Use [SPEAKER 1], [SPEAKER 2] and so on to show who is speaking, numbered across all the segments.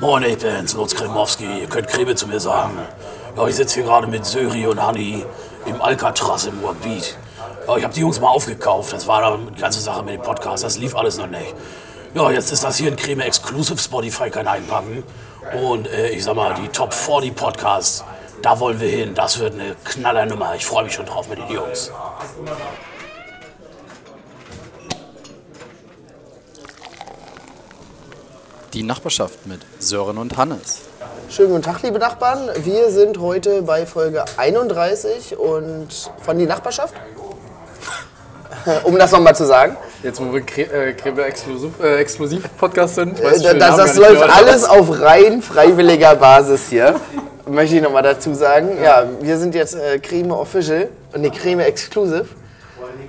[SPEAKER 1] Moin, ich bin's, Lutz Kremowski. Ihr könnt Krebe zu mir sagen. Ja, ich sitze hier gerade mit Söri und Hani im Alcatraz im Moabit. Ja, ich habe die Jungs mal aufgekauft. Das war da die ganze Sache mit dem Podcast. Das lief alles noch nicht. Ja, jetzt ist das hier ein Creme Exclusive. Spotify kann einpacken. Und äh, ich sag mal, die Top 40 Podcasts, da wollen wir hin. Das wird eine Knallernummer. Ich freue mich schon drauf mit den Jungs.
[SPEAKER 2] Die Nachbarschaft mit Sören und Hannes.
[SPEAKER 3] Schönen guten Tag, liebe Nachbarn. Wir sind heute bei Folge 31 und von die Nachbarschaft. um das nochmal zu sagen.
[SPEAKER 4] Jetzt, wo wir Kre äh, Krebel Exklusiv, äh, Exklusiv Podcast sind, weiß ich
[SPEAKER 3] Das,
[SPEAKER 4] den
[SPEAKER 3] Äh, das,
[SPEAKER 4] Namen gar
[SPEAKER 3] das
[SPEAKER 4] nicht
[SPEAKER 3] läuft
[SPEAKER 4] mehr.
[SPEAKER 3] alles auf rein freiwilliger Basis hier. Möchte ich nochmal dazu sagen. Ja, wir sind jetzt äh, Creme Official und ne Creme Exclusive.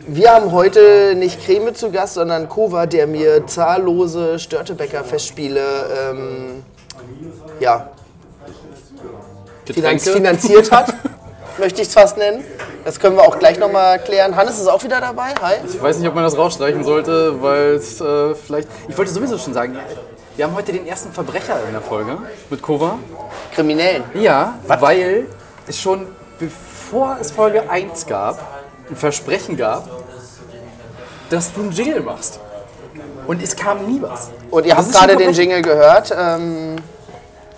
[SPEAKER 3] Wir haben heute nicht Creme zu Gast, sondern Kova, der mir zahllose Störtebecker-Festspiele ähm, ja, finanz
[SPEAKER 4] Getränke.
[SPEAKER 3] finanziert hat. möchte ich es fast nennen. Das können wir auch gleich nochmal klären. Hannes ist auch wieder dabei. Hi.
[SPEAKER 4] Ich weiß nicht, ob man das rausstreichen sollte, weil es äh, vielleicht. Ich wollte sowieso schon sagen, wir haben heute den ersten Verbrecher in der Folge mit Kova.
[SPEAKER 3] Kriminellen.
[SPEAKER 4] Ja, weil es schon bevor es Folge 1 gab, ein Versprechen gab, dass du einen Jingle machst. Und es kam nie was.
[SPEAKER 3] Und ihr
[SPEAKER 4] Das
[SPEAKER 3] habt
[SPEAKER 4] ist schon
[SPEAKER 3] gerade den
[SPEAKER 4] korrekt.
[SPEAKER 3] Jingle gehört. Ähm,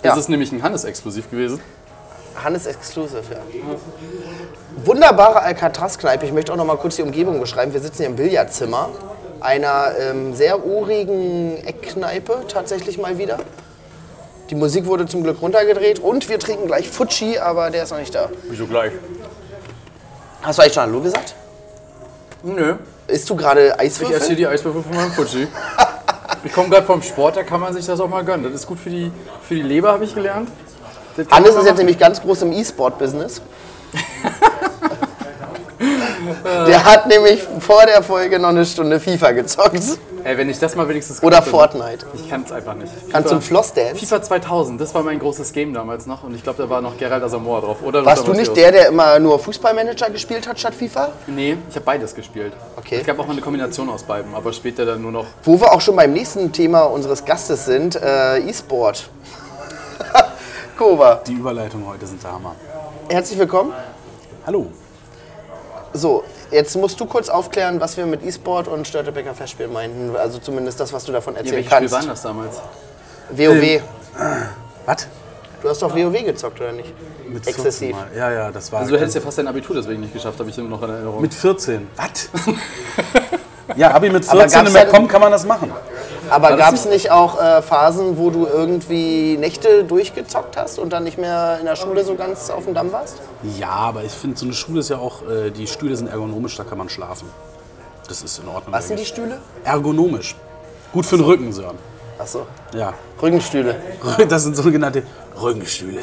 [SPEAKER 4] Das
[SPEAKER 3] Ja.
[SPEAKER 4] ist nämlich ein Hannes-Exklusiv gewesen.
[SPEAKER 3] Hannes Exclusive, ja. Wunderbare Alcatraz-Kneipe. Ich möchte auch noch mal kurz die Umgebung beschreiben. Wir sitzen hier im Billardzimmer einer ähm, sehr urigen Eckkneipe tatsächlich mal wieder. Die Musik wurde zum Glück runtergedreht und wir trinken gleich Futschi, aber der ist noch nicht da.
[SPEAKER 4] Wieso gleich?
[SPEAKER 3] Hast du eigentlich schon Hallo gesagt?
[SPEAKER 4] Nö.
[SPEAKER 3] Isst du gerade
[SPEAKER 4] Ich esse hier
[SPEAKER 3] Eiswürfel?
[SPEAKER 4] die Eiswürfel von meinem Fuji. Ich komme gerade vom Sport, da kann man sich das auch mal gönnen. Das ist gut für die, für die Leber, habe ich gelernt. Das kann
[SPEAKER 3] Hannes
[SPEAKER 4] man
[SPEAKER 3] ist jetzt
[SPEAKER 4] machen.
[SPEAKER 3] nämlich ganz groß im E-Sport-Business. der hat nämlich vor der Folge noch eine Stunde FIFA gezockt.
[SPEAKER 4] Ey, wenn ich das mal wenigstens.
[SPEAKER 3] Oder
[SPEAKER 4] könnte, ne?
[SPEAKER 3] Fortnite.
[SPEAKER 4] Ich kann es einfach nicht.
[SPEAKER 3] Kannst
[SPEAKER 4] FIFA-
[SPEAKER 3] du einen Flossdance?
[SPEAKER 4] FIFA 2000, das war mein großes Game damals noch und ich glaube, da war noch Gerald Asamoah drauf. Oder
[SPEAKER 3] Warst
[SPEAKER 4] Lothar
[SPEAKER 3] du nicht
[SPEAKER 4] Matthäus.
[SPEAKER 3] der, der immer nur Fußballmanager gespielt hat statt FIFA?
[SPEAKER 4] Nee, ich habe beides gespielt.
[SPEAKER 3] Okay.
[SPEAKER 4] Es gab auch mal eine Kombination aus beiden, aber später dann nur noch.
[SPEAKER 3] Wo wir auch schon beim nächsten Thema unseres Gastes sind, äh, E-Sport. Kova,
[SPEAKER 5] Die Überleitungen heute sind der Hammer.
[SPEAKER 3] herzlich willkommen.
[SPEAKER 5] Hallo.
[SPEAKER 3] So, jetzt musst du kurz aufklären, was wir mit E-Sport und Störtebecker Festspiel meinten. Also zumindest das, was du davon
[SPEAKER 4] Ja,
[SPEAKER 3] erzählen
[SPEAKER 4] welches Spiel
[SPEAKER 3] kannst.
[SPEAKER 4] war denn das damals? Also
[SPEAKER 3] WoW.
[SPEAKER 5] Was?
[SPEAKER 3] Du hast doch WoW gezockt, oder nicht?
[SPEAKER 5] Mit
[SPEAKER 3] Exzessiv.
[SPEAKER 5] 14 Mal. Ja, ja, das war.
[SPEAKER 4] Also, du hättest ja fast dein Abitur deswegen nicht geschafft, habe ich immer noch in Erinnerung.
[SPEAKER 5] mit 14. Was? ja, Abi mit
[SPEAKER 3] Aber
[SPEAKER 5] 14
[SPEAKER 3] gab's
[SPEAKER 5] im
[SPEAKER 3] da-
[SPEAKER 5] Komm kann man das machen.
[SPEAKER 3] Aber
[SPEAKER 4] das
[SPEAKER 3] gab es nicht auch äh, Phasen, wo du irgendwie Nächte durchgezockt hast und dann nicht mehr in der Schule so ganz auf dem Damm warst?
[SPEAKER 5] Ja, aber ich finde, so eine Schule ist ja auch, äh, die Stühle sind ergonomisch, da kann man schlafen. Das ist in Ordnung.
[SPEAKER 3] Was sind die
[SPEAKER 5] denke
[SPEAKER 3] Stühle?
[SPEAKER 5] ich. Ergonomisch. Gut für den Rücken, Sören.
[SPEAKER 3] Achso,
[SPEAKER 5] Ja.
[SPEAKER 3] Rückenstühle.
[SPEAKER 5] Das sind sogenannte Rückenstühle.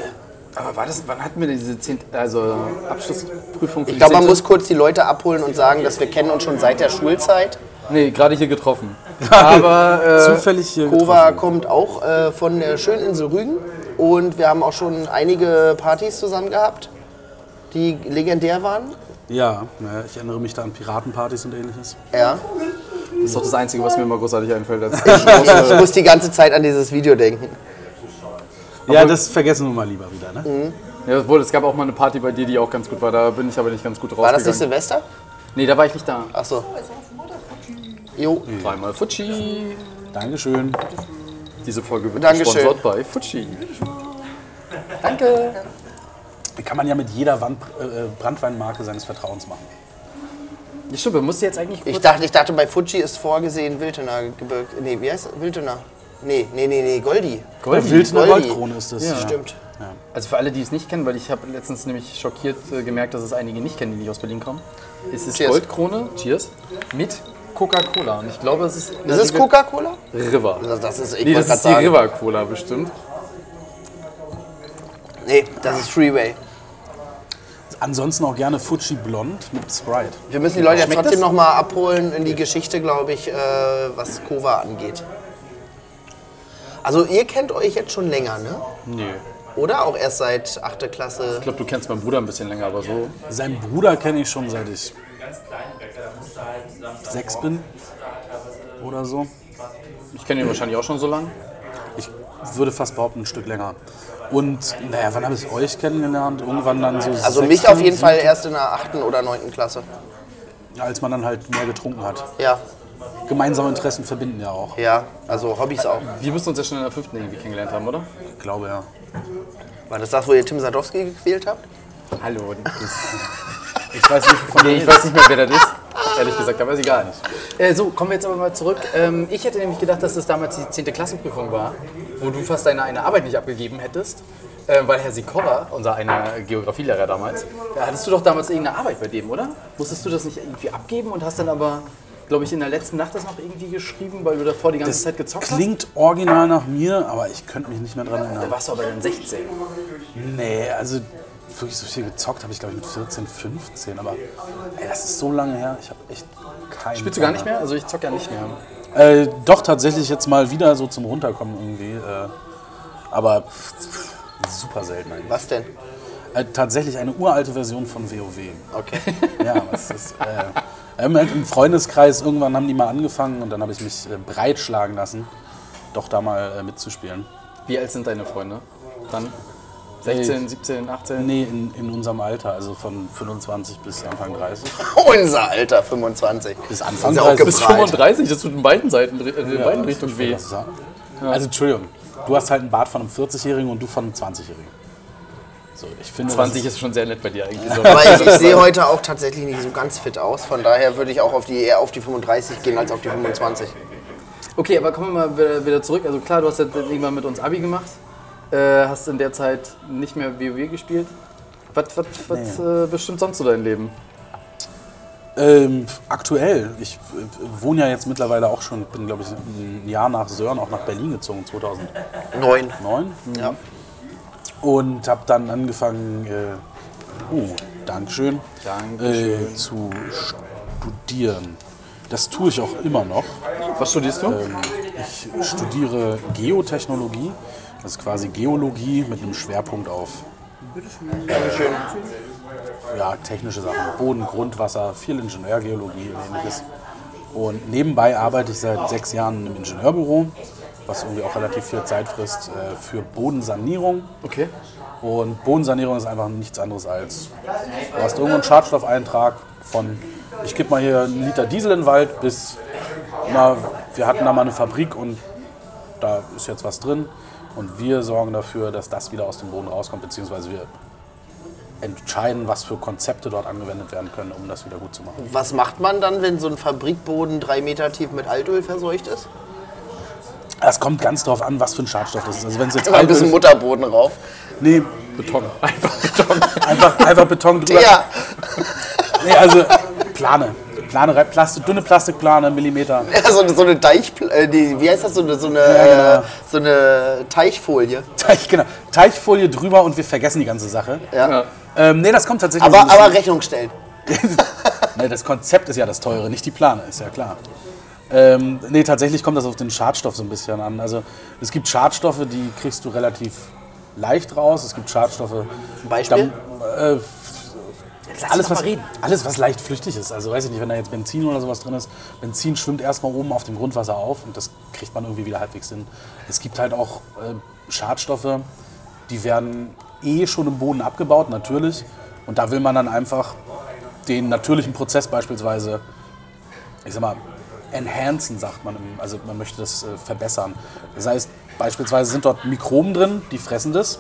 [SPEAKER 4] Aber war das, wann hatten wir denn diese 10, also Abschlussprüfung? für
[SPEAKER 3] Ich
[SPEAKER 4] die
[SPEAKER 3] glaube, man
[SPEAKER 4] 10.?
[SPEAKER 3] muss kurz die Leute abholen und sagen, dass wir kennen uns schon seit der Schulzeit.
[SPEAKER 4] Nee, gerade hier getroffen. Aber äh,
[SPEAKER 5] Zufällig hier.
[SPEAKER 3] Kova
[SPEAKER 5] getroffen.
[SPEAKER 3] kommt auch äh, von der schönen Insel Rügen und wir haben auch schon einige Partys zusammen gehabt, die legendär waren.
[SPEAKER 5] Ja, naja, ich erinnere mich da an Piratenpartys und ähnliches.
[SPEAKER 3] Ja.
[SPEAKER 4] das ist doch das Einzige, was mir immer großartig einfällt. Als
[SPEAKER 3] Ich muss die ganze Zeit an dieses Video denken.
[SPEAKER 5] Ja, das vergessen wir mal lieber wieder, ne?
[SPEAKER 4] ja, wohl, es gab auch mal eine Party bei dir, die auch ganz gut war. Da bin ich aber nicht ganz gut rausgegangen.
[SPEAKER 3] War das nicht Silvester?
[SPEAKER 4] Nee, da war ich nicht da.
[SPEAKER 3] Achso. Jo.
[SPEAKER 4] Dreimal Futschi.
[SPEAKER 5] Dankeschön.
[SPEAKER 4] Diese Folge wird
[SPEAKER 3] Dankeschön.
[SPEAKER 4] gesponsert bei Futschi.
[SPEAKER 3] Danke.
[SPEAKER 5] Kann man ja mit jeder Wand, äh, Brandweinmarke seines Vertrauens machen.
[SPEAKER 4] Ja, stimmt, wir mussten jetzt eigentlich kurz...
[SPEAKER 3] Ich dachte, ich dachte, bei Fuji ist vorgesehen Wildener Gebirg. Nee, wie heißt es? Wildener. Nee, nee, nee, nee, Goldi.
[SPEAKER 5] Goldi. Wildner
[SPEAKER 3] Goldi.
[SPEAKER 5] Goldkrone ist das. Ja.
[SPEAKER 3] Stimmt.
[SPEAKER 4] Also für alle, die es nicht kennen, weil ich habe letztens nämlich schockiert äh, gemerkt, dass es einige nicht kennen, die nicht aus Berlin kommen. Es ist
[SPEAKER 3] Cheers.
[SPEAKER 4] Goldkrone, cheers, mit Coca-Cola. Und ich glaube, es ist... in der
[SPEAKER 3] Ist es
[SPEAKER 4] Regel
[SPEAKER 3] Coca-Cola?
[SPEAKER 4] River.
[SPEAKER 3] Das, das ist, ich
[SPEAKER 4] Nee, das
[SPEAKER 3] wollte
[SPEAKER 4] ist die
[SPEAKER 3] grad sagen.
[SPEAKER 4] River-Cola bestimmt.
[SPEAKER 3] Nee, das ist Freeway.
[SPEAKER 5] Ansonsten auch gerne Fuji Blond mit Sprite.
[SPEAKER 3] Wir müssen die Leute jetzt
[SPEAKER 4] Schmeckt
[SPEAKER 3] trotzdem
[SPEAKER 4] das?
[SPEAKER 3] noch mal abholen in die Geschichte, glaube ich, äh, was Kova angeht. Also ihr kennt euch jetzt schon länger, ne?
[SPEAKER 4] Nee.
[SPEAKER 3] Oder auch erst seit 8. Klasse.
[SPEAKER 4] Ich glaube, du kennst meinen Bruder ein bisschen länger, aber so.
[SPEAKER 5] Seinen Bruder kenne ich schon seit ich sechs bin oder so.
[SPEAKER 4] Ich kenne ihn wahrscheinlich auch schon so lange.
[SPEAKER 5] Ich würde fast behaupten, ein Stück länger. Und naja, wann habe ich euch kennengelernt? Irgendwann dann so.
[SPEAKER 6] Also
[SPEAKER 5] sechsten,
[SPEAKER 6] mich auf jeden
[SPEAKER 5] siebten,
[SPEAKER 6] Fall erst in der 8. oder 9. Klasse.
[SPEAKER 5] Als man dann halt mehr getrunken hat.
[SPEAKER 6] Ja,
[SPEAKER 5] Gemeinsame Interessen verbinden ja auch.
[SPEAKER 6] ja, also Hobbys auch.
[SPEAKER 4] Wir müssen uns ja schon in der fünften irgendwie kennengelernt haben, oder?
[SPEAKER 5] Ich glaube ja.
[SPEAKER 6] War das das, wo ihr Tim Sadowski gequält habt?
[SPEAKER 4] Hallo.
[SPEAKER 5] Ich weiß nicht, von
[SPEAKER 4] Nee, ich weiß nicht mehr, wer das ist. Ehrlich gesagt, aber ist egal. Äh, so, kommen wir jetzt aber mal zurück. Ähm, ich hätte nämlich gedacht, dass das damals die 10. Klassenprüfung war, wo du fast deine eine Arbeit nicht abgegeben hättest. Äh, weil Herr Sikora, unser einer Geografielehrer damals, da hattest du doch damals irgendeine Arbeit bei dem, oder? Musstest du das nicht irgendwie abgeben und hast dann aber, glaube ich, in der letzten Nacht das noch irgendwie geschrieben, weil du davor die ganze
[SPEAKER 5] Das
[SPEAKER 4] Zeit gezockt
[SPEAKER 5] klingt original nach mir, aber ich könnte mich nicht mehr dran
[SPEAKER 4] hast? Da
[SPEAKER 5] erinnern.
[SPEAKER 4] warst du aber dann 16.
[SPEAKER 5] Nee, also wirklich so viel gezockt habe ich, glaube ich, mit 14, 15. Aber ey, das ist so lange her. Ich habe echt keinen.
[SPEAKER 4] Spielst du gar nicht mehr? Also ich zock ja nicht mehr.
[SPEAKER 5] Äh, doch, tatsächlich jetzt mal wieder so zum Runterkommen irgendwie. Äh, aber pff, pff, super selten eigentlich.
[SPEAKER 6] Was denn?
[SPEAKER 5] Äh, tatsächlich eine uralte Version von WoW.
[SPEAKER 6] Okay.
[SPEAKER 5] Ja, aber es ist. Äh, wir haben halt im Freundeskreis irgendwann haben die mal angefangen und dann habe ich mich äh, breitschlagen lassen, doch da mal äh, mitzuspielen.
[SPEAKER 4] Wie alt sind deine Freunde? Dann 16, 17, 18?
[SPEAKER 5] Nee, in, in unserem Alter, also von 25 bis Anfang 30.
[SPEAKER 6] Unser Alter, 25.
[SPEAKER 5] Bis Anfang
[SPEAKER 6] Ist ja auch
[SPEAKER 5] 30.
[SPEAKER 4] Bis
[SPEAKER 6] Breit.
[SPEAKER 4] 35, das tut in beiden Seiten, in beiden Richtungen weh.
[SPEAKER 5] Was sagen? Also, Entschuldigung, du hast halt einen Bart von einem 40-Jährigen und du von einem 20-Jährigen. So, ich finde.
[SPEAKER 4] 20
[SPEAKER 5] das
[SPEAKER 4] ist schon sehr nett bei dir eigentlich. So.
[SPEAKER 6] Aber ich, ich sehe heute auch tatsächlich nicht so ganz fit aus. Von daher würde ich auch auf die, eher auf die 35 gehen als auf die 25.
[SPEAKER 4] Okay, aber kommen wir mal wieder- wieder zurück. Also klar, du hast ja dann irgendwann mit uns Abi gemacht, äh, hast in der Zeit nicht mehr WoW gespielt. Was, was, was äh, bestimmt sonst so dein Leben?
[SPEAKER 5] Ähm, aktuell, ich äh, wohne ja jetzt mittlerweile auch schon, bin glaube ich ein Jahr nach Sören auch nach Berlin gezogen, 2009.
[SPEAKER 6] Neun. Ja.
[SPEAKER 5] Und habe dann angefangen, äh, oh, Dankeschön,
[SPEAKER 4] Dankeschön.
[SPEAKER 5] Äh, zu studieren. Das tue ich auch immer noch.
[SPEAKER 4] Was studierst du?
[SPEAKER 5] Ähm, ich studiere Geotechnologie, das ist quasi Geologie mit einem Schwerpunkt auf äh, ja, technische Sachen, Boden, Grundwasser, viel Ingenieurgeologie und ähnliches. Und nebenbei arbeite ich seit sechs Jahren im Ingenieurbüro, was irgendwie auch relativ viel Zeit frisst äh, für Bodensanierung.
[SPEAKER 4] Okay.
[SPEAKER 5] Und Bodensanierung ist einfach nichts anderes als, du hast irgendwo einen Schadstoffeintrag von, ich gebe mal hier einen Liter Diesel in den Wald, bis, na, wir hatten da mal eine Fabrik und da ist jetzt was drin. Und wir sorgen dafür, dass das wieder aus dem Boden rauskommt, beziehungsweise wir entscheiden, was für Konzepte dort angewendet werden können, um das wieder gut zu machen.
[SPEAKER 6] Was macht man dann, wenn so ein Fabrikboden drei Meter tief mit Altöl verseucht ist?
[SPEAKER 5] Das kommt ganz drauf an, was für ein Schadstoff das ist. Also wenn es jetzt
[SPEAKER 6] Mal ein bisschen
[SPEAKER 5] Altöl-
[SPEAKER 6] Mutterboden rauf.
[SPEAKER 5] Nee, Beton. Einfach Beton. einfach, einfach Beton drüber.
[SPEAKER 6] Ja,
[SPEAKER 5] Nee, also Plane. Plane, rein- Plastik, dünne Plastikplane, Millimeter.
[SPEAKER 6] ja so, eine- so eine Deich... Äh, die, wie heißt das? So eine, so eine,
[SPEAKER 5] Ja,
[SPEAKER 6] äh, so eine Teichfolie.
[SPEAKER 5] Teich, genau. Teichfolie drüber und wir vergessen die ganze Sache.
[SPEAKER 6] Ja.
[SPEAKER 5] Ähm, nee, das kommt tatsächlich.
[SPEAKER 6] Aber,
[SPEAKER 5] so ein
[SPEAKER 6] aber Rechnung stellen.
[SPEAKER 5] bisschen- nee, Ne, das Konzept ist ja das teure, nicht die Plane, ist ja klar. Ähm, nee, tatsächlich kommt das auf den Schadstoff so ein bisschen an. Also es gibt Schadstoffe, die kriegst du relativ leicht raus. Es gibt Schadstoffe.
[SPEAKER 6] Beispiel?
[SPEAKER 5] Da, äh, alles, was, alles, was leicht flüchtig ist. Also weiß ich nicht, wenn da jetzt Benzin oder sowas drin ist. Benzin schwimmt erstmal oben auf dem Grundwasser auf und das kriegt man irgendwie wieder halbwegs hin. Es gibt halt auch äh, Schadstoffe, die werden eh schon im Boden abgebaut, natürlich. Und da will man dann einfach den natürlichen Prozess beispielsweise, ich sag mal, enhancen, sagt man. Im, also man möchte das äh, verbessern. Das heißt, beispielsweise sind dort Mikroben drin, die fressen das.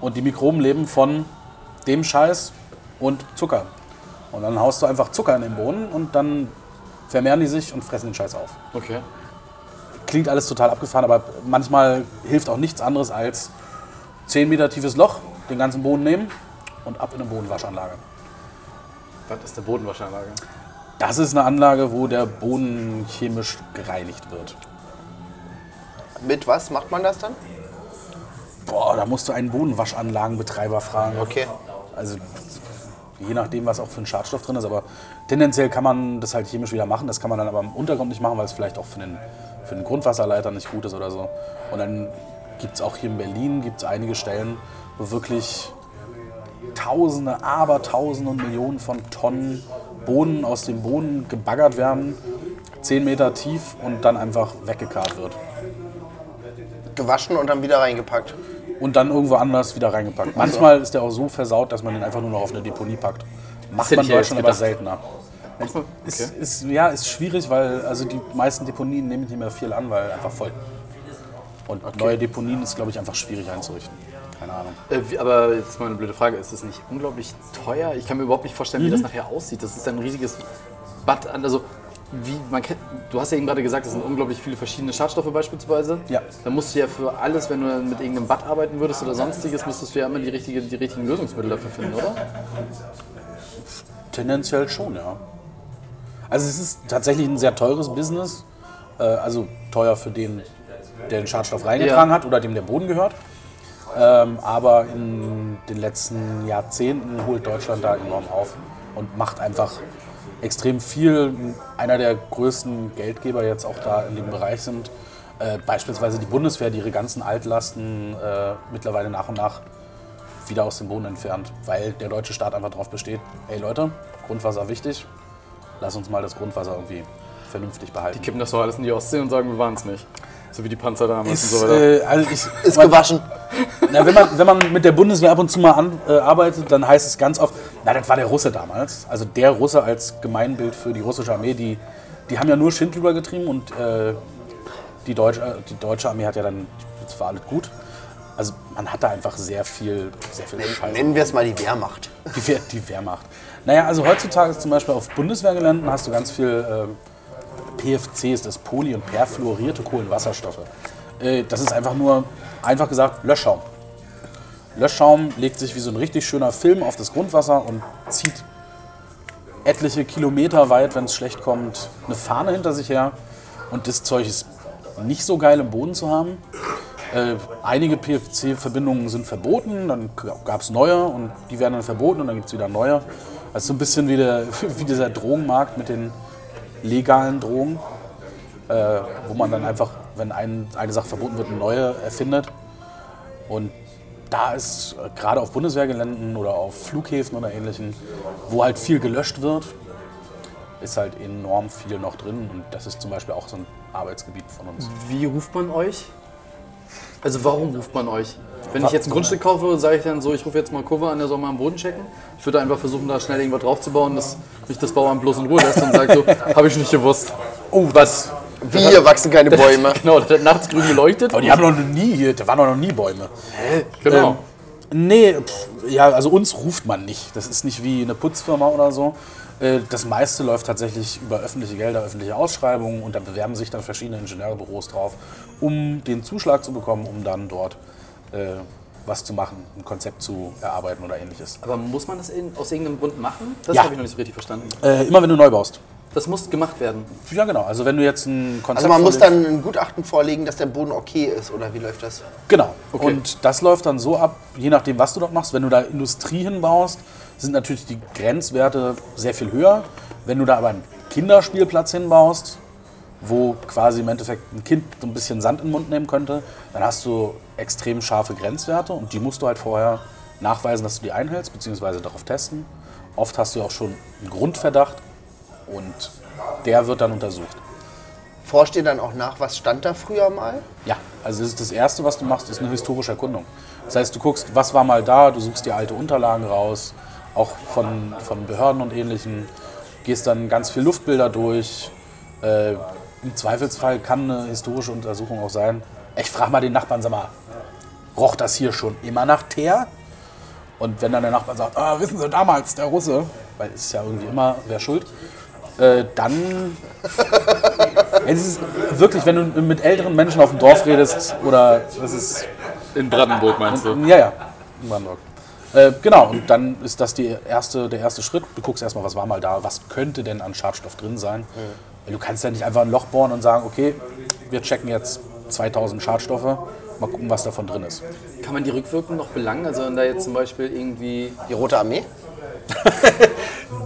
[SPEAKER 5] Und die Mikroben leben von dem Scheiß und Zucker. Und dann haust du einfach Zucker in den Boden und dann vermehren die sich und fressen den Scheiß auf.
[SPEAKER 4] Okay.
[SPEAKER 5] Klingt alles total abgefahren, aber manchmal hilft auch nichts anderes als 10 Meter tiefes Loch, den ganzen Boden nehmen und ab in eine Bodenwaschanlage.
[SPEAKER 4] Was ist der Bodenwaschanlage?
[SPEAKER 5] Das ist eine Anlage, wo der Boden chemisch gereinigt wird.
[SPEAKER 6] Mit was macht man das dann?
[SPEAKER 5] Boah, da musst du einen Bodenwaschanlagenbetreiber fragen.
[SPEAKER 6] Okay.
[SPEAKER 5] Also je nachdem, was auch für ein Schadstoff drin ist. Aber tendenziell kann man das halt chemisch wieder machen. Das kann man dann aber im Untergrund nicht machen, weil es vielleicht auch für den, für den Grundwasserleiter nicht gut ist oder so. Und dann gibt es auch hier in Berlin gibt's einige Stellen, wo wirklich Tausende, Abertausende und Millionen von Tonnen Bohnen aus dem Boden gebaggert werden, 10 Meter tief und dann einfach weggekarrt wird.
[SPEAKER 6] gewaschen und dann wieder reingepackt.
[SPEAKER 5] Und dann irgendwo anders wieder reingepackt. Manchmal ist der auch so versaut, dass man den einfach nur noch auf eine Deponie packt. Macht
[SPEAKER 4] hätte
[SPEAKER 5] man
[SPEAKER 4] ich
[SPEAKER 5] in
[SPEAKER 4] ja jetzt
[SPEAKER 5] Deutschland aber
[SPEAKER 4] gedacht.
[SPEAKER 5] seltener. Ist, ist, ja, ist schwierig, weil also die meisten Deponien nehmen nicht mehr viel an, weil einfach voll. Und neue Deponien ist, glaube ich, einfach schwierig einzurichten. Keine Ahnung.
[SPEAKER 4] Äh, wie- aber jetzt mal eine blöde Frage, ist das nicht unglaublich teuer? Ich kann mir überhaupt nicht vorstellen, wie das nachher aussieht. Das ist ein riesiges Bad an. Also, wie man kennt, du hast ja eben gerade gesagt, es sind unglaublich viele verschiedene Schadstoffe beispielsweise.
[SPEAKER 5] Ja.
[SPEAKER 4] Dann musst du ja für alles, wenn du dann mit irgendeinem Bad arbeiten würdest oder sonstiges, müsstest du ja immer die, richtige, die richtigen Lösungsmittel dafür finden, oder?
[SPEAKER 5] Tendenziell schon, ja. Also es ist tatsächlich ein sehr teures Business. Äh, also teuer für den, der den Schadstoff reingetragen hat oder dem der Boden gehört. Ähm, aber in den letzten Jahrzehnten holt Deutschland da enorm auf und macht einfach extrem viel. Einer der größten Geldgeber jetzt auch da in dem Bereich sind äh, beispielsweise die Bundeswehr, die ihre ganzen Altlasten äh, mittlerweile nach und nach wieder aus dem Boden entfernt, weil der deutsche Staat einfach darauf besteht, hey Leute, Grundwasser wichtig, lass uns mal das Grundwasser irgendwie vernünftig behalten.
[SPEAKER 4] Kippen das doch alles in die Ostsee und sagen, wir waren es nicht. So wie die Panzer damals und so weiter.
[SPEAKER 5] äh, also ich,
[SPEAKER 6] Ist gewaschen.
[SPEAKER 5] na, wenn, man, wenn man mit der Bundeswehr ab und zu mal an, äh, arbeitet, dann heißt es ganz oft, na, das war der Russe damals. Also der Russe als Gemeinbild für die russische Armee, die, die haben ja nur Schind rübergetrieben und äh, die, Deutsch, äh, die deutsche Armee hat ja dann, das war alles gut. Also man hat da einfach sehr viel, sehr viel Scheiße.
[SPEAKER 6] Nennen wir es mal die Wehrmacht.
[SPEAKER 5] Die, Wehr, die Wehrmacht. Naja, also heutzutage ist zum Beispiel auf Bundeswehrgeländen hast du ganz viel äh, PFCs, das Poly- und perfluorierte Kohlenwasserstoffe. Äh, das ist einfach nur, einfach gesagt, Löschschaum. Löschschaum legt sich wie so ein richtig schöner Film auf das Grundwasser und zieht etliche Kilometer weit, wenn es schlecht kommt, eine Fahne hinter sich her. Und das Zeug ist nicht so geil im Boden zu haben. Äh, einige PFC-Verbindungen sind verboten, dann gab es neue und die werden dann verboten und dann gibt es wieder neue. Also so ein bisschen wie, der, wie dieser Drogenmarkt mit den legalen Drogen, äh, wo man dann einfach, wenn ein, eine Sache verboten wird, eine neue erfindet. Und da ist äh, gerade auf Bundeswehrgeländen oder auf Flughäfen oder ähnlichen, wo halt viel gelöscht wird, ist halt enorm viel noch drin. Und das ist zum Beispiel auch so ein Arbeitsgebiet von uns.
[SPEAKER 4] Wie ruft man euch? Also warum ruft man euch? Wenn ich jetzt ein Grundstück kaufe, sage ich dann so, ich rufe jetzt mal Cover an, der soll mal am Boden checken. Ich würde einfach versuchen, da schnell irgendwas draufzubauen, dass mich das Bauamt bloß in Ruhe lässt und sagt so, habe ich nicht gewusst.
[SPEAKER 5] Oh, was?
[SPEAKER 6] Wie, hier wachsen keine Bäume.
[SPEAKER 4] Genau, das hat nachts grün geleuchtet.
[SPEAKER 5] Aber Oh, die haben noch nie hier, da waren doch noch nie Bäume.
[SPEAKER 4] genau.
[SPEAKER 5] Nee, pff, ja, also uns ruft man nicht. Das ist nicht wie eine Putzfirma oder so. Äh, Das meiste läuft tatsächlich über öffentliche Gelder, öffentliche Ausschreibungen und da bewerben sich dann verschiedene Ingenieurbüros drauf, um den Zuschlag zu bekommen, um dann dort äh, was zu machen, ein Konzept zu erarbeiten oder ähnliches.
[SPEAKER 4] Aber muss man das in, aus irgendeinem Grund machen? Das
[SPEAKER 5] Ja.
[SPEAKER 4] habe ich noch nicht so richtig verstanden.
[SPEAKER 5] Äh, immer wenn du neu baust.
[SPEAKER 4] Das muss gemacht werden.
[SPEAKER 5] Ja, genau. Also wenn du jetzt ein Konzept
[SPEAKER 6] Also man muss
[SPEAKER 5] vorlegst-
[SPEAKER 6] dann ein Gutachten vorlegen, dass der Boden okay ist, oder wie läuft das?
[SPEAKER 5] Genau. Und das läuft dann so ab, je nachdem, was du dort machst. Wenn du da Industrie hinbaust, sind natürlich die Grenzwerte sehr viel höher. Wenn du da aber einen Kinderspielplatz hinbaust, wo quasi im Endeffekt ein Kind so ein bisschen Sand in den Mund nehmen könnte, dann hast du extrem scharfe Grenzwerte und die musst du halt vorher nachweisen, dass du die einhältst, beziehungsweise darauf testen. Oft hast du ja auch schon einen Grundverdacht und der wird dann untersucht.
[SPEAKER 6] Forscht ihr dann auch nach, was stand da früher mal?
[SPEAKER 5] Ja, also das, ist das Erste, was du machst, ist eine historische Erkundung. Das heißt, du guckst, was war mal da, du suchst dir alte Unterlagen raus, auch von, von Behörden und Ähnlichem, gehst dann ganz viel Luftbilder durch. Äh, Im Zweifelsfall kann eine historische Untersuchung auch sein. Ich frage mal den Nachbarn, sag mal, roch das hier schon immer nach Teer? Und wenn dann der Nachbar sagt, ah, wissen Sie, damals der Russe, weil es ist ja irgendwie immer, wer schuld, äh, dann es ist wirklich, wenn du mit älteren Menschen auf dem Dorf redest oder das ist
[SPEAKER 4] In Brandenburg meinst du?
[SPEAKER 5] ja ja in Brandenburg. Äh, genau und dann ist das die erste, der erste Schritt. Du guckst erstmal, was war mal da, was könnte denn an Schadstoff drin sein. Weil Du kannst ja nicht einfach ein Loch bohren und sagen, okay, wir checken jetzt 2000 Schadstoffe, mal gucken, was davon drin ist.
[SPEAKER 4] Kann man die rückwirkend noch belangen? Also wenn da jetzt zum Beispiel irgendwie
[SPEAKER 6] Die Rote Armee?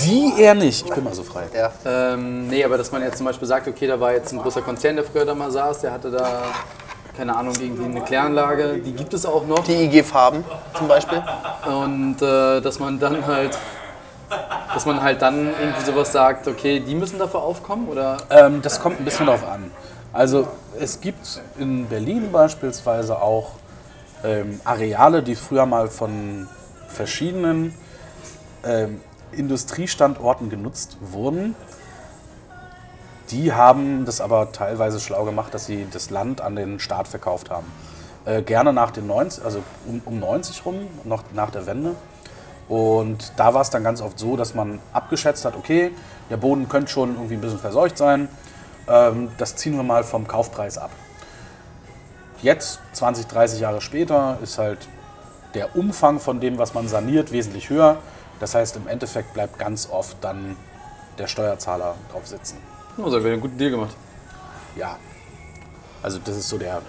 [SPEAKER 5] Die eher nicht. Ich bin mal so frei.
[SPEAKER 6] Ja.
[SPEAKER 4] Ähm, nee, aber dass man jetzt zum Beispiel sagt, okay, da war jetzt ein großer Konzern, der früher da mal saß, der hatte da, keine Ahnung, irgendwie eine Kläranlage, die gibt es auch noch.
[SPEAKER 6] Die IG Farben zum Beispiel?
[SPEAKER 4] Und äh, dass man dann halt, dass man halt dann irgendwie sowas sagt, okay, die müssen dafür aufkommen oder
[SPEAKER 5] Ähm, das kommt ein bisschen drauf an. Also es gibt in Berlin beispielsweise auch ähm, Areale, die früher mal von verschiedenen ähm, Industriestandorten genutzt wurden. Die haben das aber teilweise schlau gemacht, dass sie das Land an den Staat verkauft haben. Äh, gerne nach den 90, also um, um 90 rum, noch nach der Wende. Und da war es dann ganz oft so, dass man abgeschätzt hat, okay, der Boden könnte schon irgendwie ein bisschen verseucht sein. Ähm, das ziehen wir mal vom Kaufpreis ab. Jetzt, 20, 30 Jahre später, ist halt der Umfang von dem, was man saniert, wesentlich höher. Das heißt, im Endeffekt bleibt ganz oft dann der Steuerzahler drauf sitzen.
[SPEAKER 4] Nur so, also, wir einen guten Deal gemacht.
[SPEAKER 5] Ja. Also das ist so der.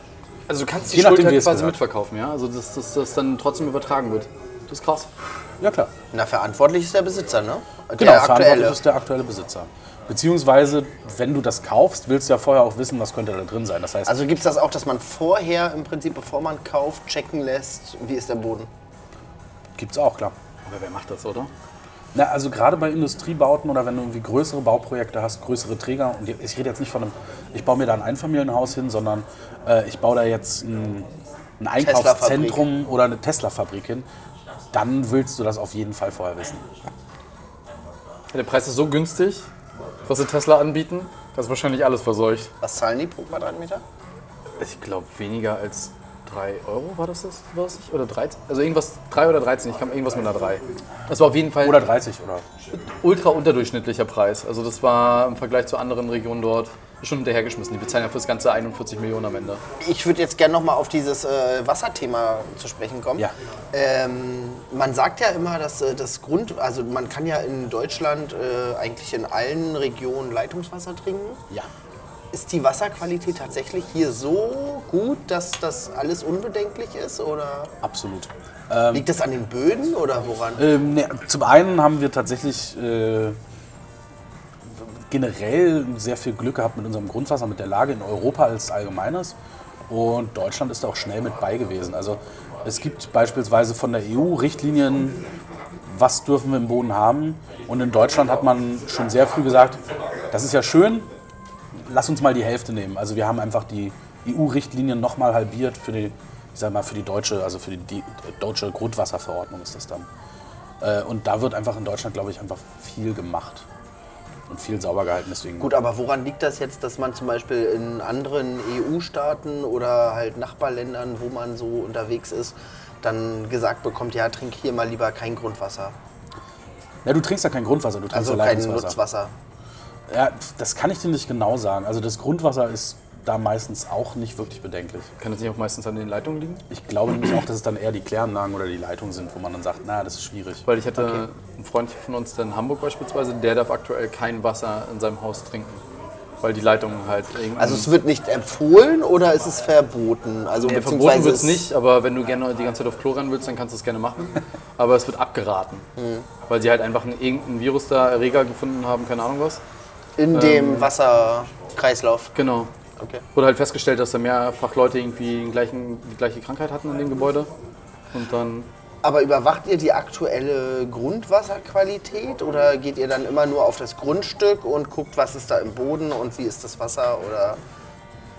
[SPEAKER 4] Also du kannst die
[SPEAKER 5] Je nachdem,
[SPEAKER 4] Schuld halt
[SPEAKER 5] wie es
[SPEAKER 4] quasi
[SPEAKER 5] gesagt.
[SPEAKER 4] mitverkaufen, ja? Also dass das, das dann trotzdem übertragen wird. Das ist krass.
[SPEAKER 5] Ja klar.
[SPEAKER 3] Na, verantwortlich ist der Besitzer, ne? Der
[SPEAKER 5] Genau, verantwortlich
[SPEAKER 3] aktuelle.
[SPEAKER 5] ist der aktuelle Besitzer. Beziehungsweise, wenn du das kaufst, willst du ja vorher auch wissen, was könnte da drin sein. Das heißt,
[SPEAKER 3] Also gibt es das auch, dass man vorher im Prinzip, bevor man kauft, checken lässt, wie ist der Boden?
[SPEAKER 5] gibt's auch, klar.
[SPEAKER 4] Aber wer macht das, oder?
[SPEAKER 5] Na, also gerade bei Industriebauten oder wenn du irgendwie größere Bauprojekte hast, größere Träger, und ich rede jetzt nicht von einem, ich baue mir da ein Einfamilienhaus hin, sondern äh, ich baue da jetzt ein, ein Einkaufszentrum oder eine Tesla-Fabrik hin, dann willst du das auf jeden Fall vorher wissen.
[SPEAKER 4] Ja, der Preis ist so günstig, was sie Tesla anbieten, das ist wahrscheinlich alles verseucht.
[SPEAKER 3] Was zahlen die pro Quadratmeter?
[SPEAKER 4] Also Ich glaube, weniger als 3 Euro war das das, war das nicht? Oder 13? Also irgendwas, 3 oder 13, ich kam irgendwas mit einer 3. Das war auf jeden Fall
[SPEAKER 5] Oder 30 oder
[SPEAKER 4] ultra unterdurchschnittlicher Preis. Also das war im Vergleich zu anderen Regionen dort schon hinterhergeschmissen. Die bezahlen ja fürs ganze 41 Millionen am Ende.
[SPEAKER 3] Ich würde jetzt gerne nochmal auf dieses äh, Wasserthema zu sprechen kommen.
[SPEAKER 5] Ja.
[SPEAKER 3] Ähm, man sagt ja immer, dass äh, das Grund, also man kann ja in Deutschland äh, eigentlich in allen Regionen Leitungswasser trinken.
[SPEAKER 5] ja.
[SPEAKER 3] Ist die Wasserqualität tatsächlich hier so gut, dass das alles unbedenklich ist? Oder
[SPEAKER 5] Absolut.
[SPEAKER 3] liegt das an den Böden oder woran?
[SPEAKER 5] Ähm, ne, zum einen haben wir tatsächlich äh, generell sehr viel Glück gehabt mit unserem Grundwasser, mit der Lage in Europa als allgemeines. Und Deutschland ist da auch schnell mit bei gewesen. Also es gibt beispielsweise von der EU Richtlinien, was dürfen wir im Boden haben. Und in Deutschland hat man schon sehr früh gesagt, das ist ja schön, lass uns mal die Hälfte nehmen. Also wir haben einfach die E EU-Richtlinien nochmal halbiert für die, ich sag mal, für die deutsche, also für die, die deutsche Grundwasserverordnung ist das dann. Äh, und da wird einfach in Deutschland, glaube ich, einfach viel gemacht und viel sauber gehalten. Deswegen
[SPEAKER 3] Gut, aber woran liegt das jetzt, dass man zum Beispiel in anderen EU-Staaten oder halt Nachbarländern, wo man so unterwegs ist, dann gesagt bekommt, ja, trink hier mal lieber kein Grundwasser.
[SPEAKER 5] Ja, du trinkst ja kein Grundwasser, du trinkst
[SPEAKER 3] Also
[SPEAKER 5] ja
[SPEAKER 3] kein
[SPEAKER 5] Leitungswasser.
[SPEAKER 3] Nutzwasser.
[SPEAKER 5] Ja, pf, das kann ich dir nicht genau sagen. Also das Grundwasser ist da meistens auch nicht wirklich bedenklich.
[SPEAKER 4] Kann das nicht auch meistens an den Leitungen liegen?
[SPEAKER 5] Ich glaube nämlich auch, dass es dann eher die Kläranlagen oder die Leitungen sind, wo man dann sagt, na, das ist schwierig.
[SPEAKER 4] Weil ich hatte einen Freund von uns der in Hamburg beispielsweise, der darf aktuell kein Wasser in seinem Haus trinken. Weil die Leitungen halt irgendwie.
[SPEAKER 3] Also es wird nicht empfohlen oder ist es verboten? Also
[SPEAKER 4] Nee, verboten
[SPEAKER 3] beziehungsweise
[SPEAKER 4] wird es
[SPEAKER 3] es-
[SPEAKER 4] nicht, aber wenn du gerne die ganze Zeit auf Klo rennen willst, dann kannst du es gerne machen. aber es wird abgeraten. Weil sie halt einfach einen, irgendeinen Virus da, Erreger gefunden haben, keine Ahnung was.
[SPEAKER 3] In dem Wasserkreislauf.
[SPEAKER 4] Genau.
[SPEAKER 3] Okay.
[SPEAKER 4] Wurde halt festgestellt, dass da mehrfach Leute irgendwie den gleichen, die gleiche Krankheit hatten in dem Gebäude. Und dann.
[SPEAKER 3] Aber überwacht ihr die aktuelle Grundwasserqualität oder geht ihr dann immer nur auf das Grundstück und guckt, was ist da im Boden und wie ist das Wasser oder.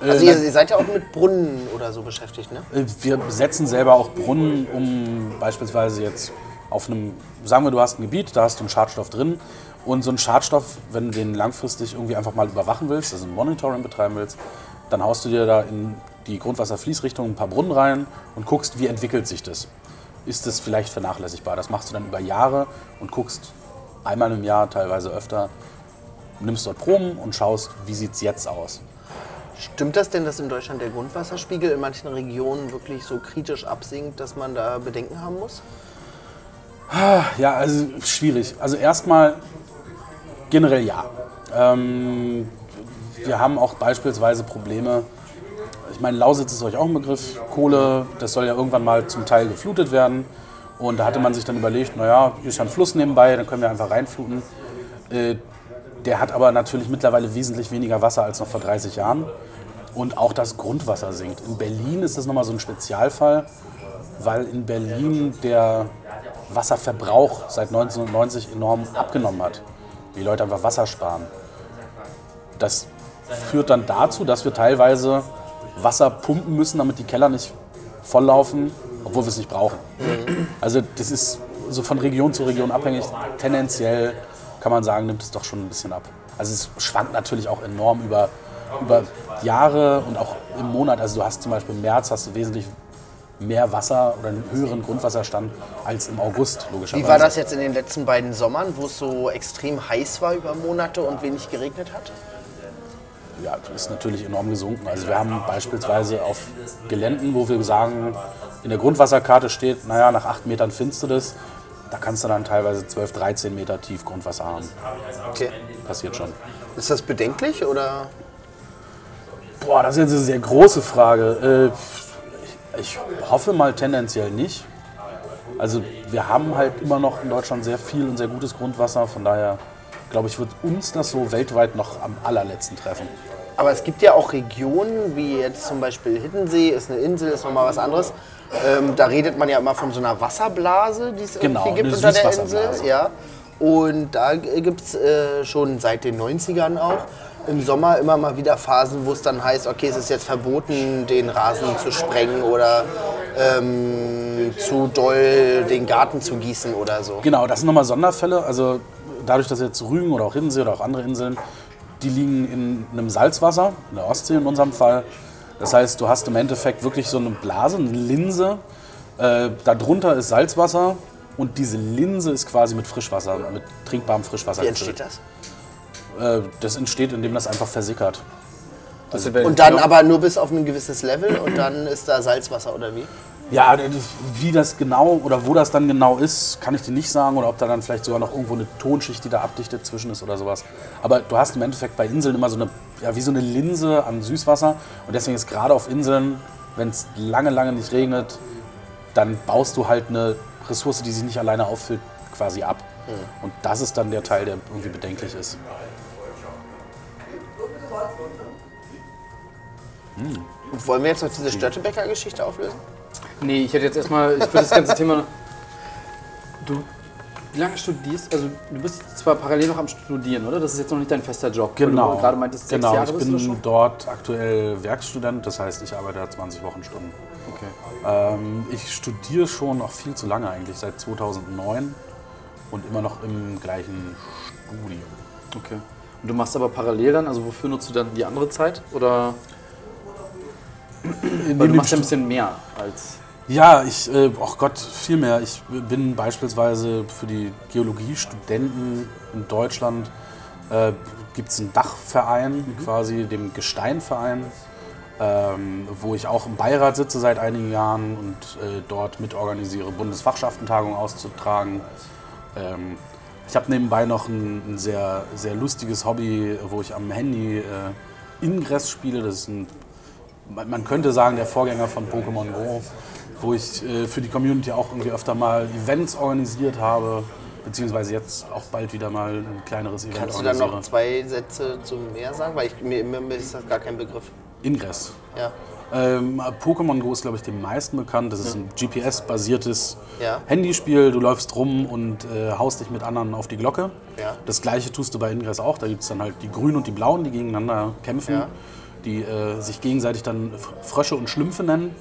[SPEAKER 3] Also ihr, ihr seid ja auch mit Brunnen oder so beschäftigt, ne?
[SPEAKER 5] Äh, Wir setzen selber auch Brunnen, um beispielsweise jetzt auf einem, sagen wir, du hast ein Gebiet, da hast du einen Schadstoff drin. Und so einen Schadstoff, wenn du den langfristig irgendwie einfach mal überwachen willst, also ein Monitoring betreiben willst, dann haust du dir da in die Grundwasserfließrichtung ein paar Brunnen rein und guckst, wie entwickelt sich das. Ist das vielleicht vernachlässigbar? Das machst du dann über Jahre und guckst einmal im Jahr, teilweise öfter, nimmst dort Proben und schaust, wie sieht es jetzt aus.
[SPEAKER 3] Stimmt das denn, dass in Deutschland der Grundwasserspiegel in manchen Regionen wirklich so kritisch absinkt, dass man da Bedenken haben muss?
[SPEAKER 5] Ja, also schwierig. Also erstmal generell ja. Ähm, wir haben auch beispielsweise Probleme. Ich meine, Lausitz ist euch auch ein Begriff. Kohle, das soll ja irgendwann mal zum Teil geflutet werden. Und da hatte man sich dann überlegt, naja, hier ist ja ein Fluss nebenbei, dann können wir einfach reinfluten. Äh, der hat aber natürlich mittlerweile wesentlich weniger Wasser als noch vor 30 Jahren. Und auch das Grundwasser sinkt. In Berlin ist das nochmal so ein Spezialfall, weil in Berlin der Wasserverbrauch seit 1990 enorm abgenommen hat. Die Leute einfach Wasser sparen. Das führt dann dazu, dass wir teilweise Wasser pumpen müssen, damit die Keller nicht volllaufen, obwohl wir es nicht brauchen. Also das ist so von Region zu Region abhängig. Tendenziell kann man sagen, nimmt es doch schon ein bisschen ab. Also es schwankt natürlich auch enorm über, über Jahre und auch im Monat. Also du hast zum Beispiel im März hast du wesentlich mehr Wasser oder einen höheren Grundwasserstand als im August, logischerweise.
[SPEAKER 6] Wie war das jetzt in den letzten beiden Sommern, wo es so extrem heiß war über Monate und wenig geregnet hat?
[SPEAKER 5] Ja, das ist natürlich enorm gesunken. Also wir haben beispielsweise auf Geländen, wo wir sagen, in der Grundwasserkarte steht, naja, nach 8 Metern findest du das, da kannst du dann teilweise 12, 13 Meter tief Grundwasser haben.
[SPEAKER 6] Okay.
[SPEAKER 5] Passiert schon.
[SPEAKER 6] Ist das bedenklich oder?
[SPEAKER 5] Boah, das ist jetzt eine sehr große Frage. Äh, ich ich hoffe mal tendenziell nicht. Also wir haben halt immer noch in Deutschland sehr viel und sehr gutes Grundwasser. Von daher glaube ich, wird uns das so weltweit noch am allerletzten treffen.
[SPEAKER 6] Aber es gibt ja auch Regionen, wie jetzt zum Beispiel Hiddensee, ist eine Insel, ist nochmal was anderes. Ähm, da redet man ja immer von so einer Wasserblase, die es
[SPEAKER 5] Genau,
[SPEAKER 6] irgendwie gibt
[SPEAKER 5] eine
[SPEAKER 6] unter der Insel.
[SPEAKER 5] Süßwasserblase.
[SPEAKER 6] Ja. Und da gibt es äh, schon seit den 90ern auch im Sommer immer mal wieder Phasen, wo es dann heißt, okay, es ist jetzt verboten, den Rasen zu sprengen oder ähm, zu doll den Garten zu gießen oder so.
[SPEAKER 5] Genau, das sind nochmal Sonderfälle. Also dadurch, dass jetzt Rügen oder auch Hiddensee oder auch andere Inseln, die liegen in einem Salzwasser, in der Ostsee in unserem Fall. Das heißt, du hast im Endeffekt wirklich so eine Blase, eine Linse. Äh, darunter ist Salzwasser und diese Linse ist quasi mit Frischwasser, mit trinkbarem Frischwasser
[SPEAKER 6] Wie entsteht das?
[SPEAKER 5] das? Äh, das entsteht, indem das einfach versickert.
[SPEAKER 6] Und dann
[SPEAKER 4] genau
[SPEAKER 6] aber nur bis auf ein gewisses Level und dann ist da Salzwasser oder wie?
[SPEAKER 5] Ja, das- wie das genau oder wo das dann genau ist, kann ich dir nicht sagen. Oder ob da dann vielleicht sogar noch irgendwo eine Tonschicht, die da abdichtet zwischen ist oder sowas. Aber du hast im Endeffekt bei Inseln immer so eine, ja, wie so eine Linse an Süßwasser. Und deswegen ist gerade auf Inseln, wenn es lange, lange nicht regnet, dann baust du halt eine Ressource, die sich nicht alleine auffüllt, quasi ab.
[SPEAKER 4] Mhm.
[SPEAKER 5] Und das ist dann der Teil, der irgendwie bedenklich ist.
[SPEAKER 6] Und wollen wir jetzt noch diese Störtebecker-Geschichte auflösen?
[SPEAKER 4] Nee, ich hätte jetzt erstmal, ich würde das ganze Thema. Du, wie lange studierst also du bist zwar parallel noch am Studieren, oder? Das ist jetzt noch nicht dein fester Job. weil
[SPEAKER 5] Genau.
[SPEAKER 4] Du gerade meintest, sechs
[SPEAKER 5] genau.
[SPEAKER 4] Jahre
[SPEAKER 5] ich
[SPEAKER 4] bist du
[SPEAKER 5] bin
[SPEAKER 4] das schon.
[SPEAKER 5] dort aktuell Werkstudent, das heißt, ich arbeite da 20 Wochenstunden.
[SPEAKER 4] Okay.
[SPEAKER 5] Ähm, ich studiere schon noch viel zu lange eigentlich, seit 2009 und immer noch im gleichen Studium.
[SPEAKER 4] okay. Und du machst aber parallel dann, also wofür nutzt du dann die andere Zeit? Oder? Weil du machst ja ein bisschen mehr als.
[SPEAKER 5] Ja, ich, äh, oh Gott, viel mehr. Ich bin beispielsweise für die Geologiestudenten in Deutschland, äh, gibt es einen Dachverein, quasi dem Gesteinverein, ähm, wo ich auch im Beirat sitze seit einigen Jahren und äh, dort mitorganisiere, Bundesfachschaftentagungen auszutragen. Ähm, ich habe nebenbei noch ein, ein sehr, sehr lustiges Hobby, wo ich am Handy äh, Ingress spiele. Das ist ein man, man könnte sagen, der Vorgänger von Pokémon Go, wo ich äh, für die Community auch irgendwie öfter mal Events organisiert habe, beziehungsweise jetzt auch bald wieder mal ein kleineres Event
[SPEAKER 6] Kannst du dann
[SPEAKER 5] organisiere.
[SPEAKER 6] noch zwei Sätze zu mehr sagen? Weil ich, mir, mir ist das gar kein Begriff.
[SPEAKER 5] Ingress.
[SPEAKER 6] Ja.
[SPEAKER 5] Ähm, Pokémon Go ist, glaube ich, dem meisten bekannt. Das ist ein GPS-basiertes
[SPEAKER 6] Ja.
[SPEAKER 5] Handyspiel. Du läufst rum und äh, haust dich mit anderen auf die Glocke.
[SPEAKER 6] Ja.
[SPEAKER 5] Das gleiche tust du bei Ingress auch. Da gibt es dann halt die Grünen und die Blauen, die gegeneinander kämpfen,
[SPEAKER 6] Ja.
[SPEAKER 5] die äh, sich gegenseitig dann F- Frösche und Schlümpfe nennen.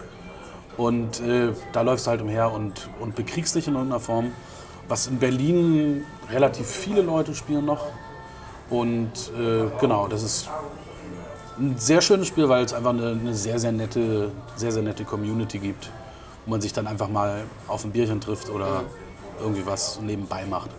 [SPEAKER 5] Und äh, da läufst du halt umher und, und bekriegst dich in irgendeiner Form. Was in Berlin relativ viele Leute spielen noch. Und äh, genau, das ist ein sehr schönes Spiel, weil es einfach eine, eine sehr, sehr nette, sehr, sehr nette Community gibt, wo man sich dann einfach mal auf ein Bierchen trifft oder irgendwie was nebenbei macht.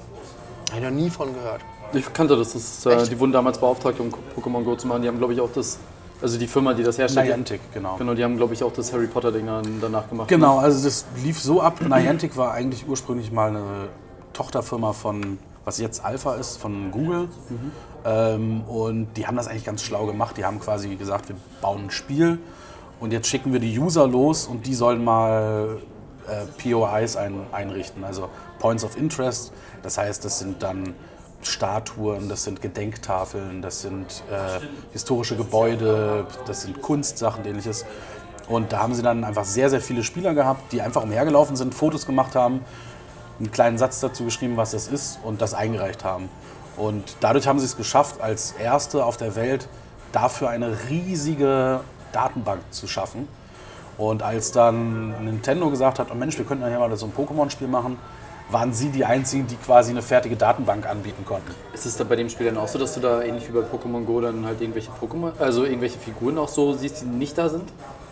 [SPEAKER 6] Habe ich noch nie von gehört.
[SPEAKER 4] Ich kannte das. das ist, äh, die wurden damals beauftragt, um Pokémon Go zu machen. Die haben, glaube ich, auch das. Also die Firma, die das herstellt. die-
[SPEAKER 5] Niantic, genau.
[SPEAKER 4] Genau, die haben, glaube ich, auch das Harry Potter-Ding dann danach gemacht. ne?
[SPEAKER 5] Genau, also das lief so ab. Niantic war eigentlich ursprünglich mal eine Tochterfirma von, was jetzt Alpha ist, von Google. Ähm, und die haben das eigentlich ganz schlau gemacht. Die haben quasi gesagt, wir bauen ein Spiel und jetzt schicken wir die User los und die sollen mal äh, POIs ein, einrichten, also Points of Interest. Das heißt, das sind dann Statuen, das sind Gedenktafeln, das sind äh, historische Gebäude, das sind Kunstsachen, ähnliches. Und da haben sie dann einfach sehr, sehr viele Spieler gehabt, die einfach umhergelaufen sind, Fotos gemacht haben, einen kleinen Satz dazu geschrieben, was das ist und das eingereicht haben. Und dadurch haben sie es geschafft, als Erste auf der Welt dafür eine riesige Datenbank zu schaffen. Und als dann Nintendo gesagt hat, oh Mensch, wir könnten ja hier mal so ein Pokémon-Spiel machen, waren sie die einzigen, die quasi eine fertige Datenbank anbieten konnten.
[SPEAKER 4] Ist es da bei dem Spiel dann auch so, dass du da ähnlich wie bei Pokémon Go dann halt irgendwelche Pokémon, also irgendwelche Figuren auch so siehst, die nicht da sind?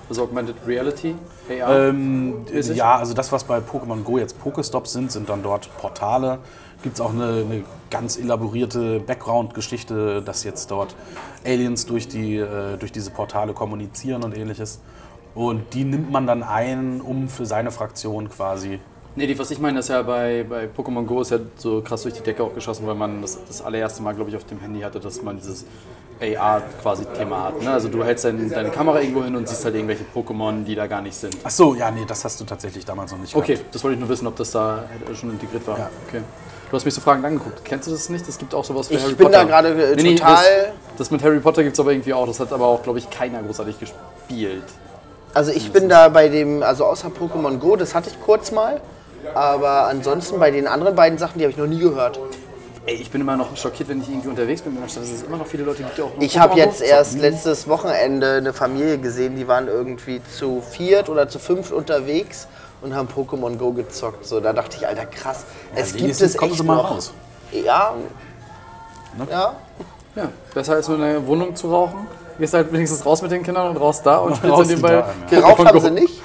[SPEAKER 4] Also Augmented Reality, AR?
[SPEAKER 5] Ähm,
[SPEAKER 4] Mäßig?
[SPEAKER 5] ja, also das, was bei Pokémon Go jetzt Pokestops sind, sind dann dort Portale. Gibt es auch eine, eine ganz elaborierte Background-Geschichte, dass jetzt dort Aliens durch, die, äh, durch diese Portale kommunizieren und ähnliches. Und die nimmt man dann ein, um für seine Fraktion quasi.
[SPEAKER 4] Nee, die, was ich meine, ist ja bei, bei Pokémon Go ist ja so krass durch die Decke auch geschossen, weil man das, das allererste Mal, glaube ich, auf dem Handy hatte, dass man dieses AR quasi Thema hat. Ne? Also du hältst dein, deine Kamera irgendwo hin und siehst halt irgendwelche Pokémon, die da gar nicht sind.
[SPEAKER 5] Ach so, ja, nee, das hast du tatsächlich damals noch nicht
[SPEAKER 4] Okay,
[SPEAKER 5] gehabt.
[SPEAKER 4] das wollte ich nur wissen, ob das da schon integriert war.
[SPEAKER 5] Ja.
[SPEAKER 4] Okay. Du hast mich so fragend angeguckt. Kennst du das nicht? Es gibt auch sowas für
[SPEAKER 3] Ich
[SPEAKER 4] Harry
[SPEAKER 3] bin
[SPEAKER 4] Potter.
[SPEAKER 3] da gerade, äh,
[SPEAKER 4] das,
[SPEAKER 3] total-
[SPEAKER 4] das mit Harry Potter gibt es aber irgendwie auch. Das hat aber auch, glaube ich, keiner großartig gespielt.
[SPEAKER 3] Also ich bin da bei dem, also außer Pokémon Go, das hatte ich kurz mal. Aber ansonsten bei den anderen beiden Sachen, die habe ich noch nie gehört.
[SPEAKER 4] Ey, ich bin immer noch schockiert, wenn ich irgendwie unterwegs bin. Dass es immer noch viele Leute gibt, die auch nur
[SPEAKER 3] Ich habe
[SPEAKER 4] Pokémon
[SPEAKER 3] jetzt
[SPEAKER 4] Go
[SPEAKER 3] erst
[SPEAKER 4] zocken.
[SPEAKER 3] letztes Wochenende eine Familie gesehen, die waren irgendwie zu viert oder zu fünft unterwegs und haben Pokémon Go gezockt. So, da dachte ich, Alter, krass. es gibt
[SPEAKER 5] wenigstens
[SPEAKER 3] es
[SPEAKER 5] kommen
[SPEAKER 3] echt
[SPEAKER 5] sie mal
[SPEAKER 3] noch.
[SPEAKER 5] raus.
[SPEAKER 3] Ja. Ja.
[SPEAKER 4] Ja, besser als nur in der Wohnung zu rauchen. Gehst halt wenigstens raus mit den Kindern und raus da und spielst
[SPEAKER 5] Raus
[SPEAKER 4] dann nebenbei.
[SPEAKER 5] da, ne? ja.
[SPEAKER 4] Pokémon
[SPEAKER 3] Geraucht haben
[SPEAKER 4] Go.
[SPEAKER 3] sie nicht,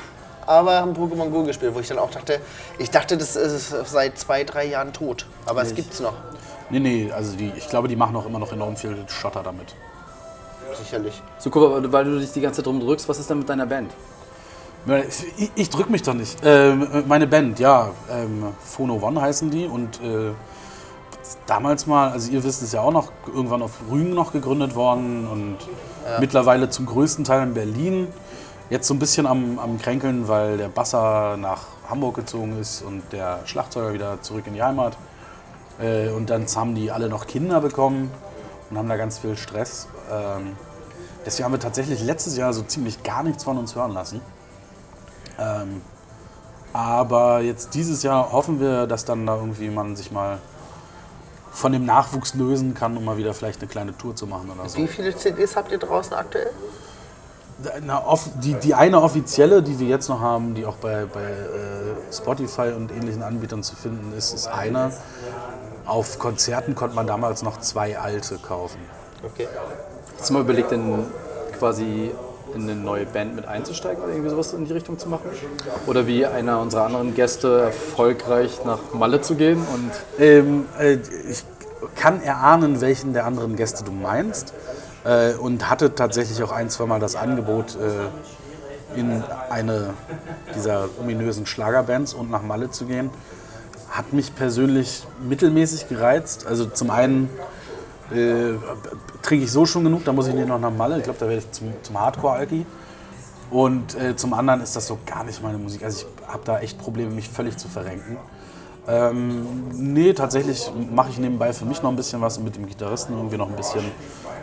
[SPEAKER 3] aber haben Pokémon Go gespielt, wo ich dann auch dachte, ich dachte, das ist seit zwei, drei Jahren tot. Aber es gibt's noch,
[SPEAKER 5] Nee, nee, also die, ich glaube, die machen auch immer noch enorm viel Schotter damit.
[SPEAKER 3] sicherlich.
[SPEAKER 4] So, guck mal, weil du dich die ganze Zeit drum drückst, was ist denn mit deiner Band?
[SPEAKER 5] Ich, ich drück mich doch nicht. Ähm, meine Band, ja, ähm, Phono One heißen die und äh, damals mal, also ihr wisst es ja auch noch, irgendwann auf Rügen noch gegründet worden und mittlerweile zum größten Teil in Berlin. Jetzt so ein bisschen am, am Kränkeln, weil der Basser nach Hamburg gezogen ist und der Schlagzeuger wieder zurück in die Heimat. Äh, und dann haben die alle noch Kinder bekommen und haben da ganz viel Stress. Ähm, deswegen haben wir tatsächlich letztes Jahr so ziemlich gar nichts von uns hören lassen. Ähm, aber jetzt dieses Jahr hoffen wir, dass dann da irgendwie man sich mal von dem Nachwuchs lösen kann, um mal wieder vielleicht eine kleine Tour zu machen oder so.
[SPEAKER 3] Wie viele CDs habt ihr draußen aktuell?
[SPEAKER 5] Na, off, die, die eine offizielle, die wir jetzt noch haben, die auch bei, bei äh, Spotify und ähnlichen Anbietern zu finden ist, ist eine. Auf Konzerten konnte man damals noch zwei alte kaufen.
[SPEAKER 3] Okay.
[SPEAKER 4] Hast du mal überlegt, in, quasi in eine neue Band mit einzusteigen oder irgendwie sowas in die Richtung zu machen? Oder wie einer unserer anderen Gäste erfolgreich nach Malle zu gehen und
[SPEAKER 5] Ähm, äh, ich kann erahnen, welchen der anderen Gäste du meinst. Äh, und hatte tatsächlich auch ein, zwei Mal das Angebot, äh, in eine dieser ominösen Schlagerbands und nach Malle zu gehen. Hat mich persönlich mittelmäßig gereizt. Also zum einen äh, trinke ich so schon genug, da muss ich nicht noch nach Malle. Ich glaube, da werde ich zum, zum Hardcore-Alki. Und äh, zum anderen ist das so gar nicht meine Musik. Also ich habe da echt Probleme, mich völlig zu verrenken. Nee, tatsächlich mache ich nebenbei für mich noch ein bisschen was und mit dem Gitarristen irgendwie noch ein bisschen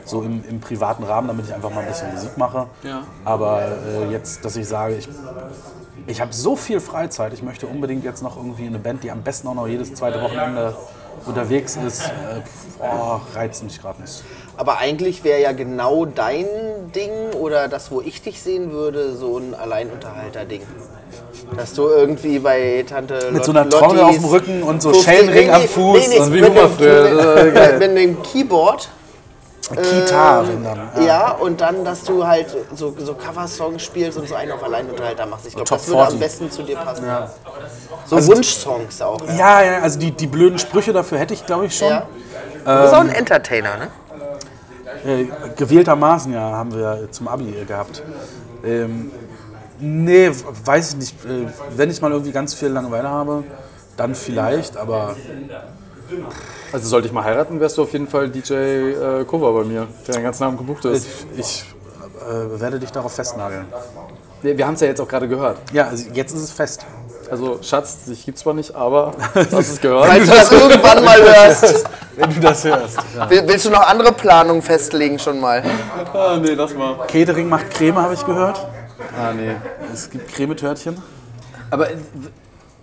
[SPEAKER 5] so im, im privaten Rahmen, damit ich einfach mal ein bisschen Musik mache.
[SPEAKER 4] Ja.
[SPEAKER 5] Aber äh, jetzt, dass ich sage, ich, ich habe so viel Freizeit, ich möchte unbedingt jetzt noch irgendwie eine Band, die am besten auch noch jedes zweite Wochenende unterwegs ist, äh, pf, boah, reizt mich gerade nicht.
[SPEAKER 3] Aber eigentlich wäre ja genau dein Ding oder das, wo ich dich sehen würde, so ein Alleinunterhalter-Ding. Dass du irgendwie bei Tante Lot
[SPEAKER 5] Mit so einer Trommel
[SPEAKER 3] Lottis
[SPEAKER 5] auf dem Rücken und so
[SPEAKER 3] 50
[SPEAKER 5] Schellenring am Fuß und wie
[SPEAKER 3] mit
[SPEAKER 5] Hummer
[SPEAKER 3] einem-
[SPEAKER 5] früher.
[SPEAKER 3] Mit, mit, mit einem Keyboard.
[SPEAKER 5] Kita, wenn dann.
[SPEAKER 3] Ähm, Ja. und dann, dass du halt so, so Cover-Songs spielst und so einen auf Alleinunterhalter machst. Ich glaube,
[SPEAKER 5] Top
[SPEAKER 3] das würde am
[SPEAKER 5] 40.
[SPEAKER 3] besten zu dir passen. So
[SPEAKER 5] Also-
[SPEAKER 3] Wunschsongs auch. Ne?
[SPEAKER 5] Ja, ja, also die, die blöden Sprüche dafür hätte ich, glaube ich, schon.
[SPEAKER 3] Ja. Du
[SPEAKER 5] Ähm,
[SPEAKER 3] bist auch ein Entertainer, ne?
[SPEAKER 5] Äh, gewähltermaßen ja, haben wir zum Abi gehabt. Ähm, nee, w- weiß ich nicht. Äh, wenn ich mal irgendwie ganz viel Langeweile habe, dann vielleicht, aber
[SPEAKER 4] also sollte ich mal heiraten, wärst du auf jeden Fall DJ äh, Kova bei mir, der den ganzen Abend gebucht
[SPEAKER 5] ich,
[SPEAKER 4] ist.
[SPEAKER 5] ich äh, werde dich darauf festnageln.
[SPEAKER 4] Wir, wir haben es ja jetzt auch gerade gehört.
[SPEAKER 5] Ja, also jetzt ist es fest.
[SPEAKER 4] Also Schatz, ich gibt's zwar nicht, aber du hast es gehört.
[SPEAKER 3] Falls du das irgendwann mal hörst,
[SPEAKER 5] Wenn du das hörst. Ja.
[SPEAKER 3] Will- willst du noch andere Planungen festlegen schon mal?
[SPEAKER 4] Ah, nee, lass mal.
[SPEAKER 5] Catering macht Creme, habe ich gehört.
[SPEAKER 4] Ah, nee.
[SPEAKER 5] Es gibt Cremetörtchen.
[SPEAKER 4] Aber äh,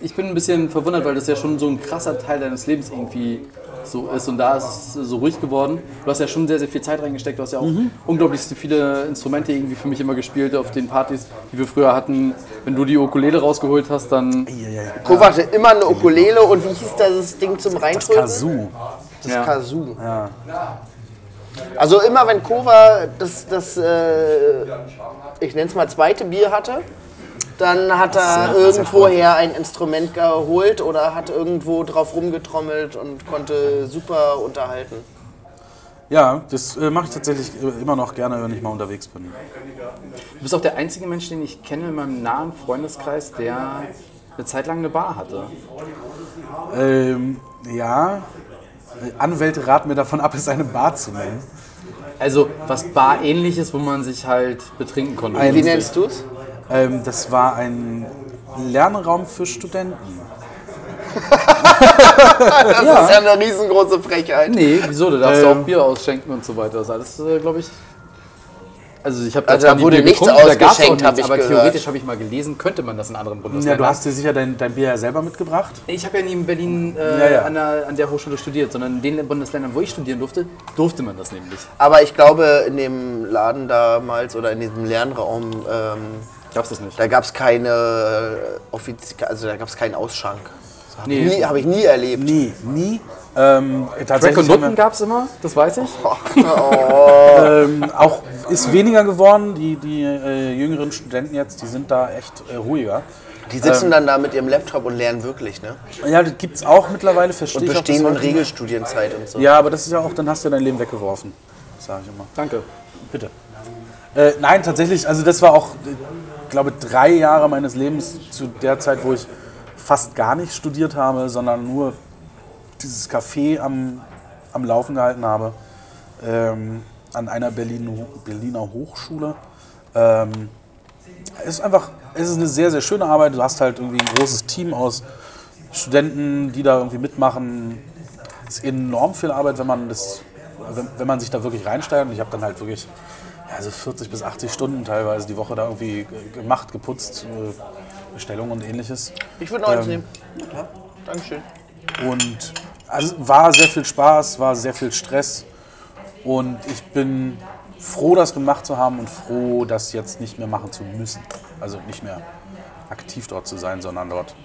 [SPEAKER 4] ich bin ein bisschen verwundert, weil das ja schon so ein krasser Teil deines Lebens irgendwie so ist und da ist es so ruhig geworden. Du hast ja schon sehr, sehr viel Zeit reingesteckt, du hast ja auch unglaublich viele Instrumente irgendwie für mich immer gespielt auf den Partys, die wir früher hatten. Wenn du die Ukulele rausgeholt hast, dann
[SPEAKER 3] Kovac hatte immer eine Ukulele und wie hieß das Ding zum Reindrücken?
[SPEAKER 5] Kazoo.
[SPEAKER 3] Das
[SPEAKER 4] Ja.
[SPEAKER 3] Kazoo. Also immer wenn Kova das, das äh, ich nenne es mal zweite Bier hatte, dann hat er irgendwoher ein Instrument geholt oder hat irgendwo drauf rumgetrommelt und konnte super unterhalten.
[SPEAKER 5] Ja, das äh, mache ich tatsächlich äh, immer noch gerne, wenn ich mal unterwegs bin.
[SPEAKER 4] Du bist auch der einzige Mensch, den ich kenne in meinem nahen Freundeskreis, der eine Zeit lang eine Bar hatte.
[SPEAKER 5] Ähm, ja. Äh, Anwälte raten mir davon ab, es eine Bar zu nennen.
[SPEAKER 4] Also was Bar-ähnliches, wo man sich halt betrinken konnte.
[SPEAKER 5] Ein-
[SPEAKER 3] Wie nennst du es?
[SPEAKER 5] Ähm, das war ein Lernraum für Studenten.
[SPEAKER 3] Das ist ja eine riesengroße Frechheit.
[SPEAKER 4] nee, wieso? Du darfst
[SPEAKER 5] Ähm.
[SPEAKER 4] auch Bier ausschenken und so weiter. Das ist alles, äh, glaube ich. Also ich habe
[SPEAKER 3] Also da
[SPEAKER 4] nie
[SPEAKER 3] wurde
[SPEAKER 4] Bier
[SPEAKER 3] nichts
[SPEAKER 4] getrunken, da gab's auch
[SPEAKER 3] ausgeschenkt, hab
[SPEAKER 4] nichts,
[SPEAKER 3] ich
[SPEAKER 4] Aber
[SPEAKER 3] gehört.
[SPEAKER 4] theoretisch habe ich mal gelesen, könnte man das in anderen
[SPEAKER 5] Ja,
[SPEAKER 4] Bundesländern.
[SPEAKER 5] du hast dir sicher dein, dein Bier ja selber mitgebracht.
[SPEAKER 4] ich habe ja nie in Berlin äh,
[SPEAKER 5] Ja, ja.
[SPEAKER 4] An, der, an der Hochschule studiert, sondern in den Bundesländern, wo ich studieren durfte, durfte man das nämlich.
[SPEAKER 3] Aber ich glaube, in dem Laden damals oder in diesem Lernraum, ähm,
[SPEAKER 4] Gab's das nicht?
[SPEAKER 3] da gab es keine offizielle, also da gab es keinen Ausschank.
[SPEAKER 4] Nee.
[SPEAKER 3] Nie, habe ich nie erlebt.
[SPEAKER 5] Nie, nie. Ähm,
[SPEAKER 4] Crack und
[SPEAKER 5] tatsächlich haben
[SPEAKER 4] Nutten
[SPEAKER 5] wir,
[SPEAKER 4] gab es immer, das weiß ich.
[SPEAKER 5] ähm, auch ist weniger geworden. Die, die äh, jüngeren Studenten jetzt, die sind da echt äh, ruhiger.
[SPEAKER 3] Die sitzen dann da mit ihrem Laptop und lernen wirklich, ne?
[SPEAKER 5] Ja, das gibt's auch mittlerweile, verstehe
[SPEAKER 3] Und
[SPEAKER 5] ich. auch,
[SPEAKER 3] bestehen
[SPEAKER 5] das
[SPEAKER 3] und
[SPEAKER 5] war-
[SPEAKER 3] Regelstudienzeit und so.
[SPEAKER 5] Ja, aber das ist ja auch, dann hast du ja dein Leben weggeworfen. Sag ich immer.
[SPEAKER 4] Danke.
[SPEAKER 5] Bitte. Äh, nein, tatsächlich, also das war auch, ich glaube, drei Jahre meines Lebens zu der Zeit, wo ich fast gar nicht studiert habe, sondern nur dieses Café am, am Laufen gehalten habe, ähm, an einer Berlin, Berliner Hochschule. Ähm, es ist einfach, es ist eine sehr, sehr schöne Arbeit. Du hast halt irgendwie ein großes Team aus Studenten, die da irgendwie mitmachen. Es ist enorm viel Arbeit, wenn man das, wenn, wenn man sich da wirklich reinsteigt. Und ich habe dann halt wirklich ja, so 40 bis 80 Stunden teilweise die Woche da irgendwie äh, gemacht, geputzt, äh, Bestellungen und ähnliches.
[SPEAKER 3] Ich würde noch eins
[SPEAKER 5] Ähm.
[SPEAKER 3] nehmen. Ja, Dankeschön.
[SPEAKER 5] Und also war sehr viel Spaß, war sehr viel Stress. Und ich bin froh, das gemacht zu haben und froh, das jetzt nicht mehr machen zu müssen. Also nicht mehr aktiv dort zu sein, sondern dort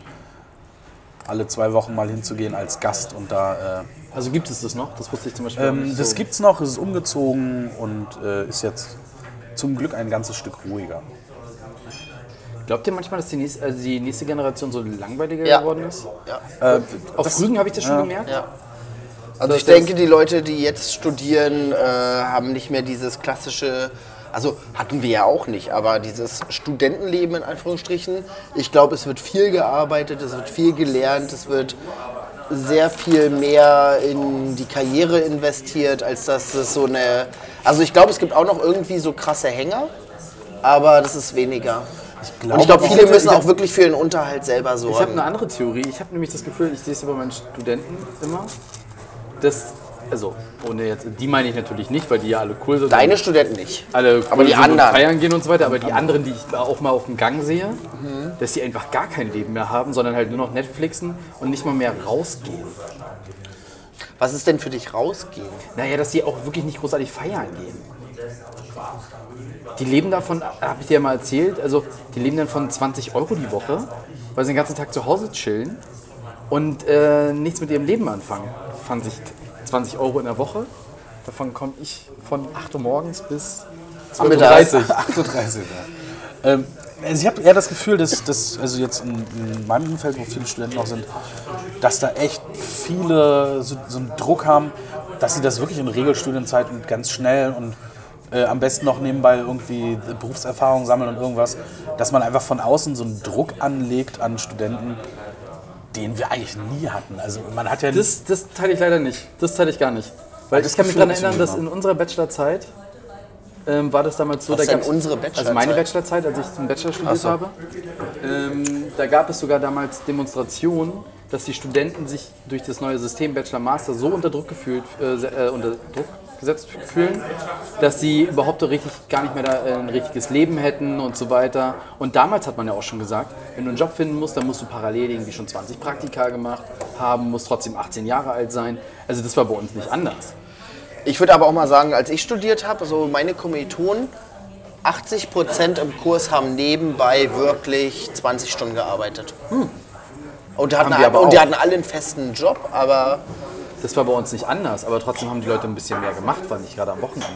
[SPEAKER 5] alle zwei Wochen mal hinzugehen als Gast und da. Äh,
[SPEAKER 4] Also gibt es das noch? Das wusste ich zum Beispiel auch
[SPEAKER 5] ähm,
[SPEAKER 4] nicht
[SPEAKER 5] Das
[SPEAKER 4] so.
[SPEAKER 5] gibt's noch, es ist umgezogen und äh, ist jetzt zum Glück ein ganzes Stück ruhiger.
[SPEAKER 4] Glaubt ihr manchmal, dass die nächste, also die nächste Generation so langweiliger
[SPEAKER 3] Ja.
[SPEAKER 4] geworden ist?
[SPEAKER 3] Ja.
[SPEAKER 5] Äh,
[SPEAKER 4] Auf Rügen habe ich das schon gemerkt.
[SPEAKER 3] Ja. Also ich
[SPEAKER 4] das-
[SPEAKER 3] denke, die Leute, die jetzt studieren, äh, haben nicht mehr dieses klassische, also hatten wir ja auch nicht, aber dieses Studentenleben in Anführungsstrichen. Ich glaube, es wird viel gearbeitet, es wird viel gelernt, es wird sehr viel mehr in die Karriere investiert, als dass es so eine... Also ich glaube, es gibt auch noch irgendwie so krasse Hänger, aber das ist weniger. Und ich glaube, viele müssen auch wirklich für ihren Unterhalt selber
[SPEAKER 4] Ich habe
[SPEAKER 3] sorgen.
[SPEAKER 4] eine andere Theorie. Ich habe nämlich das Gefühl, ich sehe es ja bei meinen Studenten immer, dass, also, ohne jetzt, die meine ich natürlich nicht, weil die ja alle cool sind.
[SPEAKER 3] Deine Studenten nicht.
[SPEAKER 4] alle cool
[SPEAKER 3] aber die
[SPEAKER 4] sind und
[SPEAKER 3] anderen.
[SPEAKER 4] feiern gehen und so weiter, aber die anderen, die ich da auch mal auf dem Gang sehe,
[SPEAKER 3] Mhm.
[SPEAKER 4] dass die einfach gar kein Leben mehr haben, sondern halt nur noch Netflixen und nicht mal mehr rausgehen.
[SPEAKER 3] Was ist denn für dich rausgehen?
[SPEAKER 4] Naja, dass die auch wirklich nicht großartig feiern gehen. Die leben davon, habe ich dir ja mal erzählt, also die leben dann von 20 Euro die Woche, weil sie den ganzen Tag zu Hause chillen und äh, nichts mit ihrem Leben anfangen. Fand ich 20 Euro in der Woche. Davon komme ich von 8 Uhr morgens bis
[SPEAKER 3] Am
[SPEAKER 4] 12:30 Uhr.
[SPEAKER 5] 38, ja. Ähm, also ich habe eher das Gefühl, dass, dass also jetzt in, in meinem Umfeld, wo viele Studenten auch sind, dass da echt viele so, so einen Druck haben, dass sie das wirklich in Regelstudienzeiten ganz schnell und äh, am besten noch nebenbei irgendwie Berufserfahrung sammeln und irgendwas, dass man einfach von außen so einen Druck anlegt an Studenten, den wir eigentlich nie hatten. Also man hat ja
[SPEAKER 4] Das, das teile ich leider nicht. Das teile ich gar nicht. Weil
[SPEAKER 5] Das
[SPEAKER 4] ich kann mich
[SPEAKER 5] Gefühl
[SPEAKER 4] daran
[SPEAKER 5] hab ich
[SPEAKER 4] erinnern,
[SPEAKER 5] irgendwie
[SPEAKER 4] dass in
[SPEAKER 5] immer.
[SPEAKER 4] unserer Bachelorzeit ähm, war das damals so,
[SPEAKER 3] Was denn
[SPEAKER 4] gab's-
[SPEAKER 3] unsere
[SPEAKER 4] Also meine
[SPEAKER 3] Bachelorzeit?
[SPEAKER 4] Bachelorzeit, als ich den Bachelor studiert
[SPEAKER 3] so.
[SPEAKER 4] habe, ähm, da gab es sogar damals Demonstrationen, dass die Studenten sich durch das neue System Bachelor Master so unter Druck gefühlt, äh, se- äh, unter Druck ausgesetzt fühlen, dass sie überhaupt so richtig gar nicht mehr da äh, ein richtiges Leben hätten und so weiter. Und damals hat man ja auch schon gesagt, wenn du einen Job finden musst, dann musst du parallel irgendwie schon 20 Praktika gemacht haben, musst trotzdem 18 Jahre alt sein. Also das war bei uns nicht anders.
[SPEAKER 3] Ich würde aber auch mal sagen, als ich studiert habe, so meine Kommilitonen, 80 Prozent im Kurs haben nebenbei wirklich 20 Stunden gearbeitet. Hm. Und, die hatten,
[SPEAKER 4] Haben wir aber
[SPEAKER 3] und die
[SPEAKER 4] auch.
[SPEAKER 3] hatten alle einen festen Job, aber
[SPEAKER 4] Das war bei uns nicht anders, aber trotzdem haben die Leute ein bisschen mehr gemacht, fand ich gerade am Wochenende.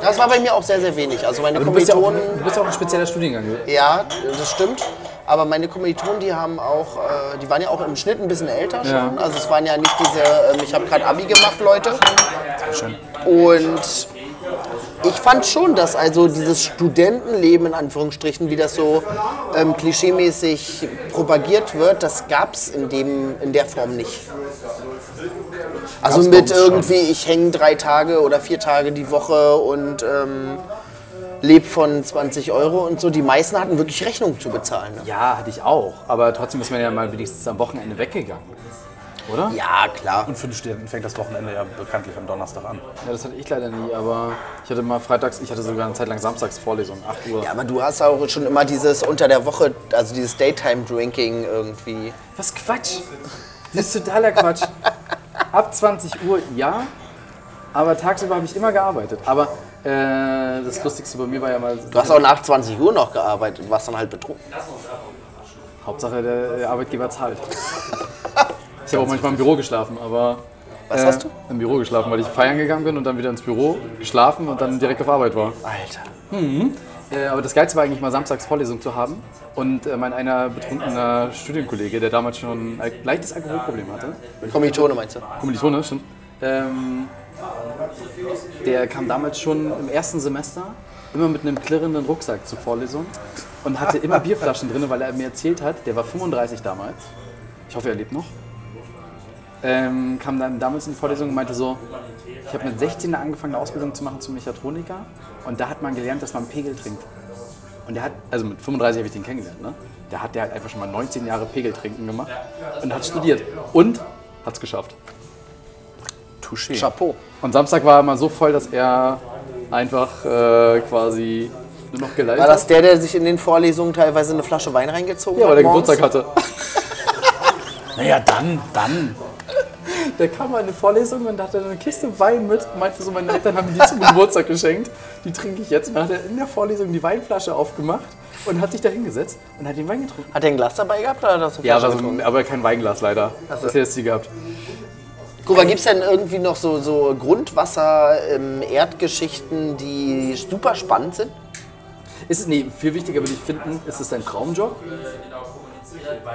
[SPEAKER 3] das war bei mir auch sehr, sehr wenig. Also meine
[SPEAKER 4] Du bist ja auch,
[SPEAKER 3] Kommilitonen,
[SPEAKER 4] du bist ja auch ein spezieller Studiengang.
[SPEAKER 3] ja, das stimmt. Aber meine Kommilitonen, die haben auch, äh, die waren ja auch im Schnitt ein bisschen älter schon.
[SPEAKER 4] Ja.
[SPEAKER 3] Also es waren ja nicht diese, ähm, ich habe gerade Abi gemacht, Leute. Und ich fand schon, dass also dieses Studentenleben in Anführungsstrichen, wie das so ähm, klischeemäßig propagiert wird, das gab es in, dem- in der Form nicht. Also
[SPEAKER 5] Gab's bei
[SPEAKER 3] mit
[SPEAKER 5] uns schon.
[SPEAKER 3] irgendwie, ich hänge drei Tage oder vier Tage die Woche und ähm, lebe von 20 Euro und so. Die meisten hatten wirklich Rechnungen zu bezahlen. Ne?
[SPEAKER 4] Ja, hatte ich auch, aber trotzdem ist man ja mal wenigstens am Wochenende weggegangen. Oder?
[SPEAKER 3] Ja, klar.
[SPEAKER 5] Und für den Studenten fängt das Wochenende ja bekanntlich am Donnerstag an.
[SPEAKER 4] Ja, das hatte ich leider nie, aber ich hatte mal freitags, ich hatte sogar eine Zeit lang samstags Vorlesung, 8 Uhr.
[SPEAKER 3] Ja, aber du hast auch schon immer dieses unter der Woche, also dieses Daytime-Drinking irgendwie.
[SPEAKER 4] Was Quatsch! Das ist totaler Quatsch. Ab 20 Uhr ja, aber tagsüber habe ich immer gearbeitet. Aber äh, das Lustigste bei mir war ja mal.
[SPEAKER 3] Du hast auch nach 20 Uhr noch gearbeitet und warst dann halt betrunken.
[SPEAKER 4] Hauptsache der äh, Arbeitgeber zahlt. Ich habe auch manchmal im Büro geschlafen, aber. äh,
[SPEAKER 3] Was hast du?
[SPEAKER 4] Im Büro geschlafen, weil ich feiern gegangen bin und dann wieder ins Büro geschlafen und dann direkt auf Arbeit war.
[SPEAKER 3] Alter.
[SPEAKER 4] Äh, aber das Geilste war eigentlich mal samstags Vorlesung zu haben. Und äh, mein einer betrunkener Studienkollege, der damals schon ein Al- leichtes Alkoholproblem hatte,
[SPEAKER 3] Kommilitone meinst du?
[SPEAKER 4] Kommilitone, stimmt, ähm, der kam damals schon im ersten Semester immer mit einem klirrenden Rucksack zur Vorlesung und hatte immer Bierflaschen drin, weil er mir erzählt hat, der war 35 damals, ich hoffe, er lebt noch, ähm, kam dann damals in die Vorlesung und meinte so, ich habe mit 16 angefangen, eine Ausbildung zu machen zum Mechatroniker und da hat man gelernt, dass man Pegel trinkt. Und der hat, also mit 35 habe ich den kennengelernt, ne? Der hat der hat einfach schon mal 19 Jahre Pegel trinken gemacht und hat studiert und hat es geschafft.
[SPEAKER 5] Touché.
[SPEAKER 3] Chapeau.
[SPEAKER 4] Und Samstag war er mal so voll, dass er einfach äh, quasi nur noch geleitet
[SPEAKER 3] War das
[SPEAKER 4] hat.
[SPEAKER 3] der, der sich in den Vorlesungen teilweise eine Flasche Wein reingezogen
[SPEAKER 4] Ja,
[SPEAKER 3] hat?
[SPEAKER 4] weil er
[SPEAKER 3] morgens?
[SPEAKER 4] Geburtstag hatte.
[SPEAKER 5] Naja, dann, dann.
[SPEAKER 4] Der kam mal in eine Vorlesung und hatte eine Kiste Wein mit und meinte so, meine Eltern haben mir die zum Geburtstag geschenkt. Die trinke ich jetzt. Und dann hat er in der Vorlesung die Weinflasche aufgemacht und hat sich da hingesetzt und hat den Wein getrunken.
[SPEAKER 3] Hat er ein Glas dabei gehabt oder hat er das eine
[SPEAKER 4] Ja,
[SPEAKER 3] Flasche
[SPEAKER 4] aber,
[SPEAKER 3] getrunken?
[SPEAKER 4] aber kein Weinglas leider.
[SPEAKER 3] so.
[SPEAKER 4] Das hättest du gehabt.
[SPEAKER 3] Guck mal, gibt es denn irgendwie noch so, so Grundwasser, ähm, Erdgeschichten, die super spannend sind?
[SPEAKER 4] Ist es, nee, viel wichtiger würde ich finden, ist es dein Traumjob?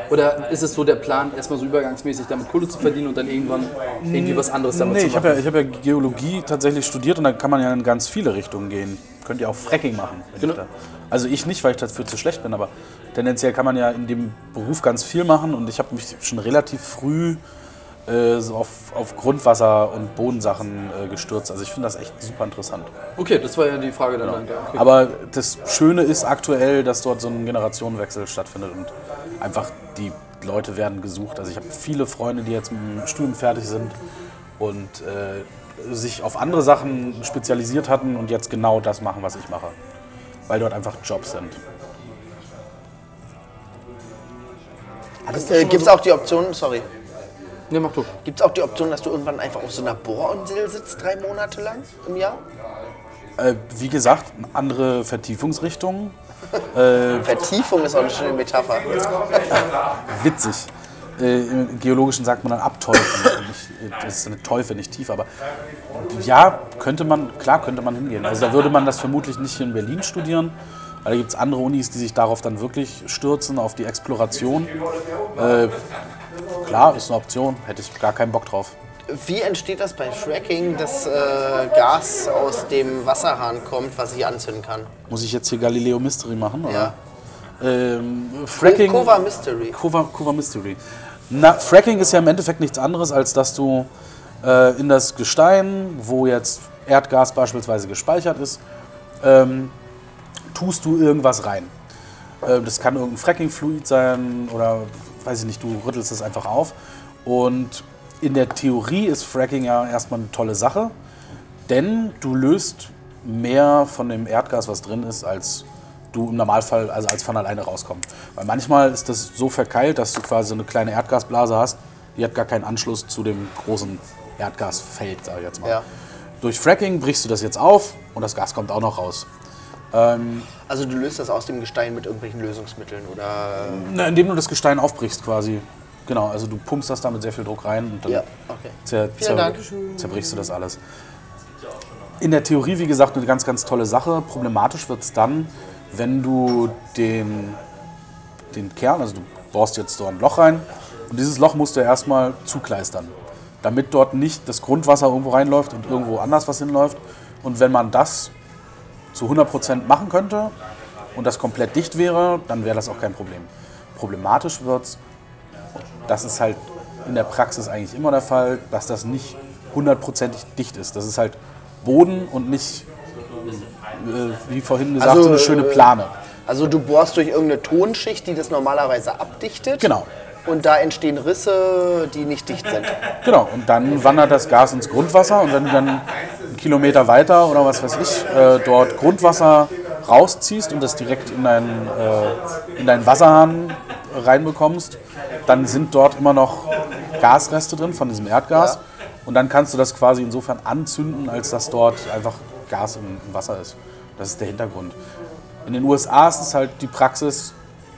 [SPEAKER 4] Oder ist es so der Plan, erstmal so übergangsmäßig damit Kohle zu verdienen und dann irgendwann irgendwie was anderes damit
[SPEAKER 5] Nee,
[SPEAKER 4] zu
[SPEAKER 5] ich
[SPEAKER 4] machen?
[SPEAKER 5] habe ja, ich hab ja Geologie tatsächlich studiert und da kann man ja in ganz viele Richtungen gehen. Könnt ihr auch Fracking machen. wenn
[SPEAKER 4] Genau.
[SPEAKER 5] ihr da- Also ich nicht, weil ich dafür zu schlecht bin, aber tendenziell kann man ja in dem Beruf ganz viel machen und ich habe mich schon relativ früh äh, so auf, auf Grundwasser und Bodensachen äh, gestürzt. Also ich finde das echt super interessant.
[SPEAKER 4] Okay, das war ja die Frage
[SPEAKER 5] Genau.
[SPEAKER 4] dann. danke. Okay.
[SPEAKER 5] Aber das Schöne ist aktuell, dass dort so ein Generationenwechsel stattfindet und einfach die Leute werden gesucht. Also ich habe viele Freunde, die jetzt mit dem Studium fertig sind und äh, sich auf andere Sachen spezialisiert hatten und jetzt genau das machen, was ich mache. Weil dort einfach Jobs sind.
[SPEAKER 3] Äh, gibt es auch die Option, sorry,
[SPEAKER 4] Nee, mach du.
[SPEAKER 3] gibt es auch die Option, dass du irgendwann einfach auf so einer Bohrinsel sitzt, drei Monate lang im Jahr?
[SPEAKER 5] Äh, wie gesagt, andere Vertiefungsrichtungen.
[SPEAKER 3] Vertiefung ist auch eine schöne Metapher.
[SPEAKER 5] Witzig. Äh, Im Geologischen sagt man dann abteufeln. und nicht, äh, das ist eine Teufel, nicht tief, aber ja, könnte man, klar könnte man hingehen. Also da würde man das vermutlich nicht hier in Berlin studieren, weil da gibt es andere Unis, die sich darauf dann wirklich stürzen, auf die Exploration. Äh, klar, ist eine Option, hätte ich gar keinen Bock drauf.
[SPEAKER 3] Wie entsteht das bei Fracking, dass äh, Gas aus dem Wasserhahn kommt, was ich anzünden kann?
[SPEAKER 5] Muss ich jetzt hier Galileo Mystery machen? Oder?
[SPEAKER 3] Ja.
[SPEAKER 5] Ähm, Fracking.
[SPEAKER 3] Cova Mystery.
[SPEAKER 5] Cover, Cover Mystery. Na, Fracking ist ja im Endeffekt nichts anderes, als dass du äh, in das Gestein, wo jetzt Erdgas beispielsweise gespeichert ist, ähm, tust du irgendwas rein. Äh, das kann irgendein Fracking-Fluid sein oder weiß ich nicht, du rüttelst es einfach auf. Und in der Theorie ist Fracking ja erstmal eine tolle Sache. Denn du löst mehr von dem Erdgas, was drin ist, als du im Normalfall, also als von alleine rauskommt. Weil manchmal ist das so verkeilt, dass du quasi so eine kleine Erdgasblase hast, die hat gar keinen Anschluss zu dem großen Erdgasfeld, sag ich jetzt mal.
[SPEAKER 6] Ja.
[SPEAKER 5] Durch Fracking brichst du das jetzt auf und das Gas kommt auch noch raus.
[SPEAKER 6] Also du löst das aus dem Gestein mit irgendwelchen Lösungsmitteln oder.
[SPEAKER 5] Na, indem du das Gestein aufbrichst quasi. Genau, also du pumpst das da mit sehr viel Druck rein und dann
[SPEAKER 6] Ja, okay.
[SPEAKER 5] zer
[SPEAKER 6] Vielen
[SPEAKER 5] zer
[SPEAKER 6] Dank.
[SPEAKER 5] zerbrichst du das alles. In der Theorie, wie gesagt, eine ganz, ganz tolle Sache. Problematisch wird es dann, wenn du den, den Kern, also du bohrst jetzt so ein Loch rein und dieses Loch musst du erstmal zukleistern, damit dort nicht das Grundwasser irgendwo reinläuft und irgendwo anders was hinläuft. Und wenn man das zu 100% machen könnte und das komplett dicht wäre, dann wäre das auch kein Problem. Problematisch wird es, das ist halt in der Praxis eigentlich immer der Fall, dass das nicht hundertprozentig dicht ist. Das ist halt Boden und nicht, äh, wie vorhin gesagt,
[SPEAKER 6] Also,
[SPEAKER 5] so eine schöne
[SPEAKER 6] äh,
[SPEAKER 5] Plane.
[SPEAKER 6] Also du bohrst durch irgendeine Tonschicht, die das normalerweise abdichtet.
[SPEAKER 5] Genau.
[SPEAKER 6] Und da entstehen Risse, die nicht dicht sind.
[SPEAKER 5] Genau, und dann wandert das Gas ins Grundwasser und wenn du dann einen Kilometer weiter oder was weiß ich, äh, dort Grundwasser rausziehst und das direkt in deinen, äh, in deinen Wasserhahn reinbekommst, dann sind dort immer noch Gasreste drin von diesem Erdgas und dann kannst du das quasi insofern anzünden, als dass dort einfach Gas im, im Wasser ist. Das ist der Hintergrund. In den USA ist es halt die Praxis,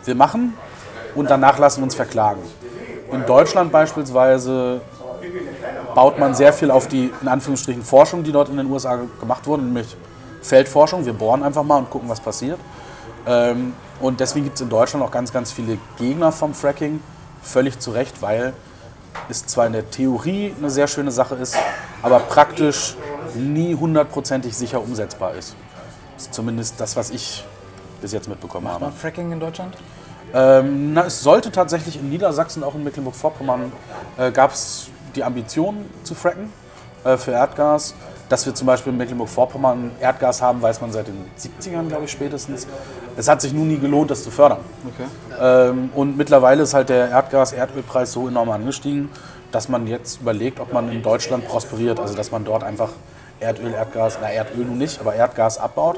[SPEAKER 5] wir machen und danach lassen wir uns verklagen. In Deutschland beispielsweise baut man sehr viel auf die, in Anführungsstrichen, Forschung, die dort in den USA ge- gemacht wurde, nämlich Feldforschung. Wir bohren einfach mal und gucken, was passiert. Ähm, und deswegen gibt es in Deutschland auch ganz, ganz viele Gegner vom Fracking, völlig zu Recht, weil es zwar in der Theorie eine sehr schöne Sache ist, aber praktisch nie hundertprozentig sicher umsetzbar ist. ist zumindest das, was ich bis jetzt mitbekommen habe.
[SPEAKER 4] Fracking in Deutschland?
[SPEAKER 5] Ähm, na, es sollte tatsächlich in Niedersachsen, auch in Mecklenburg-Vorpommern, äh, gab es die Ambition zu fracken äh, für Erdgas. Dass wir zum Beispiel in Mecklenburg-Vorpommern Erdgas haben, weiß man seit den 70ern, glaube ich, spätestens. Es hat sich nun nie gelohnt, das zu fördern. Ähm, und mittlerweile ist halt der Erdgas-Erdölpreis so enorm angestiegen, dass man jetzt überlegt, ob man in Deutschland prosperiert. Also, dass man dort einfach Erdöl, Erdgas, na, Erdöl nun nicht, aber Erdgas abbaut.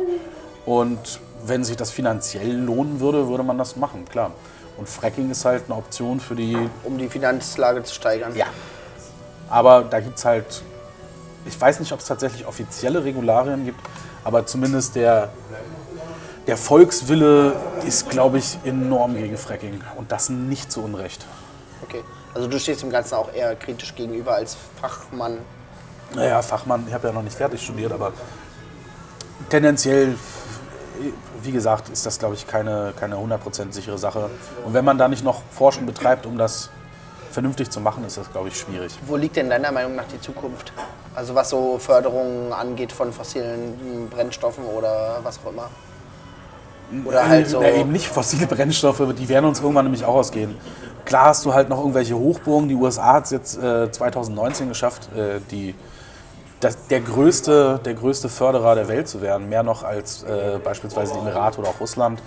[SPEAKER 5] Und wenn sich das finanziell lohnen würde, würde man das machen, klar. Und Fracking ist halt eine Option für die.
[SPEAKER 6] Um die Finanzlage zu steigern.
[SPEAKER 5] Ja. Aber da gibt es halt. Ich weiß nicht, ob es tatsächlich offizielle Regularien gibt, aber zumindest der, der Volkswille ist, glaube ich, enorm gegen Fracking. Und das nicht zu Unrecht.
[SPEAKER 6] Okay. Also du stehst dem Ganzen auch eher kritisch gegenüber als Fachmann.
[SPEAKER 5] Naja, Fachmann, ich habe ja noch nicht fertig studiert, aber tendenziell, wie gesagt, ist das, glaube ich, keine, keine 100% sichere Sache. Und wenn man da nicht noch Forschung betreibt, um das vernünftig zu machen, ist das, glaube ich, schwierig.
[SPEAKER 6] Wo liegt denn deiner Meinung nach die Zukunft? Also was so Förderungen angeht von fossilen mm, Brennstoffen oder was auch immer. Oder halt so.
[SPEAKER 5] Äh, Na, eben nicht fossile Brennstoffe, die werden uns irgendwann nämlich auch ausgehen. Klar hast du halt noch irgendwelche Hochburgen. Die USA hat es jetzt äh, 2019 geschafft, äh, die, das, der, größte, der größte Förderer der Welt zu werden. Mehr noch als äh, beispielsweise die Emirate oder auch Russland.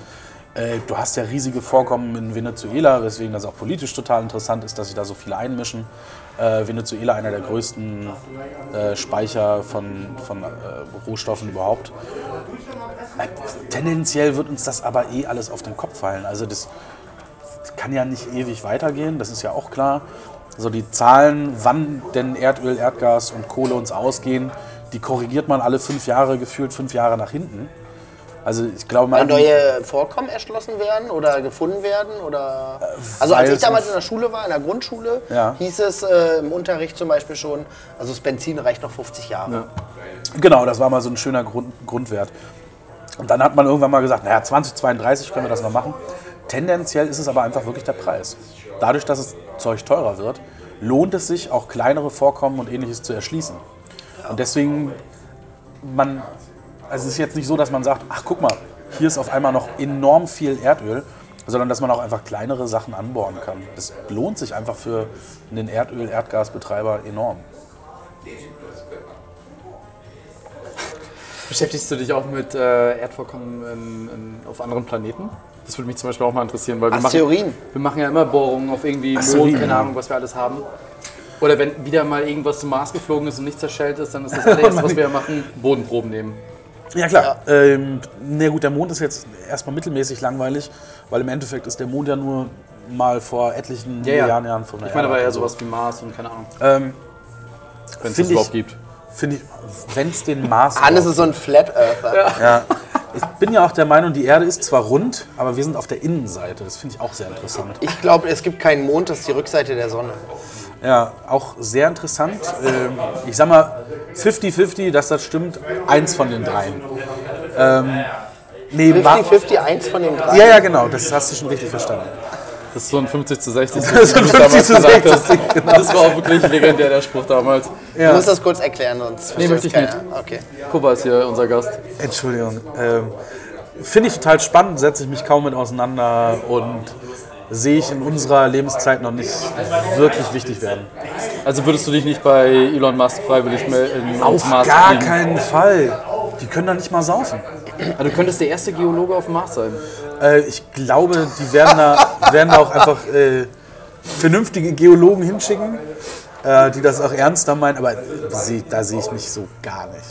[SPEAKER 5] Äh, du hast ja riesige Vorkommen in Venezuela, weswegen das auch politisch total interessant ist, dass sich da so viele einmischen. Äh, Venezuela einer der größten äh, Speicher von, von äh, Rohstoffen überhaupt. Nein, Tendenziell wird uns das aber eh alles auf den Kopf fallen. Also das kann ja nicht ewig weitergehen, das ist ja auch klar. So die Zahlen, wann denn Erdöl, Erdgas und Kohle uns ausgehen, die korrigiert man alle fünf Jahre, gefühlt fünf Jahre nach hinten. Also ich glaube mal,
[SPEAKER 6] Weil
[SPEAKER 5] an die-
[SPEAKER 6] neue Vorkommen erschlossen werden oder gefunden werden oder also als
[SPEAKER 5] weil
[SPEAKER 6] ich damals
[SPEAKER 5] es-
[SPEAKER 6] in der Schule war, in der Grundschule,
[SPEAKER 5] Ja.
[SPEAKER 6] hieß es äh, im Unterricht zum Beispiel schon, also das Benzin reicht noch 50 Jahre.
[SPEAKER 5] Genau, das war mal so ein schöner Grund, Grundwert. Und dann hat man irgendwann mal gesagt, naja, 2032 können wir das noch machen. Tendenziell ist es aber einfach wirklich der Preis. Dadurch, dass es Zeug teurer wird, lohnt es sich, auch kleinere Vorkommen und ähnliches zu erschließen. Und deswegen, man, also es ist jetzt nicht so, dass man sagt, ach guck mal, hier ist auf einmal noch enorm viel Erdöl, sondern dass man auch einfach kleinere Sachen anbohren kann. Das lohnt sich einfach für einen Erdöl-, Erdgasbetreiber enorm.
[SPEAKER 4] Beschäftigst du dich auch mit äh, Erdvorkommen in, in, auf anderen Planeten? Das würde mich zum Beispiel auch mal interessieren, weil wir
[SPEAKER 6] Ach,
[SPEAKER 4] machen,
[SPEAKER 6] Theorien.
[SPEAKER 4] wir machen ja immer Bohrungen auf irgendwie Mond,
[SPEAKER 5] Theorien,
[SPEAKER 4] keine
[SPEAKER 5] ja.
[SPEAKER 4] Ahnung, was wir alles haben. Oder wenn wieder mal irgendwas zum Mars geflogen ist und nicht zerschellt ist, dann ist
[SPEAKER 5] Oh
[SPEAKER 4] das allererste, was wir machen, Bodenproben nehmen.
[SPEAKER 5] Ja klar. Ähm, na gut, der Mond ist jetzt erstmal mittelmäßig langweilig, weil im Endeffekt ist der Mond ja nur mal vor etlichen Milliarden Jahren von der
[SPEAKER 4] Ich meine aber
[SPEAKER 5] Erde.
[SPEAKER 4] ja sowas wie Mars und keine Ahnung,
[SPEAKER 5] Ähm,
[SPEAKER 4] wenn es
[SPEAKER 5] also
[SPEAKER 4] das
[SPEAKER 5] Find ich-
[SPEAKER 4] überhaupt gibt.
[SPEAKER 5] Finde ich, wenn es den Mars.
[SPEAKER 3] Hannes
[SPEAKER 5] braucht.
[SPEAKER 3] ist so ein Flat Earther.
[SPEAKER 5] Ja. Ich bin ja auch der Meinung, die Erde ist zwar rund, aber wir sind auf der Innenseite. Das finde ich auch sehr interessant.
[SPEAKER 3] Ich glaube, es gibt keinen Mond, das ist die Rückseite der Sonne.
[SPEAKER 5] Ja, auch sehr interessant. Ähm, ich sag mal 50-50, dass das stimmt. Eins von den dreien. Ähm, nee, Ma-
[SPEAKER 3] 50-50, eins von den drei.
[SPEAKER 5] ja, ja, genau. Das hast du schon richtig verstanden.
[SPEAKER 4] Das ist so ein 50 zu 60.
[SPEAKER 5] Das ist ein 50 zu 60. Genau.
[SPEAKER 4] Das war auch wirklich legendär, der Spruch damals.
[SPEAKER 3] Du
[SPEAKER 5] Ja.
[SPEAKER 3] musst das kurz erklären, sonst
[SPEAKER 4] Nee,
[SPEAKER 3] versteht
[SPEAKER 4] möchte ich
[SPEAKER 3] keiner. Okay.
[SPEAKER 4] Kuba ist hier unser Gast.
[SPEAKER 5] Entschuldigung. Ähm, Finde ich total spannend, setze ich mich kaum mit auseinander und sehe ich in unserer Lebenszeit noch nicht wirklich wichtig werden.
[SPEAKER 4] Also würdest du dich nicht bei Elon Musk freiwillig melden?
[SPEAKER 5] Auf gar keinen Fall. Die können da nicht mal saufen.
[SPEAKER 4] Also du könntest der erste Geologe auf dem Mars sein.
[SPEAKER 5] Äh, ich glaube, die werden da, werden da auch einfach äh, vernünftige Geologen hinschicken, äh, die das auch ernster meinen, aber sie, da sehe ich mich so gar nicht.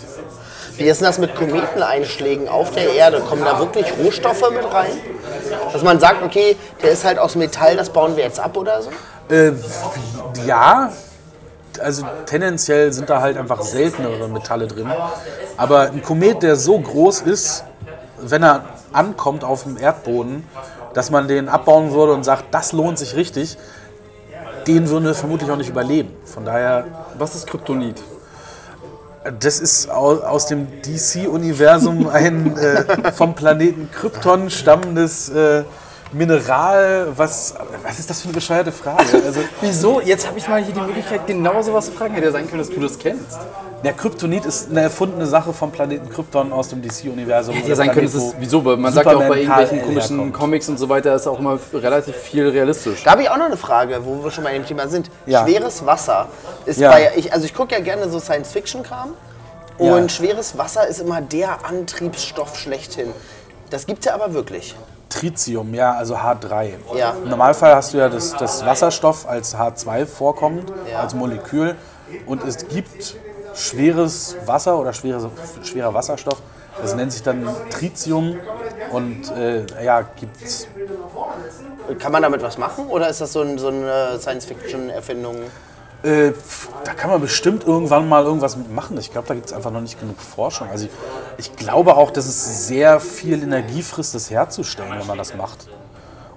[SPEAKER 3] Wie ist denn das mit Kometeneinschlägen auf der Erde? Kommen da wirklich Rohstoffe mit rein? Dass man sagt, okay, der ist halt aus Metall, das bauen wir jetzt ab oder so?
[SPEAKER 5] Äh, ja, also tendenziell sind da halt einfach seltenere Metalle drin. Aber ein Komet, der so groß ist, wenn er ankommt auf dem Erdboden, dass man den abbauen würde und sagt, das lohnt sich richtig, den würden wir vermutlich auch nicht überleben. Von daher
[SPEAKER 4] Was ist Kryptonit?
[SPEAKER 5] Das ist au- aus dem DC-Universum ein äh, vom Planeten Krypton stammendes äh, Mineral. Was, was ist das für eine bescheuerte Frage? Also,
[SPEAKER 4] Wieso? Jetzt habe ich mal hier die Möglichkeit, genau sowas zu fragen. Hätte sein können, dass du das kennst.
[SPEAKER 5] der Kryptonit ist eine erfundene Sache vom Planeten Krypton aus dem DC-Universum.
[SPEAKER 4] Hätte ja sein können, dass es, wieso? weil Man sagt ja auch bei irgendwelchen komischen Comics und so weiter, ist auch immer relativ viel realistisch.
[SPEAKER 3] Da habe ich auch noch eine Frage, wo wir schon bei dem Thema sind.
[SPEAKER 5] Ja.
[SPEAKER 3] Schweres Wasser ist
[SPEAKER 5] Ja.
[SPEAKER 3] bei, ich, also ich gucke ja gerne so Science-Fiction-Kram und
[SPEAKER 5] Ja.
[SPEAKER 3] schweres Wasser ist immer der Antriebsstoff schlechthin. Das gibt es ja aber wirklich.
[SPEAKER 5] Tritium, ja, also H3.
[SPEAKER 3] Ja.
[SPEAKER 5] Im Normalfall hast du ja das, das Wasserstoff als H2 vorkommt,
[SPEAKER 3] Ja.
[SPEAKER 5] als Molekül. Und es gibt schweres Wasser oder schwere, schwerer Wasserstoff. Das nennt sich dann Tritium und äh, ja, gibt's.
[SPEAKER 3] Kann man damit was machen oder ist das so, ein, so eine Science-Fiction-Erfindung?
[SPEAKER 5] Äh, pf, da kann man bestimmt irgendwann mal irgendwas mit machen. Ich glaube, da gibt es einfach noch nicht genug Forschung. Also ich, ich glaube auch, dass es sehr viel Energie frisst, das herzustellen, wenn man das macht.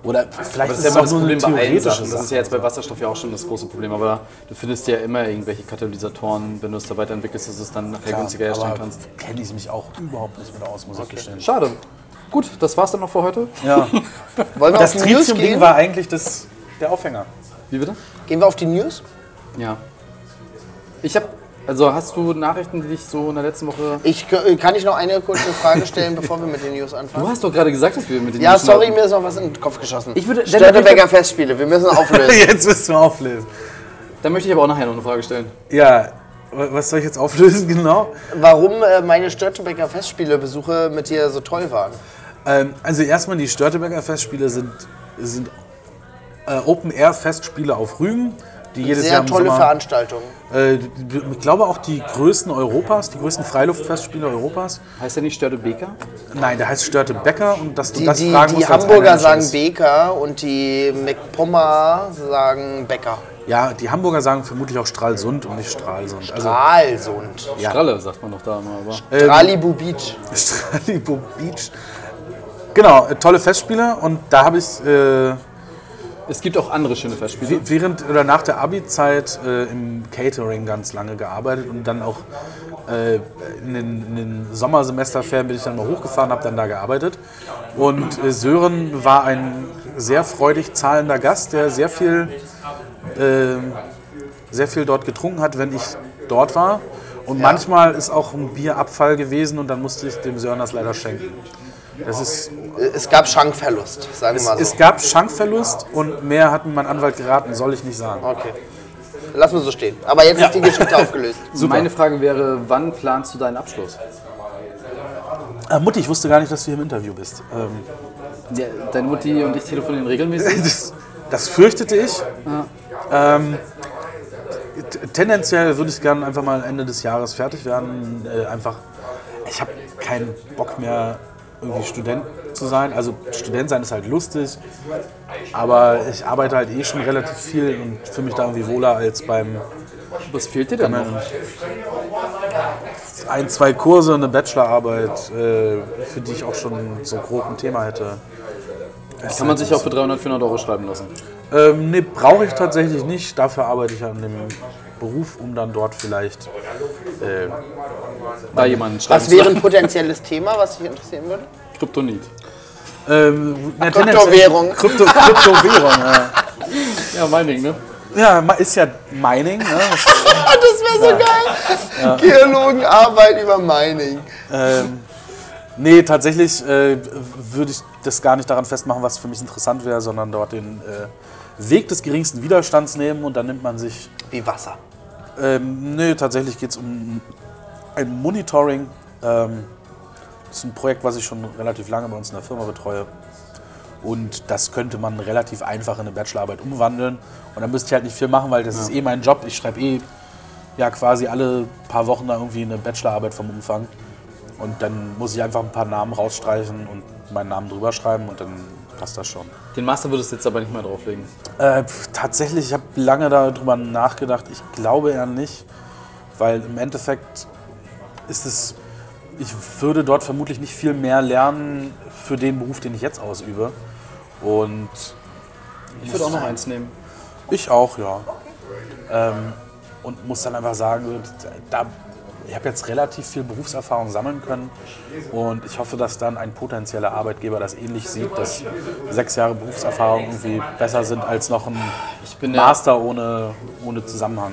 [SPEAKER 5] Oder vielleicht
[SPEAKER 4] Das
[SPEAKER 5] ist
[SPEAKER 4] ist ja immer
[SPEAKER 5] es auch
[SPEAKER 4] das
[SPEAKER 5] nur eine
[SPEAKER 4] Problem bei allen
[SPEAKER 5] theoretische
[SPEAKER 4] Sachen. Das ist
[SPEAKER 5] Sache.
[SPEAKER 4] ja jetzt bei Wasserstoff ja auch schon das große Problem, aber du findest ja immer irgendwelche Katalysatoren, wenn du es da weiterentwickelst, dass du es dann nachher günstiger herstellen kannst.
[SPEAKER 5] kenne ich mich auch überhaupt nicht mit aus, muss ich gestehen.
[SPEAKER 4] Schade. Gut, das war's dann noch für heute.
[SPEAKER 5] Ja.
[SPEAKER 3] Wollen wir
[SPEAKER 5] Das
[SPEAKER 3] auf die News
[SPEAKER 5] Tritium-Ding
[SPEAKER 3] gehen?
[SPEAKER 5] war eigentlich das, der Aufhänger.
[SPEAKER 4] Wie bitte?
[SPEAKER 3] Gehen wir auf die News?
[SPEAKER 4] Ja. Ich habe, also hast du Nachrichten, die dich so in der letzten Woche.
[SPEAKER 3] Ich, äh, kann ich noch eine kurze Frage stellen, bevor wir mit den News
[SPEAKER 4] Du
[SPEAKER 3] anfangen?
[SPEAKER 4] hast doch gerade gesagt, dass wir mit den
[SPEAKER 3] Ja,
[SPEAKER 4] News
[SPEAKER 3] sorry,
[SPEAKER 4] starten.
[SPEAKER 3] mir ist noch was in den Kopf geschossen.
[SPEAKER 4] Ich würde-
[SPEAKER 3] Störtebecker Festspiele, wir müssen auflösen.
[SPEAKER 5] Jetzt müssen wir auflösen.
[SPEAKER 4] Dann möchte ich aber auch nachher noch eine Frage stellen.
[SPEAKER 5] Ja, wa- was soll ich jetzt auflösen genau?
[SPEAKER 3] Warum äh, meine Störtebecker Festspielebesuche mit dir so toll waren?
[SPEAKER 5] Ähm, also erstmal, die Störtebecker Festspiele sind, sind äh, Open-Air-Festspiele auf Rügen. Die jedes Jahr
[SPEAKER 3] Sehr
[SPEAKER 5] im
[SPEAKER 3] tolle
[SPEAKER 5] Sommer,
[SPEAKER 3] Veranstaltung.
[SPEAKER 5] Äh, ich glaube auch die größten Europas, die größten Freiluftfestspiele Europas.
[SPEAKER 4] Heißt der nicht Störte Beker?
[SPEAKER 5] Nein, der heißt Störte Becker und dass du
[SPEAKER 3] Die,
[SPEAKER 5] das
[SPEAKER 3] die,
[SPEAKER 5] fragen
[SPEAKER 3] die
[SPEAKER 5] musst als
[SPEAKER 3] Hamburger
[SPEAKER 5] Einheimischer
[SPEAKER 3] sagen
[SPEAKER 5] ist-
[SPEAKER 3] Beker und die McPommer sagen Bäcker.
[SPEAKER 5] Ja, die Hamburger sagen vermutlich auch Stralsund und nicht Stralsund. Also Ähm,
[SPEAKER 3] Stralsund.
[SPEAKER 5] Ja.
[SPEAKER 4] Stralle, sagt man doch da immer. Aber.
[SPEAKER 3] Stralibu Beach.
[SPEAKER 5] Stralibo Beach. Genau, äh, tolle Festspiele und da habe ich äh,
[SPEAKER 4] Es gibt auch andere schöne Festspiele.
[SPEAKER 5] w- während oder nach der Abi-Zeit äh, im Catering ganz lange gearbeitet und dann auch äh, in, den, in den Sommersemesterferien bin ich dann mal hochgefahren, habe dann da gearbeitet und äh, Sören war ein sehr freudig zahlender Gast, der sehr viel ähm, sehr viel dort getrunken hat, wenn ich dort war. Und manchmal ist auch ein Bierabfall gewesen und dann musste ich dem Sören das leider schenken. Das ist,
[SPEAKER 3] Es gab Schankverlust, sagen wir mal so.
[SPEAKER 5] es gab Schankverlust und mehr hat mir mein Anwalt geraten, soll ich nicht sagen.
[SPEAKER 3] okay. Lassen wir so stehen. Aber jetzt ist die Geschichte aufgelöst.
[SPEAKER 4] Meine Frage wäre, wann planst du deinen Abschluss?
[SPEAKER 5] Äh, Mutti, ich wusste gar nicht, dass du hier im Interview bist. Ähm,
[SPEAKER 4] Ja, deine Mutti und ich telefonieren regelmäßig.
[SPEAKER 5] das, das fürchtete ich. Ähm, t- tendenziell würde ich gerne einfach mal Ende des Jahres fertig werden. Äh, einfach, ich habe keinen Bock mehr, irgendwie Student zu sein. Also Student sein ist halt lustig, aber ich arbeite halt eh schon relativ viel und fühle mich da irgendwie wohler als beim
[SPEAKER 4] Was fehlt dir denn noch?
[SPEAKER 5] ein, zwei Kurse und eine Bachelorarbeit, äh, für die ich auch schon so grob ein Thema hätte.
[SPEAKER 4] Kann man sich auch für 300, 400 Euro schreiben lassen.
[SPEAKER 5] Ähm, nee, brauche ich tatsächlich nicht. Dafür arbeite ich an dem Beruf, um dann dort vielleicht. Äh,
[SPEAKER 4] Da jemanden schreiben
[SPEAKER 6] Was wäre ein potenzielles Thema, was dich interessieren würde?
[SPEAKER 4] Kryptonit.
[SPEAKER 5] ähm, na,
[SPEAKER 6] Kryptowährung.
[SPEAKER 5] tendenziell- Krypto, Kryptowährung, ja.
[SPEAKER 4] Ja, mein Ding, ne?
[SPEAKER 5] ja. ma- Ist ja Mining, ne?
[SPEAKER 3] Ah,
[SPEAKER 6] das wäre so geil. Geologen arbeiten über Mining.
[SPEAKER 5] ähm, nee, tatsächlich äh, würde ich das gar nicht daran festmachen, was für mich interessant wäre, sondern dort den äh, Weg des geringsten Widerstands nehmen und dann nimmt man sich
[SPEAKER 6] Wie Wasser.
[SPEAKER 5] Ähm, nö, tatsächlich geht es um ein Monitoring. Ähm, das ist ein Projekt, was ich schon relativ lange bei uns in der Firma betreue. Und das könnte man relativ einfach in eine Bachelorarbeit umwandeln. Und dann müsste ich halt nicht viel machen, weil das ist eh mein Job. Ich schreibe eh ja quasi alle paar Wochen da irgendwie eine Bachelorarbeit vom Umfang. Und dann muss ich einfach ein paar Namen rausstreichen und meinen Namen drüber schreiben und dann passt das schon.
[SPEAKER 4] Den Master würdest du jetzt aber nicht mehr drauflegen.
[SPEAKER 5] Äh, pf, tatsächlich, ich habe lange darüber nachgedacht. Ich glaube eher nicht, weil im Endeffekt ist es, ich würde dort vermutlich nicht viel mehr lernen für den Beruf, den ich jetzt ausübe. Und
[SPEAKER 4] Ich würde auch noch eins nehmen.
[SPEAKER 5] ich auch, ja. Ähm, und muss dann einfach sagen, da, ich habe jetzt relativ viel Berufserfahrung sammeln können und ich hoffe, dass dann ein potenzieller Arbeitgeber das ähnlich sieht, dass sechs Jahre Berufserfahrung irgendwie besser sind als noch ein
[SPEAKER 4] Ich bin ja,
[SPEAKER 5] Master ohne, ohne Zusammenhang.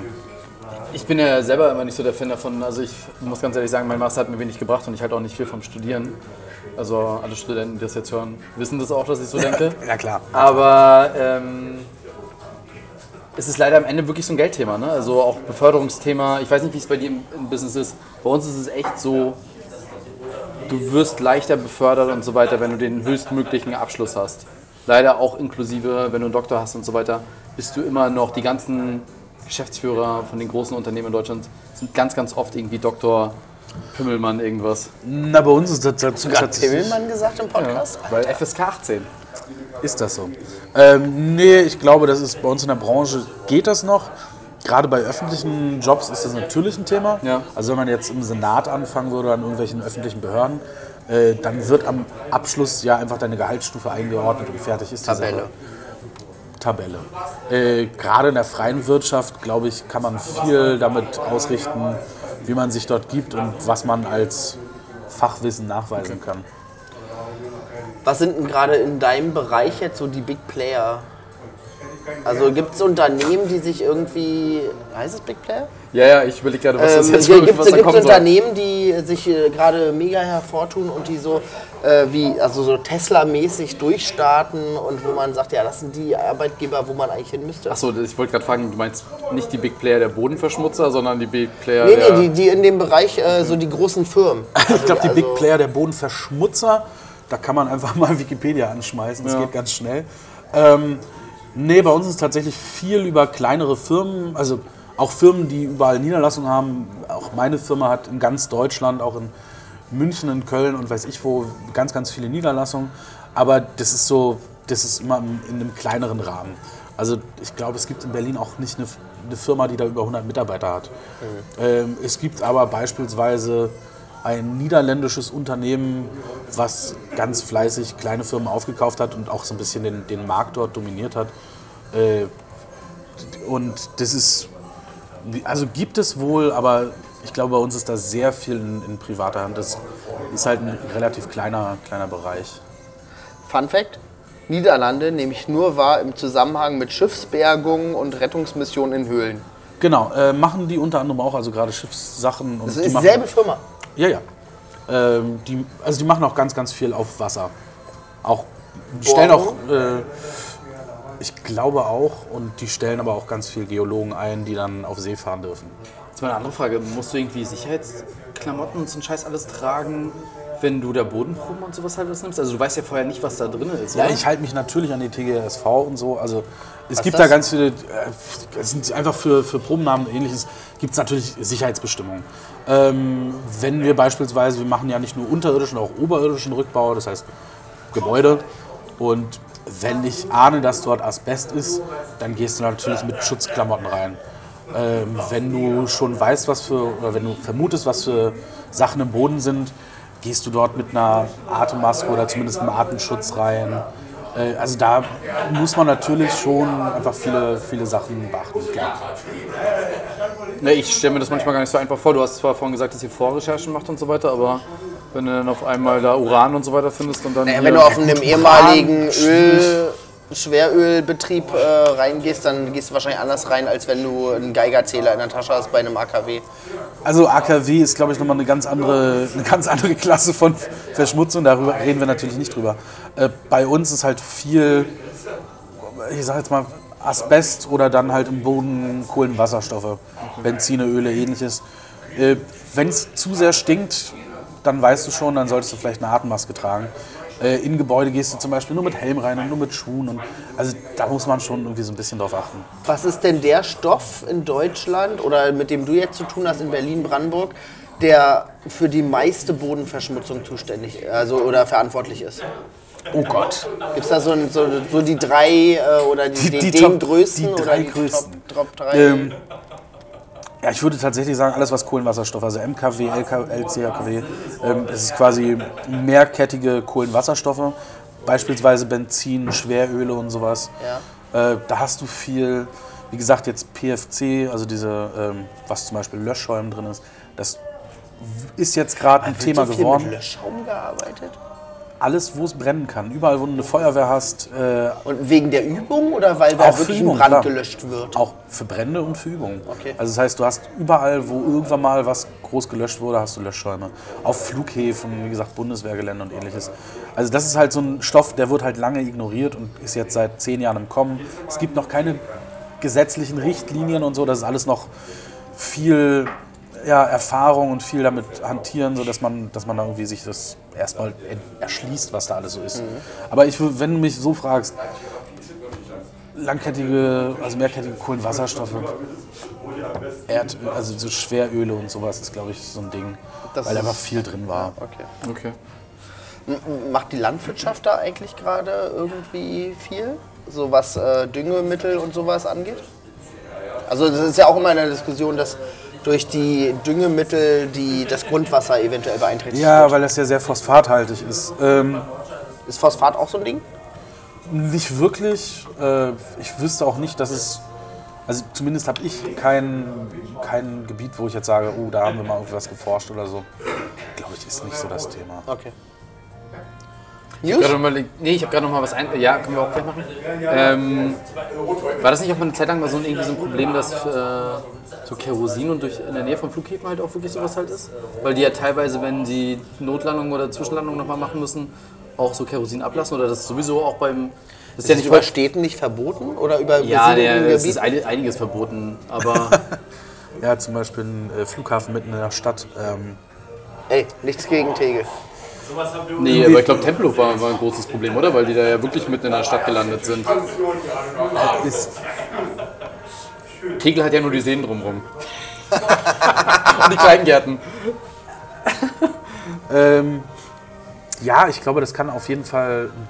[SPEAKER 4] ich bin ja selber immer nicht so der Fan davon. Also ich muss ganz ehrlich sagen, mein Master hat mir wenig gebracht und ich halte auch nicht viel vom Studieren. Also alle Studenten, die das jetzt hören, wissen das auch, dass ich so denke.
[SPEAKER 5] Ja klar.
[SPEAKER 4] Aber ähm, es ist leider am Ende wirklich so ein Geldthema, ne? Also auch Beförderungsthema. Ich weiß nicht, wie es bei dir im, im Business ist. Bei uns ist es echt so, du wirst leichter befördert und so weiter, wenn du den höchstmöglichen Abschluss hast. Leider auch inklusive, wenn du einen Doktor hast und so weiter, bist du immer noch die ganzen Geschäftsführer von den großen Unternehmen in Deutschland sind ganz, ganz oft irgendwie Doktor Pimmelmann irgendwas.
[SPEAKER 5] Na, bei uns ist das, das,
[SPEAKER 6] Hat
[SPEAKER 5] das
[SPEAKER 6] Himmelmann gesagt im Podcast?
[SPEAKER 4] Weil FSK 18.
[SPEAKER 5] ist das so. Ähm, nee, ich glaube, das ist bei uns in der Branche geht das noch. Gerade bei öffentlichen Jobs ist das natürlich ein Thema.
[SPEAKER 4] Ja.
[SPEAKER 5] Also wenn man jetzt im Senat anfangen würde oder in irgendwelchen öffentlichen Behörden, äh, dann wird am Abschluss ja einfach deine Gehaltsstufe eingeordnet und fertig ist die
[SPEAKER 6] Tabelle.
[SPEAKER 5] Sache. Tabelle. Äh, gerade in der freien Wirtschaft, glaube ich, kann man viel damit ausrichten, wie man sich dort gibt und was man als Fachwissen nachweisen kann.
[SPEAKER 6] Was sind denn gerade in deinem Bereich jetzt so die Big Player? Also gibt es Unternehmen, die sich irgendwie. Heißt es Big Player?
[SPEAKER 4] Ja, ja, ich überlege gerade, was das
[SPEAKER 6] Ähm,
[SPEAKER 4] jetzt
[SPEAKER 6] hier
[SPEAKER 4] für-
[SPEAKER 6] gibt
[SPEAKER 4] was da
[SPEAKER 6] es
[SPEAKER 4] kommen soll.
[SPEAKER 6] Unternehmen, die sich äh, gerade mega hervortun und die so äh, wie also so Tesla-mäßig durchstarten und wo man sagt, ja, das sind die Arbeitgeber, wo man eigentlich hin müsste.
[SPEAKER 4] Achso, ich wollte gerade fragen, du meinst nicht die Big Player der Bodenverschmutzer, sondern die Big Player
[SPEAKER 6] nee,
[SPEAKER 4] der...
[SPEAKER 6] nee, die, die in dem Bereich äh, so die großen Firmen.
[SPEAKER 5] Ich glaube, die
[SPEAKER 6] Also-
[SPEAKER 5] Big Player der Bodenverschmutzer, da kann man einfach mal Wikipedia anschmeißen, das
[SPEAKER 4] Ja.
[SPEAKER 5] geht ganz schnell. Ähm, nee, bei uns ist tatsächlich viel über kleinere Firmen, also auch Firmen, die überall Niederlassungen haben. Auch meine Firma hat in ganz Deutschland, auch in München, in Köln und weiß ich wo, ganz, ganz viele Niederlassungen. Aber das ist so, das ist immer im- in einem kleineren Rahmen. Also ich glaube, es gibt in Berlin auch nicht eine, eine Firma, die da über 100 Mitarbeiter hat. Ähm, es gibt aber beispielsweise ein niederländisches Unternehmen, was ganz fleißig kleine Firmen aufgekauft hat und auch so ein bisschen den, den Markt dort dominiert hat. Äh, und das ist, also gibt es wohl, aber ich glaube, bei uns ist da sehr viel in, in privater Hand. Das ist halt ein relativ kleiner, kleiner Bereich.
[SPEAKER 6] Fun Fact: Niederlande nehme ich nur wahr im Zusammenhang mit Schiffsbergungen und Rettungsmissionen in Höhlen.
[SPEAKER 5] Genau, äh, machen die unter anderem auch, also gerade Schiffssachen. Und
[SPEAKER 6] Das
[SPEAKER 5] die
[SPEAKER 6] ist
[SPEAKER 5] machen-
[SPEAKER 6] dieselbe Firma.
[SPEAKER 5] Ja, ja. Ähm, die, also die machen auch ganz, ganz viel auf Wasser. Auch, die stellen auch, äh, ich glaube auch, und die stellen aber auch ganz viel Geologen ein, die dann auf See fahren dürfen.
[SPEAKER 4] Jetzt mal eine andere Frage. Musst du irgendwie Sicherheitsklamotten und so einen Scheiß alles tragen? wenn du da Bodenproben und sowas halt was nimmst? Also du weißt ja vorher nicht, was da drin ist.
[SPEAKER 5] Ja,
[SPEAKER 4] oder?
[SPEAKER 5] ich halte mich natürlich an die TGSV und so. Also es gibt
[SPEAKER 6] das?
[SPEAKER 5] da ganz viele, äh, es sind einfach für, für Probennamen und ähnliches, gibt es natürlich Sicherheitsbestimmungen. Ähm, wenn wir beispielsweise, wir machen ja nicht nur unterirdischen, auch oberirdischen Rückbau, das heißt Gebäude. Und wenn ich ahne, dass dort Asbest ist, dann gehst du natürlich mit Schutzklamotten rein. Ähm, wenn du schon weißt, was für, oder wenn du vermutest, was für Sachen im Boden sind, gehst du dort mit einer Atemmaske oder zumindest einem Atemschutz rein. Äh, Also da muss man natürlich schon einfach viele, viele Sachen beachten. Klar.
[SPEAKER 4] Ne, ich stelle mir das manchmal gar nicht so einfach vor. Du hast zwar vorhin gesagt, dass ihr Vorrecherchen macht und so weiter, aber wenn du dann auf einmal da Uran und so weiter findest und dann.
[SPEAKER 6] Naja,
[SPEAKER 4] hier-
[SPEAKER 6] wenn du auf einem ehemaligen Öl, Schwerölbetrieb äh, reingehst, dann gehst du wahrscheinlich anders rein, als wenn du einen Geigerzähler in der Tasche hast bei einem AKW.
[SPEAKER 5] Also AKW ist, glaube ich, nochmal eine ganz andere, eine ganz andere Klasse von Verschmutzung. Darüber reden wir natürlich nicht drüber. Äh, bei uns ist halt viel, ich sage jetzt mal, Asbest oder dann halt im Boden Kohlenwasserstoffe, Benzine, Öle, ähnliches. Äh, Wenn es zu sehr stinkt, dann weißt du schon, dann solltest du vielleicht eine Atemmaske tragen. Äh, in Gebäude gehst du zum Beispiel nur mit Helm rein und nur mit Schuhen. Und, also da muss man schon irgendwie so ein bisschen drauf achten.
[SPEAKER 6] Was ist denn der Stoff in Deutschland oder mit dem du jetzt zu tun hast in Berlin-Brandenburg, der für die meiste Bodenverschmutzung zuständig also, oder verantwortlich ist?
[SPEAKER 5] Oh Gott.
[SPEAKER 6] Gibt es da so, ein, so, so die drei äh, oder die,
[SPEAKER 5] Die-
[SPEAKER 6] den,
[SPEAKER 5] die
[SPEAKER 6] den
[SPEAKER 5] Top-
[SPEAKER 6] größten?
[SPEAKER 5] die
[SPEAKER 6] oder
[SPEAKER 5] drei
[SPEAKER 6] die
[SPEAKER 5] größten.
[SPEAKER 6] Top, Top 3?
[SPEAKER 5] Ähm, ja, ich würde tatsächlich sagen, alles was Kohlenwasserstoff, also MKW, LK, LCHKW, ähm, es ist quasi mehrkettige Kohlenwasserstoffe, beispielsweise Benzin, Schweröle und sowas. Äh, da hast du viel, wie gesagt, jetzt PFC, also diese, ähm, was zum Beispiel Löschschäum drin ist, das ist jetzt gerade ein Thema
[SPEAKER 6] so viel
[SPEAKER 5] geworden.
[SPEAKER 6] mit Löschschaum gearbeitet?
[SPEAKER 5] Alles, wo es brennen kann. Überall, wo du eine Feuerwehr hast, äh,
[SPEAKER 6] Und wegen der Übung oder weil da
[SPEAKER 5] für
[SPEAKER 6] wirklich
[SPEAKER 5] Übungen,
[SPEAKER 6] ein Brand
[SPEAKER 5] klar.
[SPEAKER 6] gelöscht wird?
[SPEAKER 5] Auch für Brände und für Übungen.
[SPEAKER 6] Okay.
[SPEAKER 5] Also das heißt, du hast überall, wo irgendwann mal was groß gelöscht wurde, hast du Löschschäume. Auf Flughäfen, wie gesagt, Bundeswehrgelände und ähnliches. Also das ist halt so ein Stoff, der wird halt lange ignoriert und ist jetzt seit zehn Jahren im Kommen. Es gibt noch keine gesetzlichen Richtlinien und so, das ist alles noch viel ja, Erfahrung und viel damit hantieren, sodass man, dass man da irgendwie sich das erstmal erschließt, was da alles so ist.
[SPEAKER 6] Mhm.
[SPEAKER 5] Aber ich, wür- wenn du mich so fragst, langkettige, also mehrkettige Kohlenwasserstoffe, Erdöl, also so Schweröle und sowas ist, glaube ich, so ein Ding,
[SPEAKER 6] Das
[SPEAKER 5] weil
[SPEAKER 6] ist-
[SPEAKER 5] einfach viel drin war.
[SPEAKER 6] Okay.
[SPEAKER 4] Okay.
[SPEAKER 6] Macht die Landwirtschaft da eigentlich gerade irgendwie viel? So was äh, Düngemittel und sowas angeht? Also das ist ja auch immer eine Diskussion, dass durch die Düngemittel die, das Grundwasser eventuell beeinträchtigt
[SPEAKER 5] Ja,
[SPEAKER 6] wird.
[SPEAKER 5] weil das ja sehr phosphathaltig ist. Ähm,
[SPEAKER 6] Ist Phosphat auch so ein Ding?
[SPEAKER 5] Nicht wirklich. Äh, ich wüsste auch nicht, dass es. Also zumindest habe ich kein, kein Gebiet, wo ich jetzt sage, oh, da haben wir mal irgendwas geforscht oder so. Glaube ich, ist nicht so das Thema.
[SPEAKER 6] Okay.
[SPEAKER 4] Ich
[SPEAKER 6] News?
[SPEAKER 4] hab grad noch mal, nee, ich habe gerade noch mal was ein. Ja, können wir auch gleich machen. Ähm, war das nicht auch mal eine Zeit lang mal so ein, irgendwie so ein Problem, dass äh, so Kerosin und durch, in der Nähe von Flughäfen halt auch wirklich sowas halt ist? Weil die ja teilweise, wenn sie Notlandung oder Zwischenlandung nochmal machen müssen, auch so Kerosin ablassen oder das sowieso auch beim. Das ist ja
[SPEAKER 6] Ist
[SPEAKER 4] nicht
[SPEAKER 6] über
[SPEAKER 4] über
[SPEAKER 6] Städten nicht verboten oder über
[SPEAKER 4] Ja, der,
[SPEAKER 6] besiedelten
[SPEAKER 4] es ist
[SPEAKER 6] Gebieten?
[SPEAKER 4] ein- einiges verboten, aber
[SPEAKER 5] Ja, zum Beispiel ein äh, Flughafen mitten in der Stadt. Ähm,
[SPEAKER 6] Ey, nichts gegen Tegel.
[SPEAKER 4] nee, aber ich glaube Tempelhof war, war ein großes Problem, oder? Weil die da ja wirklich mitten in der Stadt gelandet sind.
[SPEAKER 5] ist,
[SPEAKER 4] Tegel hat ja nur die Seen drumrum. und die Kleingärten.
[SPEAKER 5] ähm, ja, ich glaube, das kann auf jeden Fall ein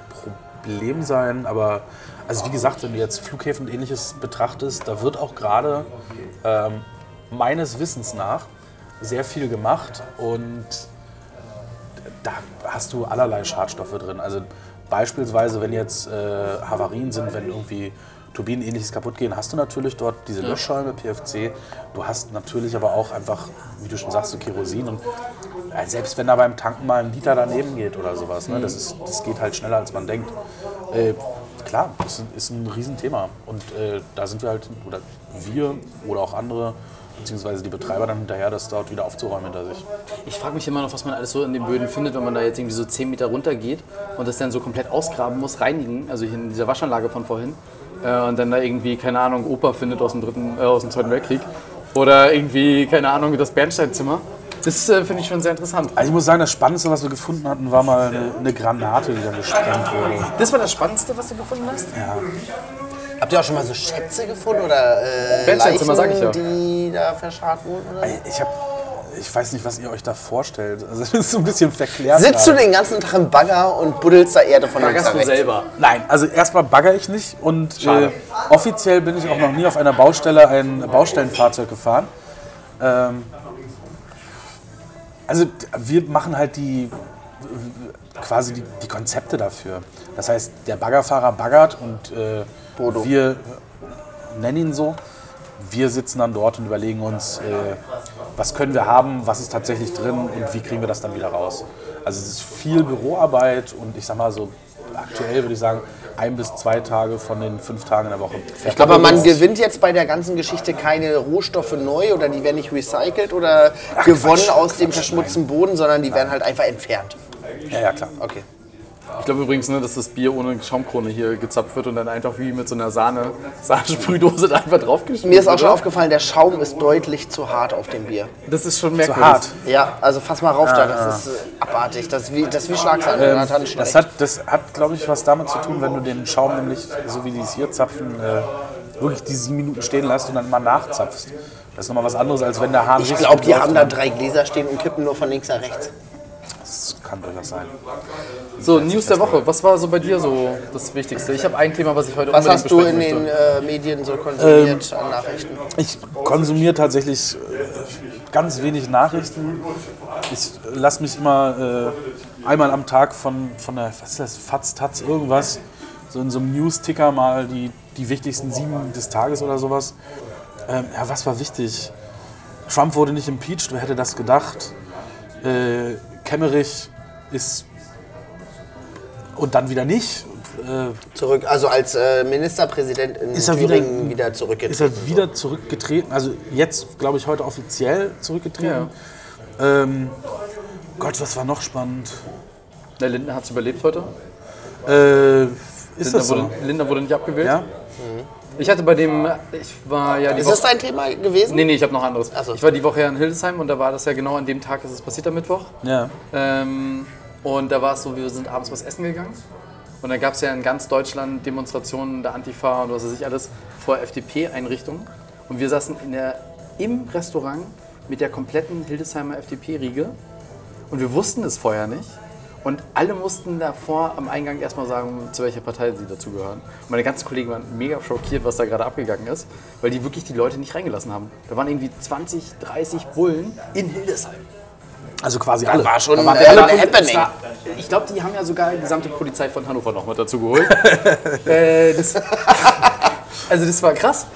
[SPEAKER 5] Problem sein. Aber also wie gesagt, wenn du jetzt Flughäfen und ähnliches betrachtest, da wird auch gerade ähm, meines Wissens nach sehr viel gemacht und da hast du allerlei Schadstoffe drin. Also beispielsweise, wenn jetzt äh, Havarien sind, wenn irgendwie Turbinen ähnliches kaputt gehen, hast du natürlich dort diese Löschschäume, PFC. Du hast natürlich aber auch einfach, wie du schon sagst, so Kerosin. Und äh, selbst wenn da beim Tanken mal ein Liter daneben geht oder sowas, ne, das, ist, das geht halt schneller, als man denkt. Äh, klar, ist ein, ist ein Riesenthema. Und äh, da sind wir halt, oder wir oder auch andere, beziehungsweise die Betreiber dann hinterher, das dort wieder aufzuräumen hinter sich.
[SPEAKER 4] Ich frage mich immer noch, was man alles so in den Böden findet, wenn man da jetzt irgendwie so 10 Meter runter geht und das dann so komplett ausgraben muss, reinigen, also hier in dieser Waschanlage von vorhin. Äh, und dann da irgendwie, keine Ahnung, Opa findet aus dem, dritten, äh, aus dem Zweiten Weltkrieg. Oder irgendwie, keine Ahnung, das Bernsteinzimmer. Das äh, finde ich schon sehr interessant.
[SPEAKER 5] Also ich muss sagen, das Spannendste, was wir gefunden hatten, war mal eine, eine Granate, die dann gesprengt wurde.
[SPEAKER 4] Das war das Spannendste, was du gefunden hast?
[SPEAKER 6] Habt ihr auch schon mal so Schätze gefunden oder äh,
[SPEAKER 4] Bettschätzzimmer,
[SPEAKER 6] Leichen,
[SPEAKER 4] sag ich ja.
[SPEAKER 6] die da verscharrt wurden? Oder? so?
[SPEAKER 5] Ich hab, ich weiß nicht, was ihr euch da vorstellt. Also das ist so ein bisschen verklärt.
[SPEAKER 6] Sitzt du
[SPEAKER 5] gerade.
[SPEAKER 6] den ganzen Tag im Bagger und buddelst da Erde von links nach rechts?
[SPEAKER 4] selber.
[SPEAKER 5] Nein, also erstmal bagger ich nicht und äh, offiziell bin ich auch noch nie auf einer Baustelle ein Baustellenfahrzeug gefahren. Ähm, also d- wir machen halt die äh, quasi die, die Konzepte dafür. Das heißt, der Baggerfahrer baggert und äh,
[SPEAKER 6] Bodo.
[SPEAKER 5] wir äh, nennen ihn so. Wir sitzen dann dort und überlegen uns, äh, was können wir haben, was ist tatsächlich drin und wie kriegen wir das dann wieder raus. Also es ist viel Büroarbeit und ich sag mal so, aktuell würde ich sagen, ein bis zwei Tage von den fünf Tagen in der Woche. Ich
[SPEAKER 6] Aber man gewinnt jetzt bei der ganzen Geschichte keine Rohstoffe neu oder die werden nicht recycelt oder gewonnen aus dem verschmutzten Boden, sondern die werden halt einfach entfernt.
[SPEAKER 5] Ja, ja, klar.
[SPEAKER 6] Okay.
[SPEAKER 4] Ich glaube übrigens, ne, dass das Bier ohne Schaumkrone hier gezapft wird und dann einfach wie mit so einer Sahne, Sahnesprühdose da einfach draufgeschmissen
[SPEAKER 6] Mir ist auch schon
[SPEAKER 4] wird.
[SPEAKER 6] aufgefallen, der Schaum ist deutlich zu hart auf dem Bier.
[SPEAKER 4] Das ist schon merkwürdig.
[SPEAKER 5] Hart.
[SPEAKER 6] Ja, also fass mal rauf da, das ist äh, abartig. Das ist wie, das ist wie Schlagsahne. in der Tanzfläche.
[SPEAKER 5] Ähm, Das hat, das hat glaube ich, was damit zu tun, wenn du den Schaum nämlich, so wie die es hier zapfen, äh, wirklich die sieben Minuten stehen lässt und dann mal nachzapfst. Das ist nochmal was anderes, als wenn der Hahn
[SPEAKER 6] ich
[SPEAKER 5] richtig
[SPEAKER 6] glaube, die
[SPEAKER 5] läuft.
[SPEAKER 6] haben da drei Gläser stehen und kippen nur von links nach rechts.
[SPEAKER 5] Das kann durchaus sein.
[SPEAKER 4] So, News der Woche. Was war so bei dir so das Wichtigste? Ich habe ein Thema, was ich heute
[SPEAKER 6] Was
[SPEAKER 4] unbedingt
[SPEAKER 6] hast du in
[SPEAKER 4] besprechen
[SPEAKER 6] den
[SPEAKER 4] möchte.
[SPEAKER 6] äh, Medien so konsumiert
[SPEAKER 5] Ähm,
[SPEAKER 6] an Nachrichten?
[SPEAKER 5] Ich konsumiere tatsächlich äh, ganz wenig Nachrichten. Ich lasse mich immer äh, einmal am Tag von, von der was ist das, Fatz, Taz, irgendwas, so in so einem News-Ticker mal die, die wichtigsten sieben des Tages oder sowas. Ähm, ja, was war wichtig? Trump wurde nicht impeached, wer hätte das gedacht? Äh, Kemmerich ist und dann wieder nicht. Äh,
[SPEAKER 6] Zurück, also als äh, Ministerpräsident in
[SPEAKER 5] Ist er wieder-
[SPEAKER 6] Thüringen wieder, zurückgetreten.
[SPEAKER 5] ist er wieder zurückgetreten. Also jetzt, glaube ich, heute offiziell zurückgetreten. Ähm, Gott, was war noch spannend?
[SPEAKER 4] Der Lindner hat es überlebt heute.
[SPEAKER 5] Äh, ist
[SPEAKER 4] Lindner
[SPEAKER 5] das
[SPEAKER 4] wurde,
[SPEAKER 5] so?
[SPEAKER 4] Lindner wurde nicht abgewählt.
[SPEAKER 5] Ja?
[SPEAKER 4] Ich hatte bei dem, ich war ja die
[SPEAKER 6] Ist
[SPEAKER 4] Woche...
[SPEAKER 6] das dein Thema gewesen?
[SPEAKER 4] Nee, nee, ich habe noch anderes.
[SPEAKER 6] so.
[SPEAKER 4] Ich war die Woche ja in Hildesheim und da war das ja genau an dem Tag, dass es passiert am Mittwoch.
[SPEAKER 5] Ja.
[SPEAKER 4] Ähm, und da war es so, wir sind abends was essen gegangen. Und dann gab es ja in ganz Deutschland Demonstrationen der Antifa und was weiß ich alles vor FDP-Einrichtungen. Und wir saßen in der, im Restaurant mit der kompletten Hildesheimer FDP-Riege. Und wir wussten es vorher nicht. Und alle mussten davor am Eingang erstmal sagen, zu welcher Partei sie dazugehören. Und meine ganzen Kollegen waren mega schockiert, was da gerade abgegangen ist, weil die wirklich die Leute nicht reingelassen haben. Da waren irgendwie 20, 30 Bullen in Hildesheim.
[SPEAKER 5] Also quasi alle.
[SPEAKER 6] War schon
[SPEAKER 4] War
[SPEAKER 6] äh,
[SPEAKER 4] der
[SPEAKER 6] ein
[SPEAKER 4] Laden- es
[SPEAKER 6] Happening.
[SPEAKER 4] war- Ich glaube, die haben ja sogar die gesamte Polizei von Hannover noch mit dazu geholt. äh, das, also das war krass.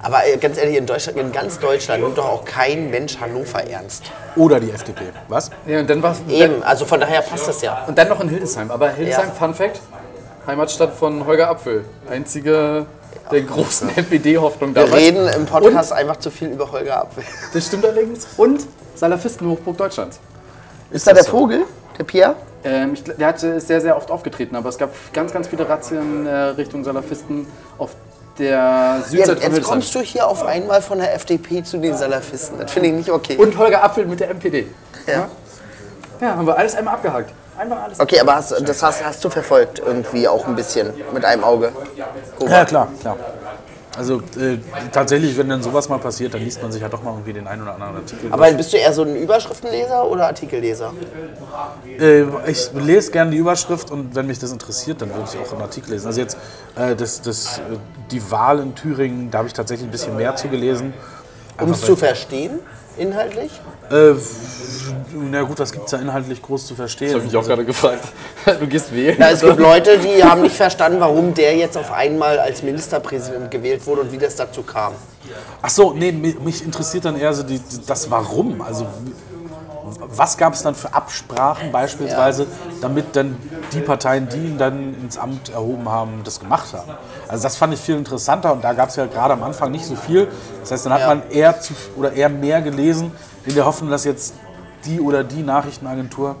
[SPEAKER 6] Aber äh, ganz ehrlich, in, Deutschland, in ganz Deutschland nimmt doch auch kein Mensch Hannover ernst.
[SPEAKER 5] Oder die FDP. Was?
[SPEAKER 4] Ja, und, dann war,
[SPEAKER 6] Eben, also von daher passt das ja.
[SPEAKER 4] und dann noch in Hildesheim. Aber Hildesheim,
[SPEAKER 6] Ja.
[SPEAKER 4] Fun Fact, Heimatstadt von Holger Apfel. Einzige der großen NPD-Hoffnung
[SPEAKER 6] Wir
[SPEAKER 4] damals.
[SPEAKER 6] reden im Podcast einfach zu viel über Holger Apfel.
[SPEAKER 4] Das stimmt allerdings. Und Salafistenhochburg Deutschlands.
[SPEAKER 6] Ist da der Vogel, der Pierre?
[SPEAKER 4] Ähm, ich, gl- der hat, äh, ist sehr, sehr oft aufgetreten, aber es gab ganz, ganz viele Razzien äh, Richtung Salafisten auf der Südseite
[SPEAKER 6] Jetzt, halt
[SPEAKER 4] von
[SPEAKER 6] jetzt
[SPEAKER 4] Hildesheim.
[SPEAKER 6] kommst du hier auf einmal von der FDP zu den Salafisten. Das finde ich nicht okay.
[SPEAKER 4] Und Holger Apfel mit der MPD.
[SPEAKER 6] ja.
[SPEAKER 4] Ja, haben wir alles einmal abgehakt. Einfach alles.
[SPEAKER 6] Okay, aber hast, das hast, hast du verfolgt irgendwie auch ein bisschen mit einem Auge.
[SPEAKER 5] Ja, klar, klar. Also äh, tatsächlich, wenn dann sowas mal passiert, dann liest man sich ja doch mal irgendwie den einen oder anderen Artikel.
[SPEAKER 6] Aber bist du eher so ein Überschriftenleser oder Artikelleser?
[SPEAKER 5] Äh, ich lese gerne die Überschrift und wenn mich das interessiert, dann würde ich auch einen Artikel lesen. Also jetzt äh, das, das, äh, die Wahl in Thüringen, da habe ich tatsächlich ein bisschen mehr zu gelesen.
[SPEAKER 6] Um es
[SPEAKER 5] Einfach,
[SPEAKER 6] zu verstehen, inhaltlich?
[SPEAKER 5] weil- Äh, f- na gut, was gibt es da inhaltlich groß zu verstehen?
[SPEAKER 4] mich auch gerade gefragt. Du gehst wählen.
[SPEAKER 6] Na, es gibt Leute, die haben nicht verstanden, warum der jetzt auf einmal als Ministerpräsident gewählt wurde und wie das dazu kam.
[SPEAKER 5] Ach so, nee, mi- mich interessiert dann eher so die, das Warum. Also w- was gab es dann für Absprachen beispielsweise, damit dann die Parteien, die ihn dann ins Amt erhoben haben, das gemacht haben. Also das fand ich viel interessanter und da gab es ja gerade am Anfang nicht so viel. Das heißt, dann hat
[SPEAKER 6] Ja.
[SPEAKER 5] man eher zu, oder eher mehr gelesen, in der Hoffnung, dass jetzt die oder die Nachrichtenagentur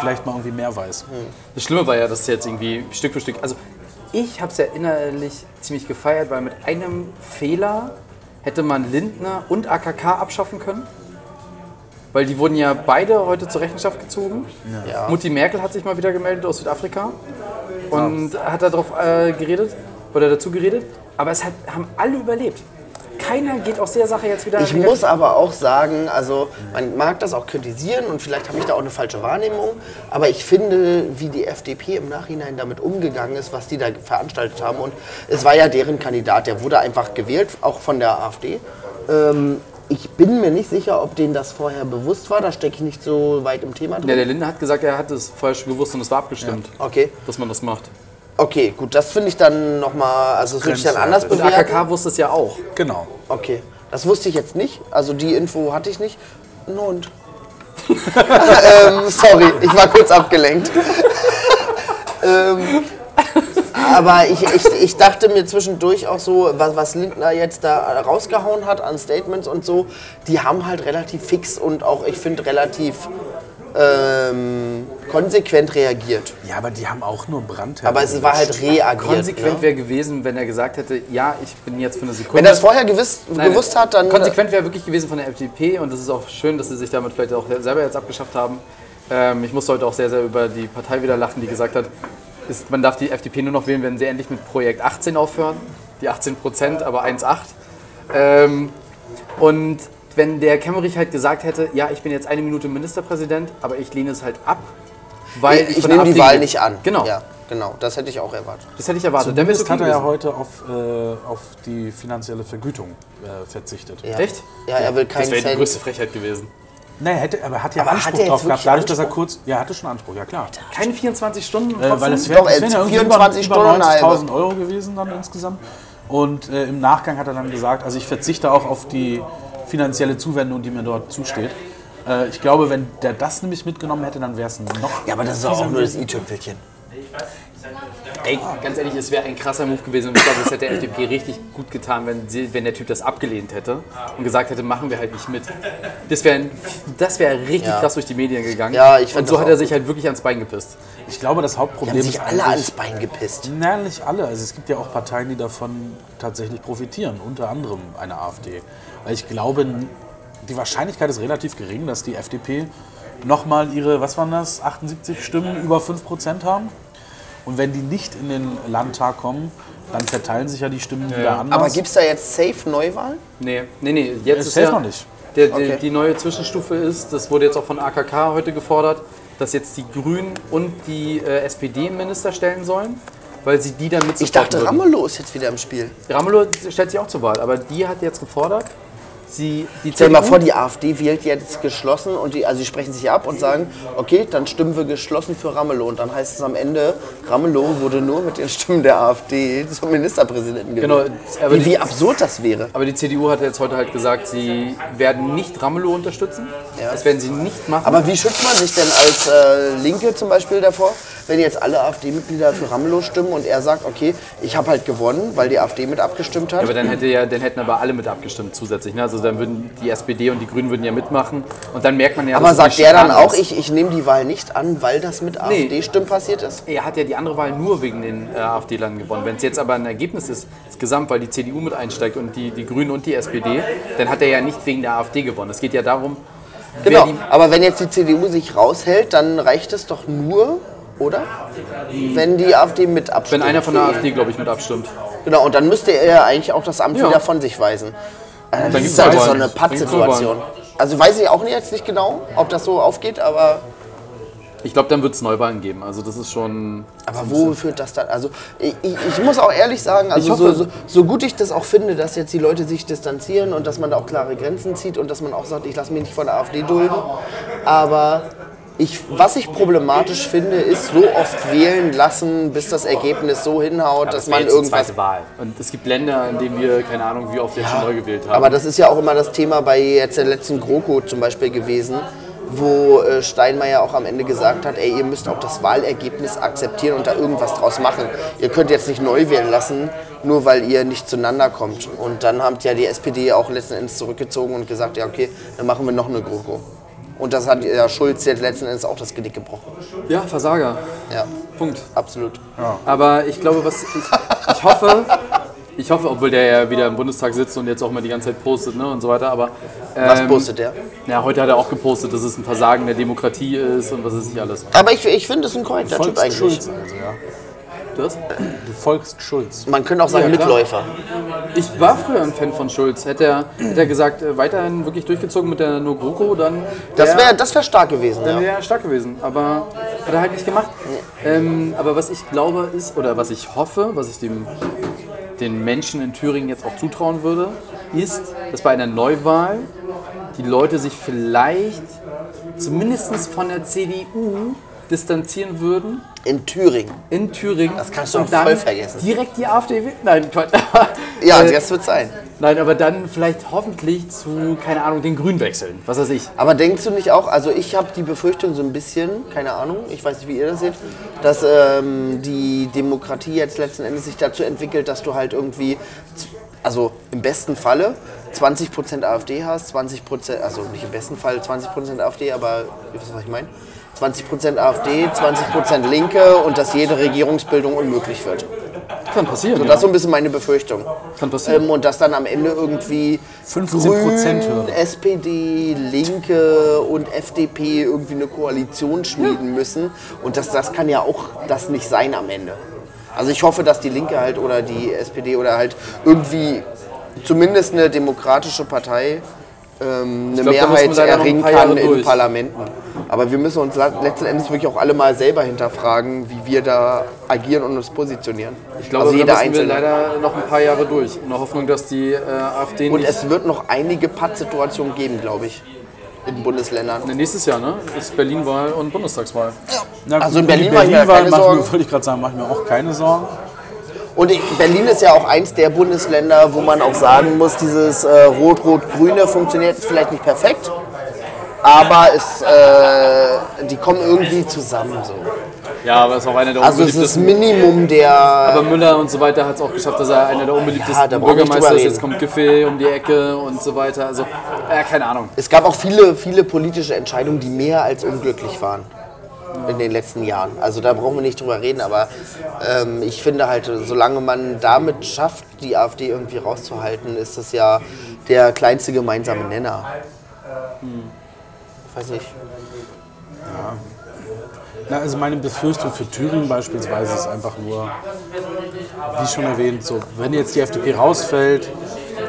[SPEAKER 5] vielleicht mal irgendwie mehr weiß.
[SPEAKER 6] Hm.
[SPEAKER 4] Das Schlimme war ja, dass jetzt irgendwie Stück für Stück. Also, ich habe es ja innerlich ziemlich gefeiert, weil mit einem Fehler hätte man Lindner und AKK abschaffen können. Weil die wurden ja beide heute zur Rechenschaft gezogen.
[SPEAKER 6] Ja.
[SPEAKER 4] Mutti Merkel hat sich mal wieder gemeldet aus Südafrika und hat darauf äh, geredet oder dazu geredet. Aber es hat, haben alle überlebt. Keiner geht aus der Sache jetzt wieder.
[SPEAKER 6] Ich muss aber auch sagen, also man mag das auch kritisieren und vielleicht habe ich da auch eine falsche Wahrnehmung, aber ich finde, wie die FDP im Nachhinein damit umgegangen ist, was die da veranstaltet haben und es war ja deren Kandidat, der wurde einfach gewählt, auch von der AfD. Ähm, ich bin mir nicht sicher, ob denen das vorher bewusst war, da stecke ich nicht so weit im Thema drin.
[SPEAKER 4] ja, der Linde hat gesagt, er hat es vorher schon gewusst und es war abgestimmt,
[SPEAKER 6] Okay,
[SPEAKER 4] dass man das macht.
[SPEAKER 6] okay, gut, das finde ich dann nochmal, also das würde ich dann anders
[SPEAKER 4] Und
[SPEAKER 6] bewerten.
[SPEAKER 4] AKK wusste es ja auch.
[SPEAKER 5] Genau.
[SPEAKER 6] Okay, das wusste ich jetzt nicht. Also die Info hatte ich nicht. Ein Hund. ähm, sorry, ich war kurz abgelenkt. ähm, aber ich, ich, ich dachte mir zwischendurch auch so, was, was Lindner jetzt da rausgehauen hat an Statements und so, die haben halt relativ fix und auch, ich finde, relativ ähm, konsequent reagiert.
[SPEAKER 5] Ja, aber die haben auch nur Brandherren.
[SPEAKER 6] Aber es war halt reagiert.
[SPEAKER 4] Konsequent
[SPEAKER 6] ne?
[SPEAKER 4] wäre gewesen, wenn er gesagt hätte, ja, ich bin jetzt für eine Sekunde.
[SPEAKER 6] Wenn das vorher gewiss,
[SPEAKER 4] Nein,
[SPEAKER 6] gewusst hat, dann.
[SPEAKER 4] Konsequent wäre wirklich gewesen von der FDP und es ist auch schön, dass sie sich damit vielleicht auch selber jetzt abgeschafft haben. Ähm, ich musste heute auch sehr, sehr über die Partei wieder lachen, die gesagt hat, ist, man darf die FDP nur noch wählen, wenn sie endlich mit Projekt 18 aufhören. Die 18 Prozent, aber 1,8. Ähm, und wenn der Kemmerich halt gesagt hätte, ja, ich bin jetzt eine Minute Ministerpräsident, aber ich lehne es halt ab, weil
[SPEAKER 6] Äh, ich,
[SPEAKER 4] von der
[SPEAKER 6] nehme die
[SPEAKER 4] AfD
[SPEAKER 6] Wahl
[SPEAKER 4] gewählt-
[SPEAKER 6] nicht an.
[SPEAKER 4] Genau,
[SPEAKER 6] Ja, genau, das hätte ich auch erwartet.
[SPEAKER 4] das hätte ich erwartet. Dann wär's
[SPEAKER 5] Zumindest
[SPEAKER 4] okay
[SPEAKER 5] hat er ja
[SPEAKER 4] gewesen.
[SPEAKER 5] heute auf, äh, auf die finanzielle Vergütung äh, verzichtet.
[SPEAKER 6] Ja.
[SPEAKER 4] Echt?
[SPEAKER 6] Ja, er will keinen
[SPEAKER 4] Das wäre die
[SPEAKER 6] Cent.
[SPEAKER 4] größte Frechheit gewesen.
[SPEAKER 5] Nee, hätte, aber hat ja
[SPEAKER 6] Aber hat
[SPEAKER 5] Anspruch
[SPEAKER 6] er jetzt
[SPEAKER 5] drauf gehabt,
[SPEAKER 6] wirklich
[SPEAKER 5] dadurch, dass er
[SPEAKER 6] Anspruch?
[SPEAKER 5] kurz. Ja, hatte schon Anspruch, ja klar.
[SPEAKER 4] Keine 24 Stunden?
[SPEAKER 5] Äh, weil
[SPEAKER 4] trotzdem?
[SPEAKER 5] es wären
[SPEAKER 6] Doch, er
[SPEAKER 5] wär
[SPEAKER 6] hat
[SPEAKER 5] irgendwie
[SPEAKER 6] 24
[SPEAKER 5] über,
[SPEAKER 6] Stunden
[SPEAKER 5] über
[SPEAKER 6] halbe.
[SPEAKER 5] 90.000 Euro gewesen dann insgesamt. Und äh, im Nachgang hat er dann gesagt, also ich verzichte auch auf die finanzielle Zuwendung, die mir dort zusteht. Äh, ich glaube, wenn der das nämlich mitgenommen hätte, dann wäre es noch.
[SPEAKER 6] Ja, aber das ist auch nur das i-Tüpfelchen.
[SPEAKER 4] Ey, ganz ehrlich, es wäre ein krasser Move gewesen und ich glaube, es hätte der FDP richtig gut getan, wenn, sie, wenn der Typ das abgelehnt hätte und gesagt hätte, machen wir halt nicht mit. Das wäre das wär richtig
[SPEAKER 6] Ja.
[SPEAKER 4] krass durch die Medien gegangen.
[SPEAKER 6] Ja, ich fand
[SPEAKER 4] Und so
[SPEAKER 6] das
[SPEAKER 4] hat
[SPEAKER 6] auch
[SPEAKER 4] er sich halt wirklich ans Bein gepisst.
[SPEAKER 5] Ich glaube, das
[SPEAKER 6] Die
[SPEAKER 5] Hauptproblem
[SPEAKER 6] haben sich
[SPEAKER 5] ist
[SPEAKER 6] alle
[SPEAKER 5] eigentlich-
[SPEAKER 6] ans Bein gepisst.
[SPEAKER 5] Nein, nicht alle. Also es gibt ja auch Parteien, die davon tatsächlich profitieren, unter anderem eine AfD. Weil ich glaube, die Wahrscheinlichkeit ist relativ gering, dass die FDP nochmal ihre, was waren das, 78 Stimmen über 5% haben. Und wenn die nicht in den Landtag kommen, dann verteilen sich ja die Stimmen wieder anders.
[SPEAKER 6] Aber gibt es da jetzt safe Neuwahlen?
[SPEAKER 4] Nee, nee, nee. Jetzt
[SPEAKER 5] es
[SPEAKER 4] ist
[SPEAKER 5] safe
[SPEAKER 4] ja,
[SPEAKER 5] noch nicht.
[SPEAKER 4] Der, der,
[SPEAKER 6] Okay.
[SPEAKER 4] Die neue Zwischenstufe ist, das wurde jetzt auch von AKK heute gefordert, dass jetzt die Grünen und die äh, SPD im Minister stellen sollen, weil sie die dann mit
[SPEAKER 6] Ich dachte,
[SPEAKER 4] supporten würden.
[SPEAKER 6] Ramelow ist jetzt wieder im Spiel.
[SPEAKER 4] Ramelow stellt sich auch zur Wahl, aber die hat jetzt gefordert, sie, die
[SPEAKER 6] Stell dir mal
[SPEAKER 4] CDU
[SPEAKER 6] vor, die AfD wählt jetzt geschlossen und die, also die sprechen sich ab und sagen, okay, dann stimmen wir geschlossen für Ramelow. Und dann heißt es am Ende, Ramelow wurde nur mit den Stimmen der AfD zum Ministerpräsidenten
[SPEAKER 4] Genau,
[SPEAKER 6] gewählt.
[SPEAKER 4] aber
[SPEAKER 6] Wie,
[SPEAKER 4] die-
[SPEAKER 6] wie absurd das wäre.
[SPEAKER 4] Aber die CDU hat jetzt heute halt gesagt, sie werden nicht Ramelow unterstützen.
[SPEAKER 6] Ja.
[SPEAKER 4] Das werden sie nicht machen.
[SPEAKER 6] Aber wie schützt man sich denn als äh, Linke zum Beispiel davor, wenn jetzt alle AfD-Mitglieder für Ramelow stimmen und er sagt, okay, ich habe halt gewonnen, weil die AfD mit abgestimmt hat?
[SPEAKER 4] Ja, aber dann, hätte ja, dann hätten aber alle mit abgestimmt zusätzlich. Ne? Also dann würden die SPD und die Grünen würden ja mitmachen. Und dann merkt man ja,
[SPEAKER 6] Aber
[SPEAKER 4] dass es
[SPEAKER 6] sagt
[SPEAKER 4] eine
[SPEAKER 6] der dann
[SPEAKER 4] Schikane
[SPEAKER 6] auch,
[SPEAKER 4] ist.
[SPEAKER 6] ich, ich nehme die Wahl nicht an, weil das mit AfD-Stimmen passiert ist?
[SPEAKER 4] Er hat ja die andere Wahl nur wegen den äh, AfD-Lern gewonnen. Wenn es jetzt aber ein Ergebnis ist, insgesamt, weil die CDU mit einsteigt und die, die Grünen und die SPD, dann hat er ja nicht wegen der AfD gewonnen. Es geht ja darum,
[SPEAKER 6] Genau.
[SPEAKER 4] wer die
[SPEAKER 6] Aber wenn jetzt die CDU sich raushält, dann reicht es doch nur, oder? Wenn die AfD mit abstimmt.
[SPEAKER 4] wenn einer von der AfD, glaube ich, mit abstimmt.
[SPEAKER 6] Genau, und dann müsste er ja eigentlich auch das Amt
[SPEAKER 4] Ja.
[SPEAKER 6] wieder von sich weisen. Äh, Das
[SPEAKER 4] gibt's
[SPEAKER 6] ist halt so
[SPEAKER 4] Neuwahlen.
[SPEAKER 6] eine
[SPEAKER 4] Dann gibt's
[SPEAKER 6] Pattsituation. Also weiß ich auch nicht- jetzt nicht genau, ob das so aufgeht, aber.
[SPEAKER 4] Ich glaube, dann wird es Neuwahlen geben. Also das ist schon...
[SPEAKER 6] Aber wo führt das dann? Also ich, ich, ich muss auch ehrlich sagen, also
[SPEAKER 4] Ich
[SPEAKER 6] so,
[SPEAKER 4] hoffe-
[SPEAKER 6] so, so gut ich das auch finde, dass jetzt die Leute sich distanzieren und dass man da auch klare Grenzen zieht und dass man auch sagt, ich lasse mich nicht von der AfD dulden. Aber ich, was ich problematisch finde, ist so oft wählen lassen, bis das Ergebnis so hinhaut, dass man irgendwas.
[SPEAKER 4] Wahl. Und es gibt Länder, in denen wir, keine Ahnung, wie oft jetzt schon neu gewählt haben.
[SPEAKER 6] Aber das ist ja auch immer das Thema bei jetzt der letzten GroKo zum Beispiel gewesen, wo äh, Steinmeier auch am Ende gesagt hat, ey, ihr müsst auch das Wahlergebnis akzeptieren und da irgendwas draus machen. Ihr könnt jetzt nicht neu wählen lassen, nur weil ihr nicht zueinander kommt. Und dann hat ja die SPD auch letzten Endes zurückgezogen und gesagt, ja okay, dann machen wir noch eine GroKo. Und das hat ja Schulz jetzt letzten Endes auch das Genick gebrochen.
[SPEAKER 4] ja, Versager.
[SPEAKER 6] Ja,
[SPEAKER 4] Punkt.
[SPEAKER 6] absolut.
[SPEAKER 4] Aber ich glaube, was ich, ich hoffe, Ich hoffe, obwohl der ja wieder im Bundestag sitzt und jetzt auch mal die ganze Zeit postet ne, und so weiter, aber.
[SPEAKER 6] Was
[SPEAKER 4] ähm,
[SPEAKER 6] postet der?
[SPEAKER 4] Ja, heute hat er auch gepostet, dass es ein Versagen der Demokratie ist und was ist nicht alles.
[SPEAKER 6] Aber ich, ich finde, das ist ein korrekter Typ
[SPEAKER 5] folgst
[SPEAKER 6] eigentlich.
[SPEAKER 5] Schulz also, ja.
[SPEAKER 4] Das?
[SPEAKER 5] Du folgst Schulz.
[SPEAKER 6] Man könnte auch sagen
[SPEAKER 4] Ja, klar.
[SPEAKER 6] Mitläufer.
[SPEAKER 4] Ich war früher ein Fan von Schulz. Hätte er, hätte er gesagt, äh, weiterhin wirklich durchgezogen mit der No GroKo, dann
[SPEAKER 6] Das wäre das wär stark gewesen,
[SPEAKER 4] dann
[SPEAKER 6] ja.
[SPEAKER 4] wäre er stark gewesen. Aber hat er halt nicht gemacht. Ähm, aber was ich glaube ist, oder was ich hoffe, was ich dem, den Menschen in Thüringen jetzt auch zutrauen würde, ist, dass bei einer Neuwahl die Leute sich vielleicht zumindest von der CDU distanzieren würden
[SPEAKER 6] In Thüringen.
[SPEAKER 4] in Thüringen. Das
[SPEAKER 6] kannst du auch voll vergessen.
[SPEAKER 4] Direkt die AfD. wählen. Nein, Quatsch.
[SPEAKER 6] Ja,
[SPEAKER 4] Äh,
[SPEAKER 6] das wird sein.
[SPEAKER 4] Nein, aber dann vielleicht hoffentlich zu, keine Ahnung, den Grünen wechseln. Was weiß ich.
[SPEAKER 6] Aber denkst du nicht auch, also ich habe die Befürchtung so ein bisschen, keine Ahnung, ich weiß nicht, wie ihr das seht, dass ähm, die Demokratie jetzt letzten Endes sich dazu entwickelt, dass du halt irgendwie, z- also im besten Falle 20% AfD hast, 20%, also nicht im besten Fall 20% AfD, aber ihr wisst, was ich meine. 20% AfD, 20% Linke und dass jede Regierungsbildung unmöglich wird.
[SPEAKER 4] Kann passieren.
[SPEAKER 6] So, das ist so ein bisschen meine Befürchtung.
[SPEAKER 4] Kann passieren.
[SPEAKER 6] Ähm, und dass dann am Ende irgendwie
[SPEAKER 5] 15%
[SPEAKER 6] Grün,
[SPEAKER 5] höher.
[SPEAKER 6] SPD, Linke und FDP irgendwie eine Koalition schmieden müssen. Und das, das kann ja auch das nicht sein am Ende. Also ich hoffe, dass die Linke halt oder die SPD oder halt irgendwie zumindest eine demokratische Partei ähm, eine
[SPEAKER 4] glaub, da muss man
[SPEAKER 6] Mehrheit
[SPEAKER 4] leider noch ein
[SPEAKER 6] erringen
[SPEAKER 4] paar Jahre
[SPEAKER 6] kann in
[SPEAKER 4] durch.
[SPEAKER 6] Parlamenten. Aber wir müssen uns la- letzten Endes wirklich auch alle mal selber hinterfragen, wie wir da agieren und uns positionieren.
[SPEAKER 4] ich glaube, da
[SPEAKER 6] also jeder
[SPEAKER 4] müssen wir
[SPEAKER 6] Einzelne.
[SPEAKER 4] leider noch ein paar Jahre durch. In der Hoffnung, dass die äh, AfD
[SPEAKER 6] Und
[SPEAKER 4] nicht...
[SPEAKER 6] es wird noch einige Pattsituationen geben, glaube ich, in Bundesländern.
[SPEAKER 4] Nächstes Jahr, ne? Ist Berlinwahl und Bundestagswahl.
[SPEAKER 5] Na,
[SPEAKER 6] Also in
[SPEAKER 5] über die
[SPEAKER 6] Berlin mache ich mir
[SPEAKER 5] Berlinwahl mache ich
[SPEAKER 6] keine
[SPEAKER 5] mir-
[SPEAKER 6] Sorgen.
[SPEAKER 5] Wollte ich gerade sagen, mache ich mir auch keine Sorgen.
[SPEAKER 6] Und ich- Berlin ist ja auch eins der Bundesländer, wo man auch sagen muss, dieses äh, Rot-Rot-Grüne funktioniert ist vielleicht nicht perfekt, aber es, äh, die kommen irgendwie zusammen. So.
[SPEAKER 4] Ja, aber ist auch einer der
[SPEAKER 6] Also es ist das
[SPEAKER 4] unbeliebtesten.
[SPEAKER 6] Minimum der...
[SPEAKER 4] Aber Müller und so weiter hat es auch geschafft, dass er einer der
[SPEAKER 6] Ja,
[SPEAKER 4] unbeliebtesten
[SPEAKER 6] da brauchen wir nicht
[SPEAKER 4] Bürgermeister
[SPEAKER 6] drüber
[SPEAKER 4] ist.
[SPEAKER 6] reden.
[SPEAKER 4] Jetzt kommt Giffey um die Ecke und so weiter. Also, äh, keine Ahnung.
[SPEAKER 6] Es gab auch viele, viele politische Entscheidungen, die mehr als unglücklich waren in den letzten Jahren. Also da brauchen wir nicht drüber reden, aber ähm, ich finde halt, solange man damit schafft, die AfD irgendwie rauszuhalten, ist das ja der kleinste gemeinsame Nenner. Hm. Weiß nicht.
[SPEAKER 5] Na, also meine Befürchtung für Thüringen beispielsweise ist einfach nur, wie schon erwähnt, so, wenn jetzt die FDP rausfällt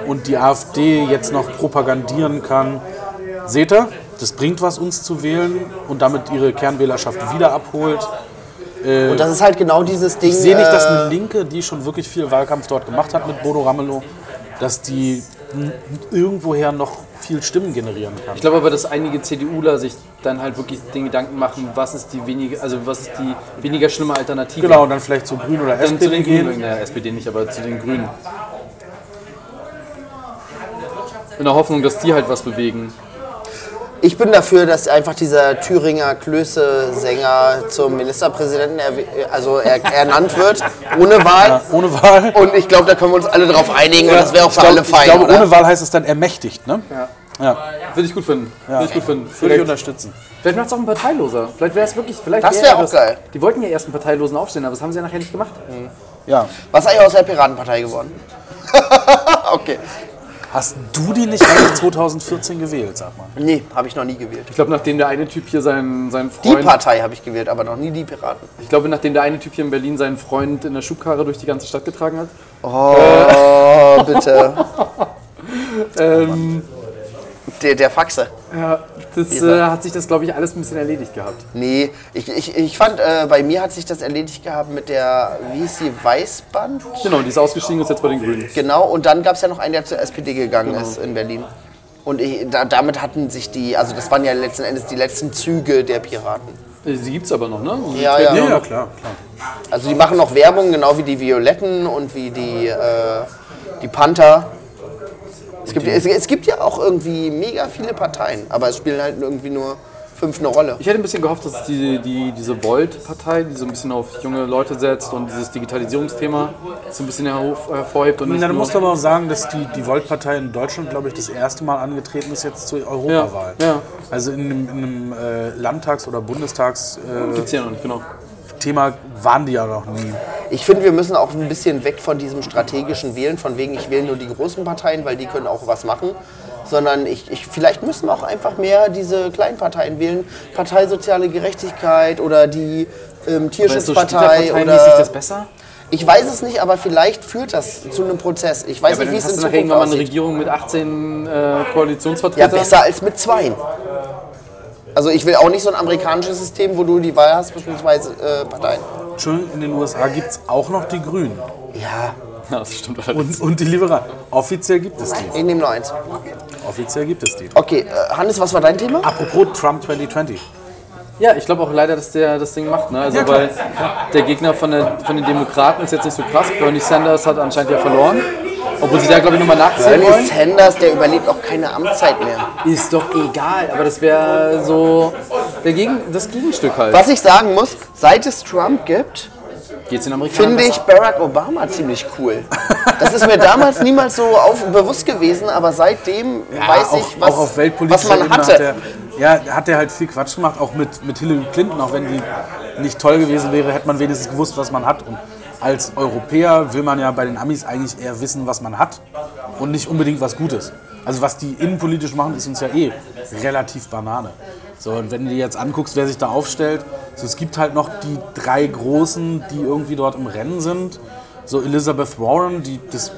[SPEAKER 5] und die AfD jetzt noch propagandieren kann, seht ihr, das bringt was, uns zu wählen und damit ihre Kernwählerschaft wieder abholt.
[SPEAKER 6] Und das ist halt genau dieses Ding.
[SPEAKER 5] Ich sehe nicht, dass
[SPEAKER 6] äh,
[SPEAKER 5] eine Linke, die schon wirklich viel Wahlkampf dort gemacht hat mit Bodo Ramelow, dass die n- irgendwoher noch viel Stimmen generieren kann.
[SPEAKER 4] Ich glaube aber, dass einige CDUler sich dann halt wirklich den Gedanken machen, was ist die weniger, also was ist die weniger schlimme Alternative.
[SPEAKER 5] Genau, und dann vielleicht zu Grün oder
[SPEAKER 4] Dann zu
[SPEAKER 5] SPD
[SPEAKER 4] den Grünen.
[SPEAKER 5] gehen.
[SPEAKER 4] wegen der SPD nicht, aber zu den Grünen. In der Hoffnung, dass die halt was bewegen.
[SPEAKER 6] Ich bin dafür, dass einfach dieser Thüringer Klöße-Sänger zum Ministerpräsidenten erwe- also er ernannt wird, ohne Wahl.
[SPEAKER 5] Ja, ohne Wahl.
[SPEAKER 6] Und ich glaube, da können wir uns alle drauf einigen und das wäre auch für
[SPEAKER 5] ich glaub-
[SPEAKER 6] alle fein.
[SPEAKER 5] Ich glaube,
[SPEAKER 6] oder?
[SPEAKER 5] ohne Wahl heißt es dann ermächtigt, ne? Ja.
[SPEAKER 4] Würde ich gut finden. Würde ich gut finden.
[SPEAKER 5] Würde ich
[SPEAKER 4] Vielleicht,
[SPEAKER 5] unterstützen.
[SPEAKER 4] vielleicht macht es auch ein Parteiloser. Vielleicht wäre es wirklich. Vielleicht
[SPEAKER 6] Das
[SPEAKER 4] ja
[SPEAKER 6] wäre auch
[SPEAKER 4] das-
[SPEAKER 6] geil. Mhm.
[SPEAKER 4] Die wollten ja erst einen Parteilosen aufstellen, aber das haben sie ja nachher nicht gemacht.
[SPEAKER 5] Ja.
[SPEAKER 6] Was ist eigentlich aus der Piratenpartei geworden? okay.
[SPEAKER 5] Hast du die nicht eigentlich 2014 gewählt, sag mal?
[SPEAKER 6] Nee, habe ich noch nie gewählt.
[SPEAKER 4] Ich glaube, nachdem der eine Typ hier seinen, seinen
[SPEAKER 6] Die
[SPEAKER 4] Freund.
[SPEAKER 6] Partei habe ich gewählt, aber noch nie die Piraten.
[SPEAKER 4] ich glaube, nachdem der eine Typ hier in Berlin seinen Freund in der Schubkarre durch die ganze Stadt getragen hat.
[SPEAKER 6] Oh, bitte.
[SPEAKER 4] Ähm,
[SPEAKER 6] Der, der Faxe.
[SPEAKER 4] ja, das äh, hat sich das, glaube ich, alles ein bisschen erledigt gehabt.
[SPEAKER 6] Nee, ich, ich, ich fand, äh, bei mir hat sich das erledigt gehabt mit der, wie hieß sie, Weißband?
[SPEAKER 4] Genau, die ist ausgestiegen und ist jetzt bei den Grünen.
[SPEAKER 6] Genau, und dann gab es ja noch einen, der zur SPD gegangen
[SPEAKER 5] Genau.
[SPEAKER 6] ist in Berlin. Und ich, da, damit hatten sich die, also das waren ja letzten Endes die letzten Züge der Piraten.
[SPEAKER 4] Äh, Sie gibt's aber noch, ne? Sie
[SPEAKER 6] Ja,
[SPEAKER 4] treten
[SPEAKER 6] ja.
[SPEAKER 4] noch-
[SPEAKER 5] klar.
[SPEAKER 6] Also die machen noch Werbung, genau wie die Violetten und wie die, äh, die Panther. Es gibt, es, es gibt ja auch irgendwie mega viele Parteien, aber es spielen halt irgendwie nur fünf eine Rolle.
[SPEAKER 4] Ich hätte ein bisschen gehofft, dass die, die, diese Volt-Partei, die so ein bisschen auf junge Leute setzt und dieses Digitalisierungsthema so ein bisschen herhof- hervorhebt. Und nicht
[SPEAKER 5] Na, du
[SPEAKER 4] nur-
[SPEAKER 5] musst aber auch sagen, dass die, die Volt-Partei in Deutschland, glaube ich, das erste Mal angetreten ist jetzt zur Europawahl.
[SPEAKER 4] Ja, ja.
[SPEAKER 5] Also in einem, in einem äh, Landtags- oder Bundestagsthema
[SPEAKER 4] Gibt's ja noch nicht, genau.
[SPEAKER 5] äh, Thema waren die ja noch nie.
[SPEAKER 6] Ich finde, wir müssen auch ein bisschen weg von diesem strategischen Wählen, von wegen, ich wähle nur die großen Parteien, weil die können auch was machen. Sondern ich, ich, vielleicht müssen wir auch einfach mehr diese kleinen Parteien wählen. Partei Soziale Gerechtigkeit oder die ähm, Tierschutzpartei.
[SPEAKER 4] mäßig
[SPEAKER 6] oder
[SPEAKER 4] das besser?
[SPEAKER 6] ich weiß es nicht, aber vielleicht führt das zu einem Prozess. Ich weiß
[SPEAKER 4] Aber
[SPEAKER 6] nicht, Also wie
[SPEAKER 4] dann
[SPEAKER 6] es in
[SPEAKER 4] hast du doch
[SPEAKER 6] Zukunft
[SPEAKER 4] irgendwann mal eine
[SPEAKER 6] aussieht.
[SPEAKER 4] Regierung mit 18 äh,
[SPEAKER 6] Ja,
[SPEAKER 4] Koalitionsvertretern.
[SPEAKER 5] Also-
[SPEAKER 6] besser als mit zweien. Also ich will auch nicht so ein amerikanisches System, wo du die Wahl hast zwischen zwei äh, Parteien.
[SPEAKER 5] Entschuldigung, in den USA gibt es auch noch die Grünen
[SPEAKER 6] Ja,
[SPEAKER 4] Ja, das stimmt allerdings.
[SPEAKER 5] und, und die Liberalen. Offiziell gibt es die.
[SPEAKER 6] ich nehme nur eins.
[SPEAKER 5] Offiziell gibt es die.
[SPEAKER 6] Okay, äh, Hannes, was war dein Thema?
[SPEAKER 5] Apropos Trump 2020.
[SPEAKER 4] Ja, ich glaube auch leider, dass der das Ding macht. Ne? Also,
[SPEAKER 5] Ja, klar.
[SPEAKER 4] weil der Gegner von, der, von den Demokraten ist jetzt nicht so krass. Bernie Sanders hat anscheinend ja verloren. Obwohl sie da, glaube ich, nochmal nachziehen
[SPEAKER 6] Bernie
[SPEAKER 4] wollen.
[SPEAKER 6] Sanders, der überlebt auch keine Amtszeit mehr.
[SPEAKER 4] Ist doch egal, aber das wäre so der Gegen, das Gegenstück halt.
[SPEAKER 6] Was ich sagen muss, seit es Trump gibt,
[SPEAKER 4] Geht's den Amerikanern?
[SPEAKER 6] finde ich
[SPEAKER 4] besser?
[SPEAKER 6] Barack Obama ziemlich cool. Das ist mir damals niemals so auf, bewusst gewesen, aber seitdem weiß
[SPEAKER 5] auch,
[SPEAKER 6] ich, was,
[SPEAKER 5] auch auf
[SPEAKER 6] was
[SPEAKER 5] weltpolitischer
[SPEAKER 6] man
[SPEAKER 5] Ebene
[SPEAKER 6] hatte.
[SPEAKER 5] Hat der, ja, hat er halt viel Quatsch gemacht, auch mit, mit Hillary Clinton, auch wenn die nicht toll gewesen wäre, hätte man wenigstens gewusst, was man hat. Und als Europäer will man ja bei den Amis eigentlich eher wissen, was man hat und nicht unbedingt was Gutes. Also was die innenpolitisch machen, ist uns ja eh relativ Banane. So, und wenn du dir jetzt anguckst, wer sich da aufstellt, so, es gibt halt noch die drei Großen, die irgendwie dort im Rennen sind. So Elizabeth Warren, die das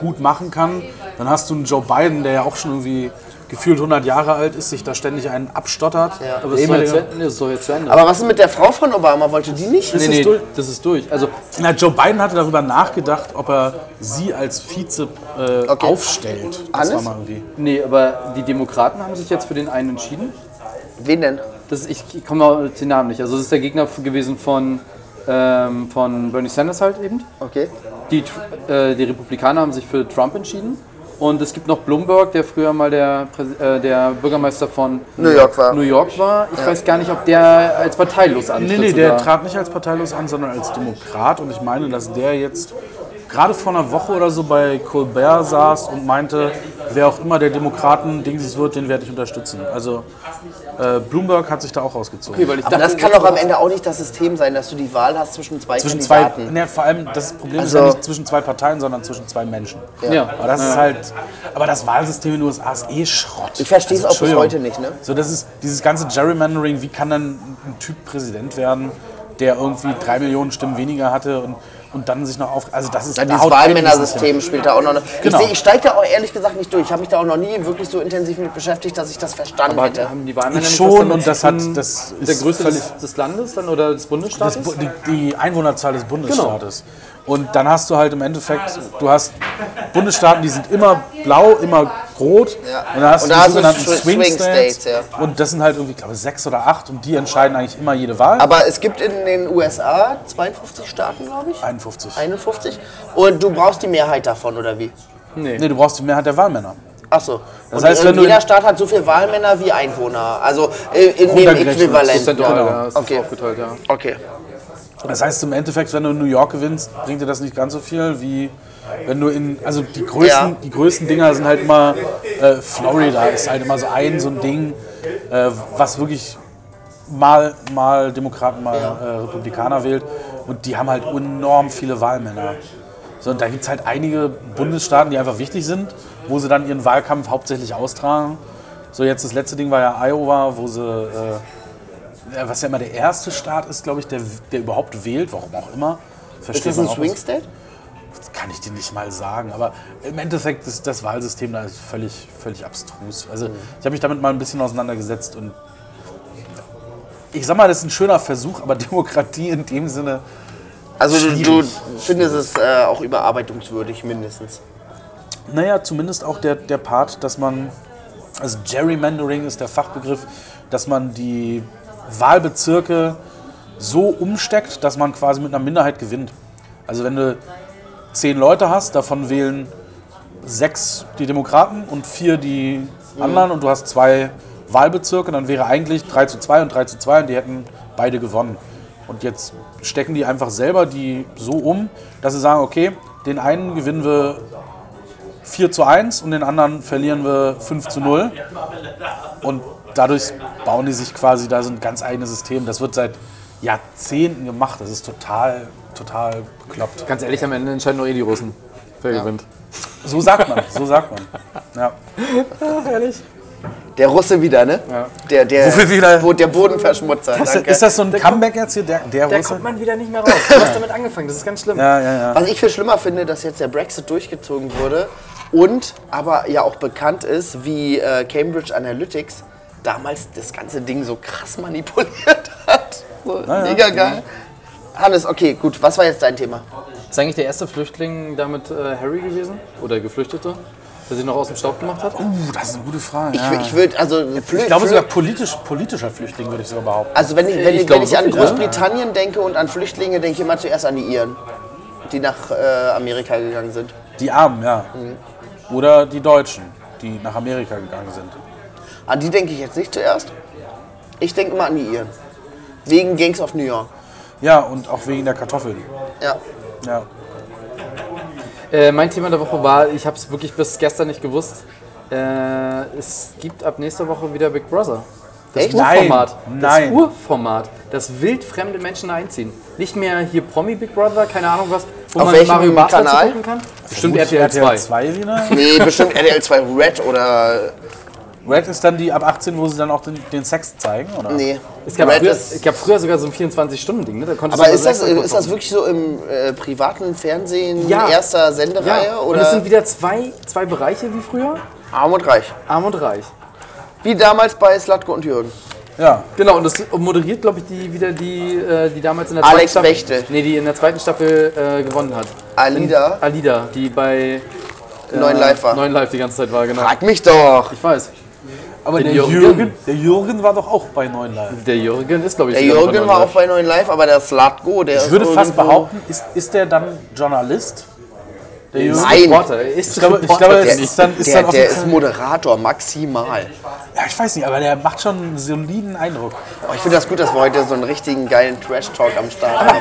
[SPEAKER 5] gut machen kann. Dann hast du einen Joe Biden, der ja auch schon irgendwie gefühlt 100 Jahre alt ist, sich da ständig einen abstottert.
[SPEAKER 6] Ja.
[SPEAKER 4] Aber das ist, doch jetzt,
[SPEAKER 5] Ehemaliger-
[SPEAKER 4] nee, das ist doch jetzt zu Ende.
[SPEAKER 6] Aber was ist mit der Frau von Obama? Wollte die nicht?
[SPEAKER 4] nee, nee, das ist durch. Also,
[SPEAKER 5] Na, Joe Biden hatte darüber nachgedacht, ob er sie als Vize äh,
[SPEAKER 6] Okay.
[SPEAKER 5] aufstellt. Das war
[SPEAKER 6] Alles?
[SPEAKER 5] mal irgendwie.
[SPEAKER 4] nee, aber die Demokraten haben sich jetzt für den einen entschieden.
[SPEAKER 6] Wen denn?
[SPEAKER 4] Das, ich ich komme auf den Namen nicht. Also, das ist der Gegner gewesen von, ähm, von Bernie Sanders halt eben.
[SPEAKER 6] Okay.
[SPEAKER 4] Die, Tr- äh, die Republikaner haben sich für Trump entschieden. Und es gibt noch Bloomberg, der früher mal der, Präs- äh, der Bürgermeister von
[SPEAKER 6] New York war.
[SPEAKER 4] New York war. Ich weiß gar nicht, ob der als parteilos antritt.
[SPEAKER 5] Nee, nee, der
[SPEAKER 4] oder-
[SPEAKER 5] trat nicht als parteilos an, sondern als Demokrat. Und ich meine, dass der jetzt gerade vor einer Woche oder so bei Colbert saß und meinte, wer auch immer der Demokraten Dingses wird, den werde ich unterstützen. Also äh, Bloomberg hat sich da auch rausgezogen.
[SPEAKER 4] Okay, weil ich
[SPEAKER 6] Aber
[SPEAKER 4] dachte,
[SPEAKER 6] das kann doch am Ende auch nicht das System sein, dass du die Wahl hast zwischen zwei
[SPEAKER 5] Zwischen zwei,
[SPEAKER 6] Kandidaten.
[SPEAKER 5] ne, vor allem das Problem ist
[SPEAKER 6] Also-
[SPEAKER 5] ja nicht zwischen zwei Parteien, sondern zwischen zwei Menschen.
[SPEAKER 4] Ja.
[SPEAKER 5] Aber das ist halt, aber das Wahlsystem in den USA ist eh Schrott.
[SPEAKER 6] Ich verstehe es auch bis
[SPEAKER 5] Entschuldigung.
[SPEAKER 6] heute nicht, ne?
[SPEAKER 5] So, das ist dieses ganze Gerrymandering, wie kann dann ein Typ Präsident werden, der irgendwie drei Millionen Stimmen weniger hatte und, und dann sich noch auf, also das ist
[SPEAKER 6] Ja, dieses
[SPEAKER 5] haut ein, dieses
[SPEAKER 6] Wahlmännersystem spielt da auch noch eine.
[SPEAKER 5] Genau.
[SPEAKER 6] Ich, seh- ich steige da auch ehrlich gesagt nicht durch. Ich habe mich da auch noch nie wirklich so intensiv mit beschäftigt, dass ich das verstanden
[SPEAKER 4] Aber
[SPEAKER 6] hätte.
[SPEAKER 4] haben die Wahlmänner
[SPEAKER 5] Ich
[SPEAKER 4] nicht
[SPEAKER 5] schon,
[SPEAKER 4] was damit
[SPEAKER 5] und das
[SPEAKER 4] zu tun,
[SPEAKER 5] hat- das
[SPEAKER 4] der
[SPEAKER 5] ist
[SPEAKER 4] Größe
[SPEAKER 5] völlig-
[SPEAKER 4] des, des Landes dann oder des Bundesstaates?
[SPEAKER 5] das, Bu- die, die Einwohnerzahl des Bundesstaates.
[SPEAKER 6] Genau.
[SPEAKER 5] Und dann hast du halt im Endeffekt, du hast Bundesstaaten, die sind immer blau, immer rot.
[SPEAKER 6] Ja.
[SPEAKER 5] Und dann hast
[SPEAKER 6] Und
[SPEAKER 5] du
[SPEAKER 6] da
[SPEAKER 5] die
[SPEAKER 6] hast du
[SPEAKER 5] sogenannten
[SPEAKER 6] Swing
[SPEAKER 5] Swing States.
[SPEAKER 6] States,
[SPEAKER 5] Und das sind halt irgendwie, glaube ich, sechs oder acht und die entscheiden eigentlich immer jede Wahl.
[SPEAKER 6] Aber es gibt in den USA 52 Staaten, glaube ich.
[SPEAKER 5] 51.
[SPEAKER 6] 51. Und du brauchst die Mehrheit davon, oder wie?
[SPEAKER 5] Nee, du brauchst die Mehrheit der Wahlmänner.
[SPEAKER 6] Achso. Das
[SPEAKER 5] heißt, wenn du
[SPEAKER 6] jeder
[SPEAKER 5] in-
[SPEAKER 6] Staat hat so viele Wahlmänner wie Einwohner. Also äh, in dem
[SPEAKER 5] Runtergerechnet.
[SPEAKER 6] Äquivalent.
[SPEAKER 4] Prozentual,
[SPEAKER 5] Genau.
[SPEAKER 4] ja, ist das
[SPEAKER 6] Okay.
[SPEAKER 4] aufgeteilt, ja.
[SPEAKER 6] Okay.
[SPEAKER 5] Das heißt im Endeffekt, wenn du in New York gewinnst, bringt dir das nicht ganz so viel wie wenn du in, also die größten,
[SPEAKER 6] Ja.
[SPEAKER 5] die größten Dinger sind halt immer äh, Florida ist halt immer so ein so ein Ding, äh, was wirklich mal mal Demokraten, mal äh, Republikaner wählt und die haben halt enorm viele Wahlmänner. So, und da gibt es halt einige Bundesstaaten, die einfach wichtig sind, wo sie dann ihren Wahlkampf hauptsächlich austragen. So, jetzt das letzte Ding war ja Iowa, wo sie äh, ja, was ja immer der erste Staat ist, glaube ich, der, der überhaupt wählt, warum auch immer.
[SPEAKER 6] Ist
[SPEAKER 5] Versteht
[SPEAKER 6] das ein
[SPEAKER 5] man auch
[SPEAKER 6] Swing
[SPEAKER 5] nicht.
[SPEAKER 6] State?
[SPEAKER 5] Das kann ich dir nicht mal sagen. Aber im Endeffekt ist das Wahlsystem da ist völlig, völlig abstrus. Also ich habe mich damit mal ein bisschen auseinandergesetzt und ich sag mal, das ist ein schöner Versuch, aber Demokratie in dem Sinne.
[SPEAKER 6] Also du, du
[SPEAKER 5] Schwierig.
[SPEAKER 6] findest es äh, auch überarbeitungswürdig mindestens.
[SPEAKER 5] Naja, zumindest auch der, der Part, dass man, also Gerrymandering ist der Fachbegriff, dass man die Wahlbezirke so umsteckt, dass man quasi mit einer Minderheit gewinnt. Also wenn du zehn Leute hast, davon wählen sechs die Demokraten und vier die anderen und du hast zwei Wahlbezirke, dann wäre eigentlich 3 zu 2 und 3 zu 2 und die hätten beide gewonnen. Und jetzt stecken die einfach selber die so um, dass sie sagen, okay, den einen gewinnen wir 4 zu 1 und den anderen verlieren wir 5 zu 0. Und dadurch bauen die sich quasi da so ein ganz eigenes System. Das wird seit Jahrzehnten gemacht. Das ist total, total bekloppt.
[SPEAKER 7] Ganz ehrlich, am Ende entscheiden nur eh die Russen. Wer gewinnt.
[SPEAKER 5] So sagt man, so sagt man. Ja.
[SPEAKER 6] Der Russe wieder, ne? Der, der,
[SPEAKER 5] Wofür wieder?
[SPEAKER 6] Bo- der Bodenverschmutzer. danke.
[SPEAKER 5] Ist das so ein Comeback jetzt hier, der, der
[SPEAKER 4] Da
[SPEAKER 5] Russe?
[SPEAKER 4] kommt man wieder nicht mehr raus. Du hast damit angefangen, das ist ganz schlimm.
[SPEAKER 5] Ja, ja, ja.
[SPEAKER 6] Was ich viel schlimmer finde, dass jetzt der Brexit durchgezogen wurde und aber ja auch bekannt ist, wie äh, Cambridge Analytics damals das ganze Ding so krass manipuliert hat. So, mega geil. Hannes, okay, gut, was war jetzt dein Thema?
[SPEAKER 4] Ist eigentlich der erste Flüchtling damit äh, Harry gewesen? Oder Geflüchtete? Der sich noch aus dem Staub gemacht hat?
[SPEAKER 5] Uh, das ist eine gute Frage.
[SPEAKER 6] Ich,
[SPEAKER 5] ja.
[SPEAKER 6] wür- ich würde, also, flü-
[SPEAKER 5] Ah. Ich glaube
[SPEAKER 6] flü-
[SPEAKER 5] sogar politisch, politischer Flüchtling, würde ich ne? sogar behaupten.
[SPEAKER 6] also wenn ich, wenn ich, wenn
[SPEAKER 7] glaube
[SPEAKER 6] ich an
[SPEAKER 7] wirklich,
[SPEAKER 6] Großbritannien denke und an Flüchtlinge, denke ich immer zuerst an die Iren, die nach äh, Amerika gegangen sind.
[SPEAKER 5] Die Armen, ja. Oder die Deutschen, die nach Amerika gegangen sind.
[SPEAKER 6] An Ah, die denke ich jetzt nicht zuerst. Ich denke immer an die Iren. Wegen Gangs of New York.
[SPEAKER 5] Ja, und auch wegen der Kartoffeln.
[SPEAKER 6] Ja.
[SPEAKER 5] Ja.
[SPEAKER 4] Äh, mein Thema der Woche war, ich habe es wirklich bis gestern nicht gewusst, äh, es gibt ab nächster Woche wieder Big Brother. Das
[SPEAKER 6] Echt?
[SPEAKER 4] Urformat.
[SPEAKER 5] Nein,
[SPEAKER 4] Das
[SPEAKER 5] nein.
[SPEAKER 4] Urformat. Das wild fremde Menschen da einziehen. Nicht mehr hier Promi Big Brother, keine Ahnung was, wo
[SPEAKER 6] Auf
[SPEAKER 4] man
[SPEAKER 6] welchem
[SPEAKER 4] Mario Barth
[SPEAKER 6] Kanal?
[SPEAKER 4] dazu gucken kann. Bestimmt RTL 2.
[SPEAKER 5] wieder?
[SPEAKER 6] Nee, bestimmt RDL 2 Red oder.
[SPEAKER 5] Red ist dann die ab 18, wo sie dann auch den, den Sex zeigen, oder?
[SPEAKER 6] Nee.
[SPEAKER 4] Es gab,
[SPEAKER 6] Red
[SPEAKER 4] früher, es
[SPEAKER 6] ist,
[SPEAKER 4] gab früher sogar so ein 24-Stunden-Ding, ne? Da konntest
[SPEAKER 6] aber
[SPEAKER 4] du
[SPEAKER 6] ist das,
[SPEAKER 4] extra
[SPEAKER 6] ist das
[SPEAKER 4] gucken.
[SPEAKER 6] wirklich so im äh, privaten Fernsehen
[SPEAKER 4] Ja.
[SPEAKER 6] erster Sendereihe?
[SPEAKER 4] Ja, und es
[SPEAKER 6] oder
[SPEAKER 4] sind wieder zwei, zwei Bereiche wie früher,
[SPEAKER 6] Arm und Reich.
[SPEAKER 4] arm und reich.
[SPEAKER 6] Wie damals bei Slatko und Jürgen.
[SPEAKER 5] Ja.
[SPEAKER 4] Genau, und das moderiert, glaube ich, die wieder die, äh, die damals in der
[SPEAKER 6] Alex
[SPEAKER 4] zweiten Staffel.
[SPEAKER 6] Bechtel.
[SPEAKER 4] Nee, die in der zweiten Staffel äh, gewonnen hat.
[SPEAKER 6] Alida,
[SPEAKER 4] Alida, die bei
[SPEAKER 6] neun Live war.
[SPEAKER 4] Neuen Live die ganze Zeit war, genau.
[SPEAKER 6] Frag mich doch.
[SPEAKER 4] Ich weiß.
[SPEAKER 5] Aber
[SPEAKER 4] Der
[SPEAKER 5] der,
[SPEAKER 4] Jürgen.
[SPEAKER 5] Jürgen. der Jürgen war doch auch bei 9 Live.
[SPEAKER 4] Der Jürgen ist, glaube ich,
[SPEAKER 6] Der
[SPEAKER 4] sogar noch bei
[SPEAKER 6] Jürgen
[SPEAKER 4] Neuen
[SPEAKER 6] war auch bei neun Live, aber der Slatko, der
[SPEAKER 5] Ich würde
[SPEAKER 6] ist
[SPEAKER 5] fast
[SPEAKER 6] irgendwo-
[SPEAKER 5] behaupten, ist, ist der dann Journalist? Der Jürgen?
[SPEAKER 6] Nein.
[SPEAKER 4] Reporter. Er ist
[SPEAKER 5] Ich glaube, ich glaube
[SPEAKER 4] Reporter.
[SPEAKER 5] es
[SPEAKER 6] Der
[SPEAKER 5] ist, dann, ist
[SPEAKER 6] der,
[SPEAKER 5] dann
[SPEAKER 6] der
[SPEAKER 5] offiziell-
[SPEAKER 6] ist Moderator maximal.
[SPEAKER 5] ja, ich weiß nicht, aber der macht schon einen soliden Eindruck.
[SPEAKER 6] Oh, ich finde das gut, dass wir heute so einen richtigen geilen Trash-Talk am Start haben.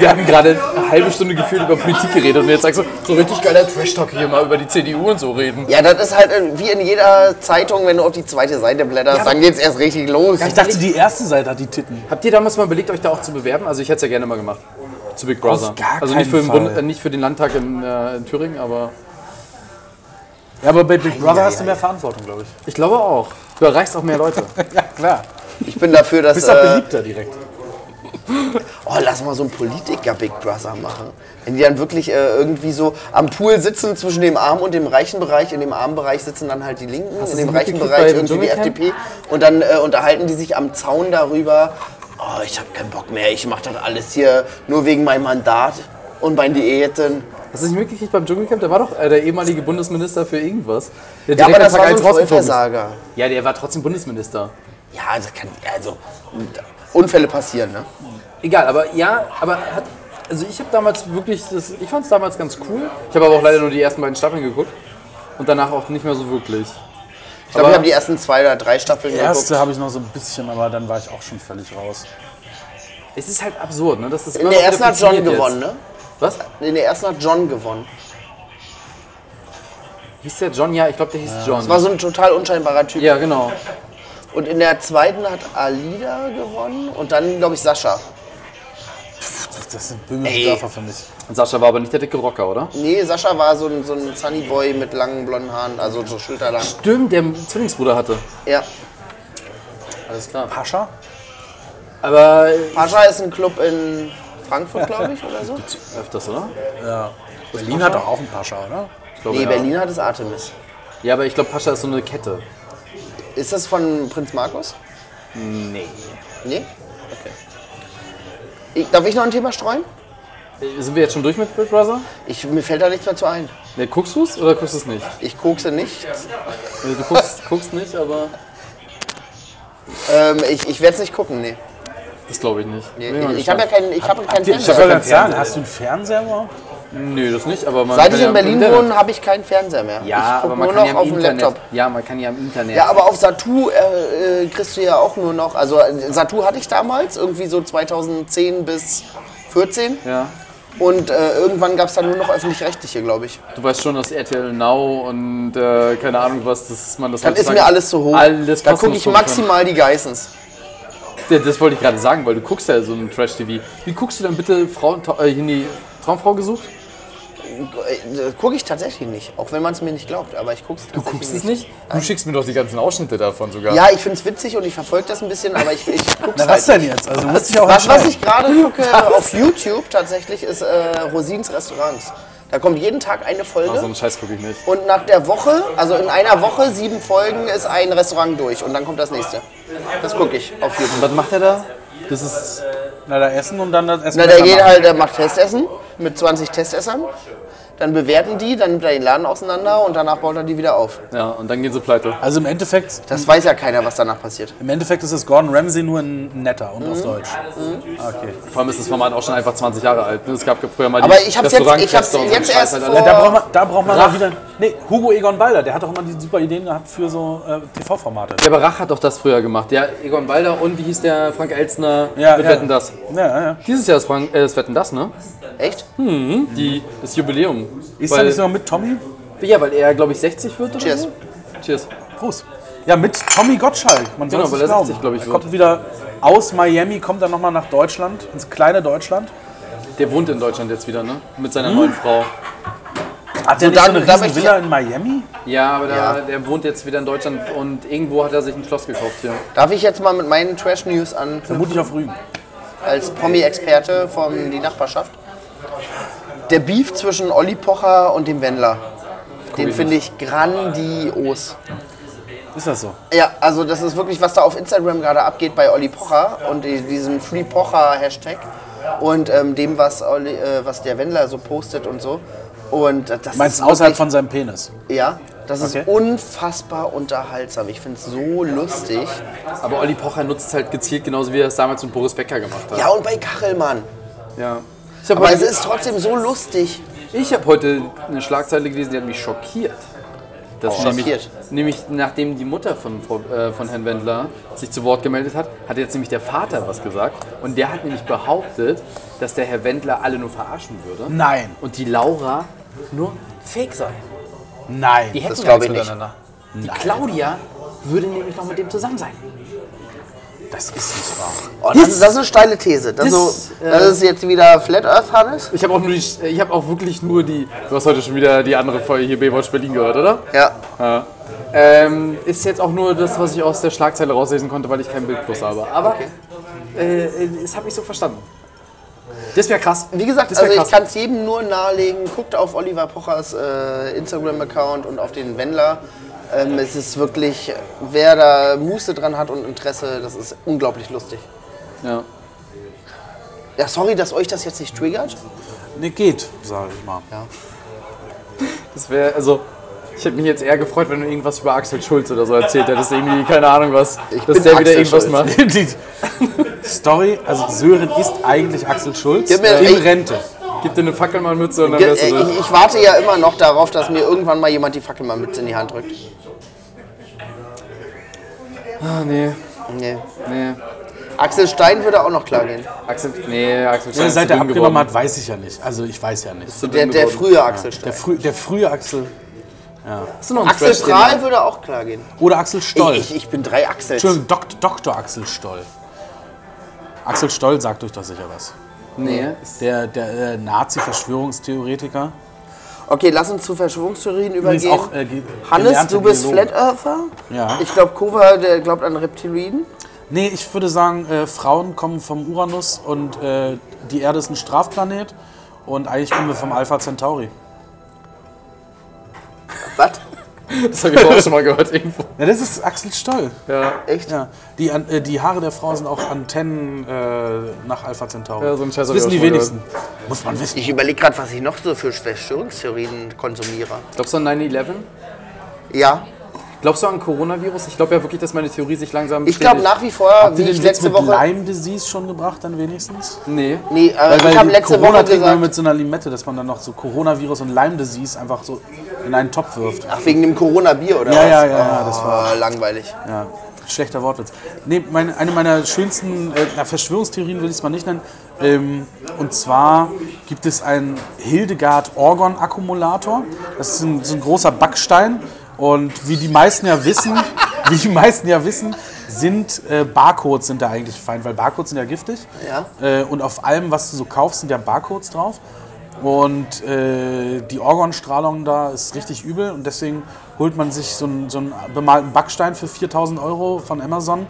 [SPEAKER 4] Wir haben gerade eine halbe Stunde gefühlt über Politik geredet und jetzt sagst du, so richtig geiler Trash-Talk hier mal über die CDU und so reden.
[SPEAKER 6] Ja, das ist halt äh, wie in jeder Zeitung, wenn du auf die zweite Seite blätterst, dann geht's erst richtig los.
[SPEAKER 5] Ich dachte, die erste Seite hat die Titten.
[SPEAKER 4] Habt ihr damals mal überlegt, euch da auch zu bewerben? Also ich hätte es ja gerne mal gemacht. Zu Big Brother.
[SPEAKER 5] Auf gar
[SPEAKER 4] also nicht
[SPEAKER 5] keinen
[SPEAKER 4] für, den
[SPEAKER 5] Fall.
[SPEAKER 4] Bund, äh, nicht für den Landtag in, äh, in Thüringen, aber
[SPEAKER 5] Ja, aber bei Big Brother hast du mehr Verantwortung, glaube ich.
[SPEAKER 4] ich glaube auch. Du erreichst auch mehr Leute.
[SPEAKER 5] Ja, klar.
[SPEAKER 6] Ich bin dafür, dass.
[SPEAKER 5] Bist auch
[SPEAKER 6] Äh,
[SPEAKER 5] beliebter direkt.
[SPEAKER 6] oh, lass mal so einen Politiker-Big Brother machen. Wenn die dann wirklich äh, irgendwie so am Pool sitzen zwischen dem armen und dem reichen Bereich. In dem armen Bereich sitzen dann halt die Linken, in dem
[SPEAKER 4] das
[SPEAKER 6] reichen
[SPEAKER 4] mitgekriegt
[SPEAKER 6] Bereich
[SPEAKER 4] bei
[SPEAKER 6] irgendwie die
[SPEAKER 4] Dschungelcamp?
[SPEAKER 6] FDP. Und dann äh, unterhalten die sich am Zaun darüber. Oh, ich hab keinen Bock mehr, ich mach das alles hier nur wegen meinem Mandat und meinen Diäten.
[SPEAKER 4] Hast du nicht mitgekriegt beim Dschungelcamp? Da war doch äh, der ehemalige Bundesminister für irgendwas. Der
[SPEAKER 6] Ja, aber
[SPEAKER 4] direkt am
[SPEAKER 6] das
[SPEAKER 4] Tag
[SPEAKER 6] war
[SPEAKER 4] eins
[SPEAKER 6] so ein
[SPEAKER 4] rausgeflogen ist.
[SPEAKER 6] Vollversager.
[SPEAKER 4] Ja, der war trotzdem Bundesminister.
[SPEAKER 6] Ja, also kann. Also, Unfälle passieren, ne?
[SPEAKER 4] Egal, aber ja, aber hat, also ich habe damals wirklich, das, ich fand es damals ganz cool. Ich habe aber auch leider nur die ersten beiden Staffeln geguckt und danach auch nicht mehr so wirklich.
[SPEAKER 6] Ich glaube,
[SPEAKER 4] Aber-
[SPEAKER 6] ich habe die ersten zwei oder drei Staffeln
[SPEAKER 5] Die
[SPEAKER 6] geguckt.
[SPEAKER 5] erste habe ich noch so ein bisschen, aber dann war ich auch schon völlig raus.
[SPEAKER 4] Es ist halt absurd, ne? Das ist
[SPEAKER 6] In der ersten hat John gewonnen, ne?
[SPEAKER 4] Was?
[SPEAKER 6] In der ersten hat John gewonnen.
[SPEAKER 4] Hieß der John? Ja, ich glaube, der hieß John.
[SPEAKER 6] War so ein total unscheinbarer Typ.
[SPEAKER 4] ja, genau.
[SPEAKER 6] Und in der zweiten hat Alida gewonnen und dann, glaube ich, Sascha.
[SPEAKER 5] Das sind böhmische
[SPEAKER 6] Ey.
[SPEAKER 5] Dörfer für mich.
[SPEAKER 4] Und Sascha war aber nicht der dicke Rocker, oder?
[SPEAKER 6] Nee, Sascha war so ein, so ein Sunny Boy mit langen blonden Haaren, also so schulterlang.
[SPEAKER 4] Stimmt, der einen Zwillingsbruder hatte.
[SPEAKER 6] Ja.
[SPEAKER 4] Alles klar.
[SPEAKER 5] Pascha?
[SPEAKER 4] Aber äh,
[SPEAKER 6] Pascha ist ein Club in Frankfurt, glaube ich, oder so.
[SPEAKER 4] öfters, oder?
[SPEAKER 5] Ja. Berlin hat doch auch einen Pascha, oder?
[SPEAKER 4] Ich glaube,
[SPEAKER 6] Nee,
[SPEAKER 4] ja.
[SPEAKER 6] Berlin hat es Artemis.
[SPEAKER 4] Ja, aber ich glaube, Pascha ist so eine Kette.
[SPEAKER 6] Ist das von Prinz Markus?
[SPEAKER 4] Nee.
[SPEAKER 6] Nee? Okay. Ich, darf ich noch ein Thema streuen?
[SPEAKER 4] Äh, Sind wir jetzt schon durch mit Big Brother?
[SPEAKER 6] Ich, mir fällt da nichts mehr zu ein.
[SPEAKER 4] Ne, guckst du es oder guckst du es nicht?
[SPEAKER 6] Ich kokse nicht.
[SPEAKER 4] Also du guckst, guckst nicht, aber
[SPEAKER 6] Ähm, ich ich werde es nicht gucken, nee.
[SPEAKER 4] das glaube ich nicht.
[SPEAKER 6] nee
[SPEAKER 4] Bin mal
[SPEAKER 6] ich ich habe ja
[SPEAKER 4] gespannt.
[SPEAKER 6] keinen, ich habe keinen
[SPEAKER 5] Ich soll
[SPEAKER 6] Fernseher.
[SPEAKER 5] das sagen, hast du einen Fernseher überhaupt?
[SPEAKER 4] Nö, das nicht, aber man
[SPEAKER 6] Seit
[SPEAKER 4] kann
[SPEAKER 6] ich
[SPEAKER 4] ja
[SPEAKER 6] in
[SPEAKER 4] im
[SPEAKER 6] Berlin
[SPEAKER 4] Internet-
[SPEAKER 6] wohne, habe ich keinen Fernseher mehr.
[SPEAKER 4] Ja,
[SPEAKER 6] ich gucke
[SPEAKER 4] aber man kann
[SPEAKER 6] nur noch
[SPEAKER 4] ja im
[SPEAKER 6] auf dem
[SPEAKER 4] Internet.
[SPEAKER 6] Laptop.
[SPEAKER 4] Ja, man kann ja im Internet.
[SPEAKER 6] Ja, aber auf Satu äh, äh, kriegst du ja auch nur noch. Also äh, Satu hatte ich damals, irgendwie so 2010 bis 14.
[SPEAKER 4] Ja.
[SPEAKER 6] Und äh, irgendwann gab es dann nur noch öffentlich-rechtliche, glaube ich.
[SPEAKER 4] Du weißt schon, dass RTL Now und äh, keine Ahnung was, dass man das
[SPEAKER 6] Dann ist
[SPEAKER 4] heutzutage-
[SPEAKER 6] mir alles zu hoch.
[SPEAKER 4] Alles
[SPEAKER 6] da gucke
[SPEAKER 4] kostenlos
[SPEAKER 6] ich
[SPEAKER 4] gucken
[SPEAKER 6] maximal die Geissens.
[SPEAKER 4] kann. Ja, das wollte ich gerade sagen, weil du guckst ja so ein Trash-TV. Wie guckst du dann bitte Frauen, äh, hier die Traumfrau gesucht?
[SPEAKER 6] Gucke Äh, ich tatsächlich nicht, auch wenn man es mir nicht glaubt, aber ich gucke es
[SPEAKER 4] Du guckst es nicht? Du schickst mir doch die ganzen Ausschnitte davon sogar.
[SPEAKER 6] Ja, ich finde es witzig und ich verfolge das ein bisschen, aber ich, ich gucke es
[SPEAKER 5] Was
[SPEAKER 6] halt
[SPEAKER 5] denn jetzt? Also, du musst dich auch
[SPEAKER 6] Was, was
[SPEAKER 5] entscheiden.
[SPEAKER 6] ich gerade gucke auf YouTube tatsächlich ist äh, Rosins Restaurants. Da kommt jeden Tag eine Folge.
[SPEAKER 4] Ah, so einen Scheiß gucke ich nicht.
[SPEAKER 6] und nach der Woche, also in einer Woche, sieben Folgen, ist ein Restaurant durch und dann kommt das nächste. Das gucke ich auf YouTube.
[SPEAKER 4] Was macht er da?
[SPEAKER 5] Das ist. Na, da essen und dann das Essen.
[SPEAKER 6] Na, der
[SPEAKER 5] danach.
[SPEAKER 6] geht halt, der macht Testessen mit 20 Testessern. Dann bewerten die, dann nimmt er den Laden auseinander und danach baut er die wieder auf.
[SPEAKER 4] Ja, und dann gehen sie pleite.
[SPEAKER 5] Also im Endeffekt,
[SPEAKER 6] Das weiß ja keiner, was danach passiert.
[SPEAKER 5] im Endeffekt ist es Gordon Ramsay nur ein netter und auf Deutsch. Mhm. Okay.
[SPEAKER 4] Vor allem ist das Format auch schon einfach 20 Jahre alt. ne? Es gab früher mal die
[SPEAKER 6] Aber ich hab's jetzt-
[SPEAKER 4] Restaurantkräfte
[SPEAKER 6] ich hab's
[SPEAKER 4] und so einen
[SPEAKER 6] jetzt
[SPEAKER 4] Scheiß halt
[SPEAKER 6] erst
[SPEAKER 4] alle.
[SPEAKER 6] vor-
[SPEAKER 5] Da braucht man, da braucht man
[SPEAKER 4] Rach.
[SPEAKER 5] mal wieder. Nee, Hugo Egon Balder, der hat doch immer diese super Ideen gehabt für so äh, TV-Formate.
[SPEAKER 4] Ja, aber Rach hat doch das früher gemacht. Ja, Egon Balder und wie hieß der? Frank Elzner mit Wetten, das.
[SPEAKER 5] Ja, ja, ja.
[SPEAKER 4] Dieses Jahr ist Frank, äh, ist Wetten, das, ne?
[SPEAKER 6] Echt?
[SPEAKER 4] Die, das Jubiläum.
[SPEAKER 5] Ist da
[SPEAKER 4] weil,
[SPEAKER 5] nicht sogar mit Tommy?
[SPEAKER 4] Ja, weil er, glaube ich, 60 wird oder
[SPEAKER 6] Cheers.
[SPEAKER 4] so? Cheers.
[SPEAKER 5] Prost. Ja, mit Tommy Gottschalk. Man
[SPEAKER 4] Genau,
[SPEAKER 5] soll's
[SPEAKER 4] weil
[SPEAKER 5] nicht
[SPEAKER 4] er
[SPEAKER 5] glauben.
[SPEAKER 4] 60, glaub ich,
[SPEAKER 5] Er
[SPEAKER 4] wird.
[SPEAKER 5] kommt wieder aus Miami, kommt dann nochmal nach Deutschland, ins kleine Deutschland.
[SPEAKER 4] Der wohnt in Deutschland jetzt wieder, ne? Mit seiner neuen Frau.
[SPEAKER 5] Hat der
[SPEAKER 6] da-
[SPEAKER 5] nicht so
[SPEAKER 6] da
[SPEAKER 5] eine riesen
[SPEAKER 6] möchte ich-
[SPEAKER 5] Villa in Miami?
[SPEAKER 4] Ja, aber da, der wohnt jetzt wieder in Deutschland und irgendwo hat er sich ein Schloss gekauft hier.
[SPEAKER 6] Darf ich jetzt mal mit meinen Trash News an
[SPEAKER 5] Vermutlich auf Rügen.
[SPEAKER 6] als Promi-Experte von die Nachbarschaft? Der Beef zwischen Olli Pocher und dem Wendler. Den finde ich grandios.
[SPEAKER 5] Ist das so?
[SPEAKER 6] Ja, also das ist wirklich, was da auf Instagram gerade abgeht bei Olli Pocher und die- diesem Free Pocher-Hashtag und ähm, dem, was, Olli, äh, was der Wendler so postet und so. Und äh, das
[SPEAKER 5] Meinst
[SPEAKER 6] ist
[SPEAKER 5] du außerhalb
[SPEAKER 6] wirklich-
[SPEAKER 5] von seinem Penis?
[SPEAKER 6] Ja, das ist
[SPEAKER 5] Okay.
[SPEAKER 6] unfassbar unterhaltsam. Ich finde es so lustig.
[SPEAKER 4] Aber Olli Pocher nutzt es halt gezielt, genauso wie er es damals mit Boris Becker gemacht hat.
[SPEAKER 6] Ja, und bei Kachelmann.
[SPEAKER 4] ja. Ich habe
[SPEAKER 6] Aber es
[SPEAKER 4] heute,
[SPEAKER 6] ist trotzdem so lustig.
[SPEAKER 4] ich hab heute eine Schlagzeile gelesen, die hat mich schockiert. Das
[SPEAKER 6] Oh,
[SPEAKER 4] nämlich,
[SPEAKER 6] schockiert.
[SPEAKER 4] nämlich nachdem die Mutter von, Frau- äh, von Herrn Wendler sich zu Wort gemeldet hat, hat jetzt nämlich der Vater was gesagt. Und der hat nämlich behauptet, dass der Herr Wendler alle nur verarschen würde.
[SPEAKER 5] Nein.
[SPEAKER 4] Und die Laura nur fake sei.
[SPEAKER 5] Nein.
[SPEAKER 8] Die hätten ja
[SPEAKER 6] glaub
[SPEAKER 8] nichts
[SPEAKER 6] ich nicht.
[SPEAKER 8] miteinander. Die Claudia würde nämlich noch mit dem zusammen sein.
[SPEAKER 5] Das ist nicht wahr.
[SPEAKER 6] Oh, das, ist, das ist eine steile These. Das,
[SPEAKER 4] das,
[SPEAKER 6] so,
[SPEAKER 4] äh,
[SPEAKER 6] das ist jetzt wieder Flat Earth, Hannes.
[SPEAKER 4] Ich habe auch, nur die- ich hab auch wirklich nur die. Du hast heute schon wieder die andere Folge hier Baywatch Berlin gehört, oder?
[SPEAKER 6] Ja.
[SPEAKER 4] Ja. Ähm, ist jetzt auch nur das, was ich aus der Schlagzeile rauslesen konnte, weil ich kein Bild plus habe. Aber äh, äh, das habe ich so verstanden. Das wäre krass.
[SPEAKER 6] Wie gesagt,
[SPEAKER 4] das wär
[SPEAKER 6] also ich
[SPEAKER 4] krass.
[SPEAKER 6] kann es jedem nur nahelegen. Guckt auf Oliver Pochers äh, Instagram-Account und auf den Wendler. Ähm, es ist wirklich, wer da Muße dran hat und Interesse, das ist unglaublich lustig.
[SPEAKER 4] Ja.
[SPEAKER 6] Ja, sorry, dass euch das jetzt nicht triggert.
[SPEAKER 5] Nee, geht, sage ich mal.
[SPEAKER 4] Das wäre, also. Ich hätte mich jetzt eher gefreut, wenn du irgendwas über Axel Schulz oder so erzählt hättest. Irgendwie, keine Ahnung was.
[SPEAKER 6] Ich
[SPEAKER 4] dass
[SPEAKER 6] bin
[SPEAKER 4] der wieder
[SPEAKER 6] Axel
[SPEAKER 4] irgendwas
[SPEAKER 6] Schulz.
[SPEAKER 4] macht.
[SPEAKER 5] Die Story, also Sören ist eigentlich Axel Schulz
[SPEAKER 6] Gib mir-
[SPEAKER 5] in
[SPEAKER 6] ey.
[SPEAKER 5] Rente.
[SPEAKER 4] Gib dir eine Fackelmannmütze und dann
[SPEAKER 6] Ge
[SPEAKER 4] wärst
[SPEAKER 6] äh,
[SPEAKER 4] du drin.
[SPEAKER 6] ich, ich warte ja immer noch darauf, dass mir irgendwann mal jemand die Fackel mal mit in die Hand drückt.
[SPEAKER 4] Ah, nee,
[SPEAKER 6] Nee.
[SPEAKER 4] nee.
[SPEAKER 6] Axel Stein würde auch noch klar gehen.
[SPEAKER 4] Axel, nee, Axel Schulz.
[SPEAKER 5] Wer
[SPEAKER 4] ist
[SPEAKER 5] seit
[SPEAKER 4] zu
[SPEAKER 5] er
[SPEAKER 4] dumm
[SPEAKER 5] abgenommen
[SPEAKER 4] geworden.
[SPEAKER 5] hat, weiß ich ja nicht. Also ich weiß ja nicht.
[SPEAKER 4] Ist zu dumm
[SPEAKER 6] Der, der
[SPEAKER 4] geworden.
[SPEAKER 6] frühe Axel
[SPEAKER 5] Der,
[SPEAKER 6] Stein.
[SPEAKER 5] frü der frühe Axel
[SPEAKER 4] Hast du noch einen
[SPEAKER 6] Axel
[SPEAKER 4] Trash, den du-
[SPEAKER 6] Strahl würde auch klar gehen.
[SPEAKER 5] oder Axel Stoll.
[SPEAKER 6] Ich, ich, ich bin drei Axels.
[SPEAKER 5] Entschuldigung, Dok Dr. Axel Stoll. Axel Stoll sagt euch doch sicher was.
[SPEAKER 4] Nee.
[SPEAKER 5] Der, der äh, Nazi-Verschwörungstheoretiker.
[SPEAKER 6] Okay, lass uns zu Verschwörungstheorien
[SPEAKER 5] Übrigens
[SPEAKER 6] übergehen.
[SPEAKER 5] auch, äh, ge-
[SPEAKER 6] Hannes,
[SPEAKER 5] gelernter
[SPEAKER 6] du bist
[SPEAKER 5] Biologe.
[SPEAKER 6] Flat Earther?
[SPEAKER 5] Ja.
[SPEAKER 6] Ich glaube, Kova, der glaubt an Reptiloiden.
[SPEAKER 5] Nee, ich würde sagen, äh, Frauen kommen vom Uranus und äh, die Erde ist ein Strafplanet. Und eigentlich kommen wir vom Alpha Centauri.
[SPEAKER 6] Was?
[SPEAKER 4] Das habe ich auch schon mal gehört irgendwo.
[SPEAKER 5] Ja, das ist Axel Stoll.
[SPEAKER 4] Ja,
[SPEAKER 6] Echt?
[SPEAKER 5] Ja, die, An- äh, die Haare der Frau sind auch Antennen äh, nach Alpha Centauri.
[SPEAKER 4] Ja, so einen Scheiß
[SPEAKER 5] das
[SPEAKER 4] hab ich
[SPEAKER 5] wissen
[SPEAKER 4] auch
[SPEAKER 5] die
[SPEAKER 4] schon mal
[SPEAKER 5] wenigsten. Muss man wissen.
[SPEAKER 6] Ich überlege gerade, was ich noch so für Verschwörungstheorien konsumiere.
[SPEAKER 4] glaubst du an 9-11?
[SPEAKER 6] Ja.
[SPEAKER 4] Glaubst du an Coronavirus? Ich glaube ja wirklich, dass meine Theorie sich langsam
[SPEAKER 6] Ich glaube
[SPEAKER 4] bestätigt.
[SPEAKER 6] nach wie vor,
[SPEAKER 5] Habt
[SPEAKER 6] wie
[SPEAKER 5] ihr
[SPEAKER 6] ich
[SPEAKER 5] den Witz
[SPEAKER 6] letzte
[SPEAKER 5] mit
[SPEAKER 6] Woche.
[SPEAKER 5] Lyme Disease schon gebracht, dann wenigstens?
[SPEAKER 4] Nee.
[SPEAKER 6] Nee, aber ich habe
[SPEAKER 5] die
[SPEAKER 6] letzte
[SPEAKER 5] Corona
[SPEAKER 6] Woche
[SPEAKER 5] kriegen wir mit
[SPEAKER 6] gesagt.
[SPEAKER 5] so einer Limette, dass man dann noch so Coronavirus und Lyme Disease einfach so in einen Topf wirft.
[SPEAKER 6] Ach, wegen dem Corona-Bier oder
[SPEAKER 5] Ja,
[SPEAKER 6] was?
[SPEAKER 5] ja, ja, ja, das war-
[SPEAKER 6] Oh, langweilig.
[SPEAKER 5] Ja, schlechter Wortwitz. Nee, meine, eine meiner schönsten äh, na, Verschwörungstheorien will ich es mal nicht nennen. Ähm, und zwar gibt es einen Hildegard-Orgon-Akkumulator. Das ist ein, so ein großer Backstein. Und wie die meisten ja wissen, wie die meisten ja wissen, sind äh, Barcodes sind da eigentlich fein, weil Barcodes sind ja giftig.
[SPEAKER 6] Ja.
[SPEAKER 5] Äh, und auf allem, was du so kaufst, sind ja Barcodes drauf. Und äh, die Orgonstrahlung da ist richtig übel und deswegen holt man sich so einen, so einen bemalten Backstein für 4000 Euro von Amazon.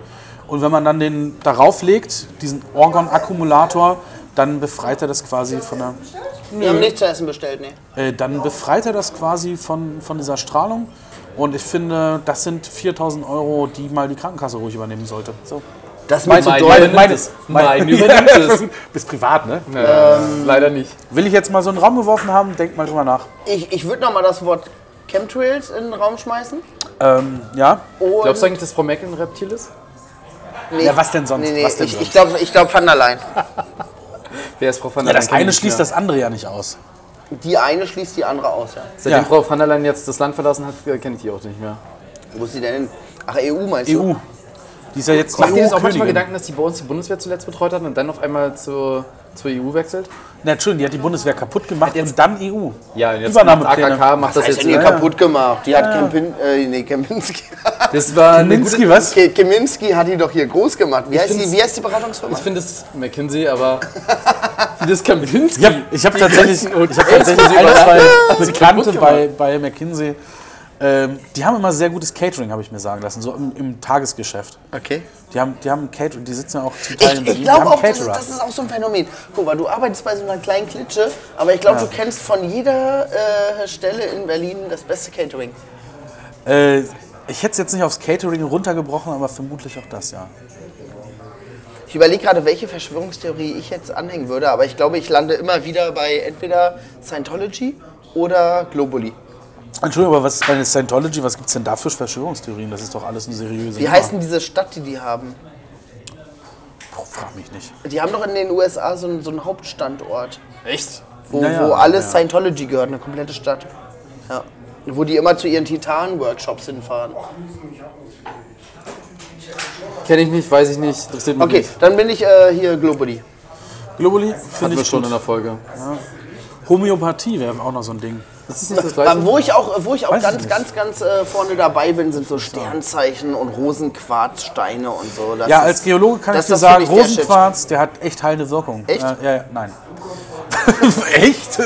[SPEAKER 5] Und wenn man dann den darauf legt, diesen Orgon-Akkumulator, dann befreit er das quasi von der
[SPEAKER 6] Wir haben nichts zu essen bestellt, ne?
[SPEAKER 5] äh, dann befreit er das quasi von, von dieser Strahlung. Und ich finde, das sind 4000 Euro, die mal die Krankenkasse ruhig übernehmen sollte. So.
[SPEAKER 6] Das mit so
[SPEAKER 4] Mein-
[SPEAKER 6] doll.
[SPEAKER 4] mein- Meines- Mein übernimmt es.
[SPEAKER 5] Bist privat, ne?
[SPEAKER 4] Leider nicht.
[SPEAKER 5] Will ich jetzt mal so einen Raum geworfen haben, denk mal drüber nach.
[SPEAKER 6] Ich, ich würde nochmal das Wort Chemtrails in den Raum schmeißen.
[SPEAKER 5] Ähm, ja?
[SPEAKER 6] Und
[SPEAKER 4] Glaubst du eigentlich, dass Frau Merkel ein Reptil ist?
[SPEAKER 6] nee,
[SPEAKER 5] Ja, was denn sonst?
[SPEAKER 6] Nee, nee,
[SPEAKER 5] Was denn
[SPEAKER 6] ich,
[SPEAKER 5] sonst?
[SPEAKER 6] ich glaube ich glaub Van der Leyen.
[SPEAKER 4] Wer ist Frau van
[SPEAKER 5] Ja,
[SPEAKER 4] der Leyen?
[SPEAKER 5] das eine schließt das andere ja nicht aus.
[SPEAKER 6] Die eine schließt die andere aus, ja.
[SPEAKER 4] Seitdem
[SPEAKER 5] Ja.
[SPEAKER 4] Frau van der Leyen jetzt das Land verlassen hat, äh, kenne ich die auch nicht mehr.
[SPEAKER 6] Wo ist die denn hin? Ach, EU meinst du?
[SPEAKER 5] EU. E Die E ist ja jetzt
[SPEAKER 4] Macht ihr das auch manchmal
[SPEAKER 5] EU-Königin.
[SPEAKER 4] Gedanken, dass die bei uns die Bundeswehr zuletzt betreut hat und dann auf einmal zur, zur EU wechselt?
[SPEAKER 5] Na, Entschuldigung, die hat die Bundeswehr kaputt gemacht und dann E EU.
[SPEAKER 4] Ja, und jetzt macht
[SPEAKER 5] Übernahmepläne.
[SPEAKER 4] AKK macht das
[SPEAKER 6] Das ist
[SPEAKER 4] jetzt. ne?
[SPEAKER 6] denn hier
[SPEAKER 5] ja.
[SPEAKER 6] kaputt gemacht. Die hat Kempin, äh, nee, Kempinski.
[SPEAKER 4] Das war eine
[SPEAKER 5] Minsky, was?
[SPEAKER 6] Ke- Keminski hat die doch hier groß gemacht. Wie, heißt die,
[SPEAKER 4] find's-
[SPEAKER 6] wie heißt die Beratungsfirma?
[SPEAKER 4] Ich finde es McKinsey, aber das Kaminsky.
[SPEAKER 5] Ich habe ich hab tatsächlich, ich hab
[SPEAKER 4] Hotels
[SPEAKER 5] tatsächlich ein, zwei
[SPEAKER 4] kaputt
[SPEAKER 5] Bekannte
[SPEAKER 4] gemacht.
[SPEAKER 5] bei, bei McKinsey. Ähm, die haben immer sehr gutes Catering, habe ich mir sagen lassen, so im, im Tagesgeschäft.
[SPEAKER 6] Okay.
[SPEAKER 5] Die haben, die haben Catering, die sitzen ja auch zum Teil in
[SPEAKER 6] Ich,
[SPEAKER 5] Berlin.
[SPEAKER 6] ich
[SPEAKER 5] die haben
[SPEAKER 6] glaube auch, das ist,
[SPEAKER 5] Caterer.
[SPEAKER 6] das ist auch so ein Phänomen. Guck mal, du arbeitest bei so einer kleinen Klitsche, aber ich glaube, du kennst von jeder äh, Stelle in Berlin das beste Catering.
[SPEAKER 5] äh, ich hätte es jetzt nicht aufs Catering runtergebrochen, aber vermutlich auch das, ja.
[SPEAKER 6] Ich überlege gerade, welche Verschwörungstheorie ich jetzt anhängen würde, aber ich glaube, ich lande immer wieder bei entweder Scientology oder Globuli.
[SPEAKER 5] Entschuldigung, aber was ist bei Scientology, was gibt es denn da für Verschwörungstheorien? Das ist doch alles eine seriöse
[SPEAKER 6] Wie
[SPEAKER 5] Nummer.
[SPEAKER 6] heißt denn diese Stadt, die die haben?
[SPEAKER 5] Boah, frag mich nicht.
[SPEAKER 6] Die haben doch in den USA so einen, so einen Hauptstandort,
[SPEAKER 4] Echt?
[SPEAKER 6] wo,
[SPEAKER 5] Naja,
[SPEAKER 6] wo alles
[SPEAKER 5] ja.
[SPEAKER 6] Scientology gehört, eine komplette Stadt. Ja. Wo die immer zu ihren Titanen-Workshops hinfahren.
[SPEAKER 5] Oh,
[SPEAKER 4] Kenne ich nicht, weiß ich nicht, interessiert mich
[SPEAKER 6] Okay,
[SPEAKER 4] nicht.
[SPEAKER 6] dann bin ich äh, hier Globuli.
[SPEAKER 5] Globally
[SPEAKER 4] Hatten
[SPEAKER 5] finde
[SPEAKER 4] wir
[SPEAKER 5] ich
[SPEAKER 4] schon
[SPEAKER 5] gut.
[SPEAKER 4] in der Folge.
[SPEAKER 5] Homöopathie wäre auch noch so ein Ding.
[SPEAKER 4] Das ist nicht das
[SPEAKER 6] Aber
[SPEAKER 4] gleiche.
[SPEAKER 6] Äh, wo ich auch, wo ich auch
[SPEAKER 5] Weiß ich
[SPEAKER 6] ganz,
[SPEAKER 5] nicht.
[SPEAKER 6] ganz, ganz äh, vorne dabei bin, sind so Sternzeichen und Rosenquarzsteine und so. Das
[SPEAKER 5] Ja,
[SPEAKER 6] ist-
[SPEAKER 5] als Geologe kann ich
[SPEAKER 6] das
[SPEAKER 5] dir
[SPEAKER 6] ist für
[SPEAKER 5] sagen,
[SPEAKER 6] mich der Shit.
[SPEAKER 5] Rosenquarz, der hat echt heilende Wirkung.
[SPEAKER 6] Echt?
[SPEAKER 5] Ja, ja, ja nein. echt?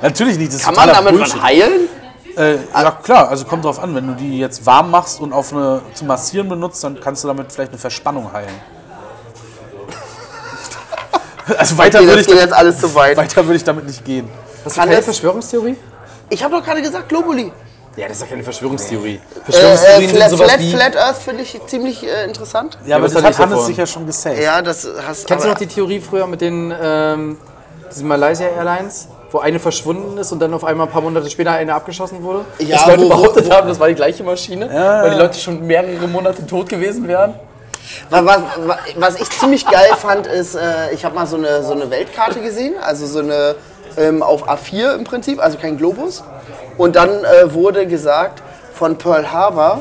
[SPEAKER 5] Natürlich nicht. Das ist
[SPEAKER 6] Kann man
[SPEAKER 5] totaler
[SPEAKER 6] damit
[SPEAKER 5] Bullshit.
[SPEAKER 6] was heilen?
[SPEAKER 5] äh, Ja, klar, also kommt drauf an. Wenn du die jetzt warm machst und auf eine, zum Massieren benutzt, dann kannst du damit vielleicht eine Verspannung heilen. also weiter
[SPEAKER 6] Okay,
[SPEAKER 5] würde
[SPEAKER 6] das
[SPEAKER 5] ich,
[SPEAKER 6] geht jetzt alles zu weit.
[SPEAKER 5] weiter würde ich damit nicht gehen.
[SPEAKER 4] Hast du
[SPEAKER 6] Kann
[SPEAKER 4] keine
[SPEAKER 6] es-
[SPEAKER 4] Verschwörungstheorie?
[SPEAKER 6] Ich habe doch gerade gesagt, Globuli.
[SPEAKER 4] Ja, das ist ja keine Verschwörungstheorie.
[SPEAKER 6] Äh,
[SPEAKER 4] Verschwörungstheorien
[SPEAKER 6] äh,
[SPEAKER 4] sind
[SPEAKER 6] Flat,
[SPEAKER 4] sowas
[SPEAKER 6] Flat,
[SPEAKER 4] wie...
[SPEAKER 6] Flat Earth finde ich ziemlich äh, interessant.
[SPEAKER 5] Ja, aber
[SPEAKER 4] was
[SPEAKER 5] das
[SPEAKER 4] hatte ich
[SPEAKER 5] hat Hannes
[SPEAKER 4] davon?
[SPEAKER 5] sicher schon gesaved.
[SPEAKER 6] Ja, das hast
[SPEAKER 4] Kennst du
[SPEAKER 6] aber-
[SPEAKER 4] noch die Theorie früher mit den ähm, diesen Malaysia Airlines, wo eine verschwunden ist und dann auf einmal ein paar Monate später eine abgeschossen wurde?
[SPEAKER 6] Ja,
[SPEAKER 4] Dass Leute
[SPEAKER 6] wo- wo-
[SPEAKER 4] behauptet haben, das war die gleiche Maschine, weil die Leute schon mehrere Monate tot gewesen wären.
[SPEAKER 6] Was, was, was ich ziemlich geil fand, ist, äh, ich habe mal so eine, so eine Weltkarte gesehen, also so eine ähm, auf A4 im Prinzip, also kein Globus. Und dann äh, wurde gesagt von Pearl Harbor,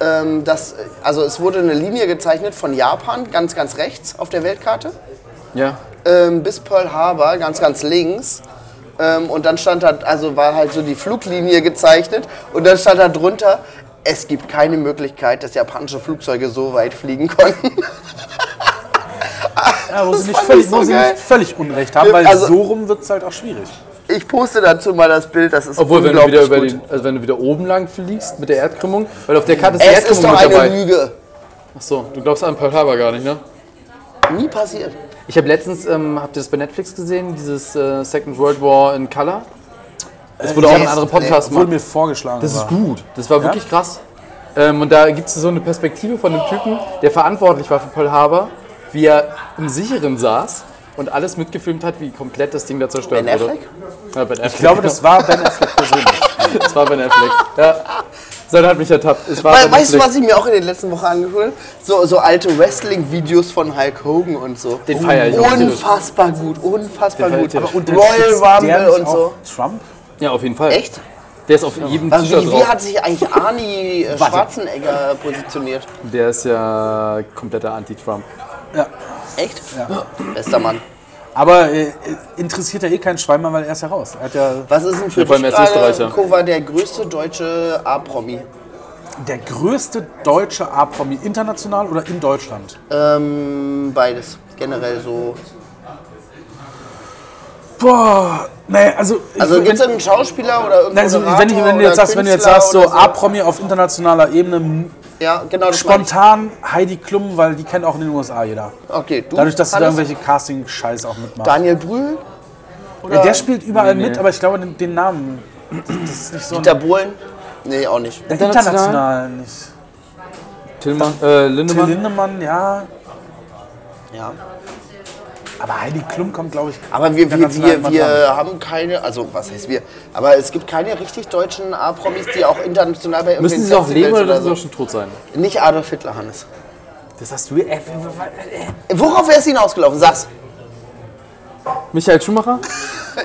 [SPEAKER 6] ähm, dass, also es wurde eine Linie gezeichnet von Japan, ganz, ganz rechts auf der Weltkarte,
[SPEAKER 4] Ja.
[SPEAKER 6] ähm, bis Pearl Harbor, ganz, ganz links. Ähm, und dann stand da, also war halt so die Fluglinie gezeichnet und dann stand da drunter, es gibt keine Möglichkeit, dass japanische Flugzeuge so weit fliegen konnten.
[SPEAKER 5] Ja, wo
[SPEAKER 6] Das
[SPEAKER 5] sie nicht
[SPEAKER 6] fand
[SPEAKER 5] völlig,
[SPEAKER 6] ich so
[SPEAKER 5] wo sie
[SPEAKER 6] geil.
[SPEAKER 5] nicht völlig Unrecht haben, weil
[SPEAKER 6] Also-
[SPEAKER 5] so rum wird es halt auch schwierig.
[SPEAKER 6] Ich poste dazu mal das Bild, das ist
[SPEAKER 4] Obwohl, wenn du,
[SPEAKER 6] unglaublich
[SPEAKER 4] wieder über
[SPEAKER 6] gut.
[SPEAKER 4] den, also wenn du wieder oben lang fliegst mit der Erdkrümmung, weil auf der Karte ist die
[SPEAKER 6] es ist
[SPEAKER 4] Erdkrümmung
[SPEAKER 6] doch
[SPEAKER 4] mit
[SPEAKER 6] eine
[SPEAKER 4] dabei.
[SPEAKER 6] Lüge.
[SPEAKER 4] Achso, du glaubst an Pearl Harbor gar nicht, ne?
[SPEAKER 6] Nie passiert.
[SPEAKER 4] Ich habe letztens, ähm, habt ihr das bei Netflix gesehen, dieses äh, Second World War in Color? Äh, Das wurde auch
[SPEAKER 6] nee,
[SPEAKER 4] ein anderer Podcast
[SPEAKER 5] Obwohl
[SPEAKER 4] gemacht.
[SPEAKER 5] mir vorgeschlagen
[SPEAKER 4] Das
[SPEAKER 5] war.
[SPEAKER 4] ist gut. Das war wirklich krass. Ähm, und da gibt es so eine Perspektive von einem Typen, der verantwortlich war für Pearl Harbor, wie er im Sicheren saß und alles mitgefilmt hat, wie komplett das Ding da zerstört
[SPEAKER 6] Ben
[SPEAKER 4] wurde.
[SPEAKER 6] Affleck?
[SPEAKER 4] Ja, ben Affleck. genau.
[SPEAKER 5] Ich glaube,
[SPEAKER 6] Genau.
[SPEAKER 5] das war Ben Affleck persönlich.
[SPEAKER 4] das war Ben Affleck. Ja. Sein hat mich ertappt. Es war
[SPEAKER 6] Weil,
[SPEAKER 4] ben
[SPEAKER 6] weißt du,
[SPEAKER 4] Affleck.
[SPEAKER 6] was ich mir auch in den letzten Wochen angeguckt habe? So, so alte Wrestling-Videos von Hulk Hogan und so.
[SPEAKER 4] Den feier ich auch tierisch.
[SPEAKER 6] Unfassbar gut, unfassbar
[SPEAKER 4] Den
[SPEAKER 6] gut.
[SPEAKER 4] feier ich
[SPEAKER 6] Aber
[SPEAKER 4] tierisch.
[SPEAKER 6] Royal
[SPEAKER 5] Schützt der
[SPEAKER 6] Rumble
[SPEAKER 5] nicht
[SPEAKER 6] und so.
[SPEAKER 5] auch Trump?
[SPEAKER 4] Ja, auf jeden Fall.
[SPEAKER 6] Echt?
[SPEAKER 4] Der ist auf jedem
[SPEAKER 6] Also
[SPEAKER 4] T-Shirt
[SPEAKER 6] wie, wie
[SPEAKER 4] drauf.
[SPEAKER 6] hat sich eigentlich Arnie äh, Schwarzenegger positioniert?
[SPEAKER 4] Der ist ja kompletter Anti-Trump.
[SPEAKER 6] Echt? Bester Mann.
[SPEAKER 5] Aber äh, interessiert ja eh keinen Schwein mehr, weil er ist ja raus. Er hat ja
[SPEAKER 6] Was ist denn für
[SPEAKER 4] Ja, vor
[SPEAKER 6] dich
[SPEAKER 4] allem er ist
[SPEAKER 6] gerade,
[SPEAKER 4] Österreicher.
[SPEAKER 6] Kova, der größte deutsche A-Promi?
[SPEAKER 5] der größte deutsche A-Promi international oder in Deutschland?
[SPEAKER 6] Ähm, beides. Generell so.
[SPEAKER 5] Boah, nee, also. ich-
[SPEAKER 6] Also
[SPEAKER 5] wenn-
[SPEAKER 6] gibt es einen Schauspieler oder irgendeinen
[SPEAKER 5] also, wenn, ich, wenn, du jetzt sagst, wenn du jetzt sagst, so A-Promi auf internationaler Ebene, m-
[SPEAKER 6] Ja, genau. das meine ich.
[SPEAKER 5] spontan Heidi Klum, weil die kennt auch in den USA jeder.
[SPEAKER 6] Okay, du.
[SPEAKER 5] Dadurch, dass du da
[SPEAKER 6] Hannes?
[SPEAKER 5] irgendwelche Casting-Scheiß auch mitmachst.
[SPEAKER 6] Daniel Brühl,
[SPEAKER 5] Ja, der spielt überall mit, aber ich glaube den, den Namen.
[SPEAKER 6] Dieter Bohlen. Nee, auch nicht.
[SPEAKER 5] Der international nicht.
[SPEAKER 4] Tillmann, äh,
[SPEAKER 5] Till
[SPEAKER 4] Lindemann.
[SPEAKER 5] Lindemann, ja.
[SPEAKER 6] Ja.
[SPEAKER 5] Aber Heidi Klum kommt, glaube ich.
[SPEAKER 6] Aber wir, wir,
[SPEAKER 5] international
[SPEAKER 6] wir,
[SPEAKER 5] immer
[SPEAKER 6] wir haben keine, also was heißt wir, aber es gibt keine richtig deutschen A-Promis, die auch international bei
[SPEAKER 4] Müssen sie
[SPEAKER 6] irgendwelchen
[SPEAKER 4] noch leben
[SPEAKER 6] Festivals
[SPEAKER 4] oder dürfen sie auch schon tot sein?
[SPEAKER 6] Nicht Adolf Hitler, Hannes.
[SPEAKER 4] Das hast du. Äh,
[SPEAKER 6] Worauf wär's hinausgelaufen? Sag's.
[SPEAKER 4] Michael Schumacher?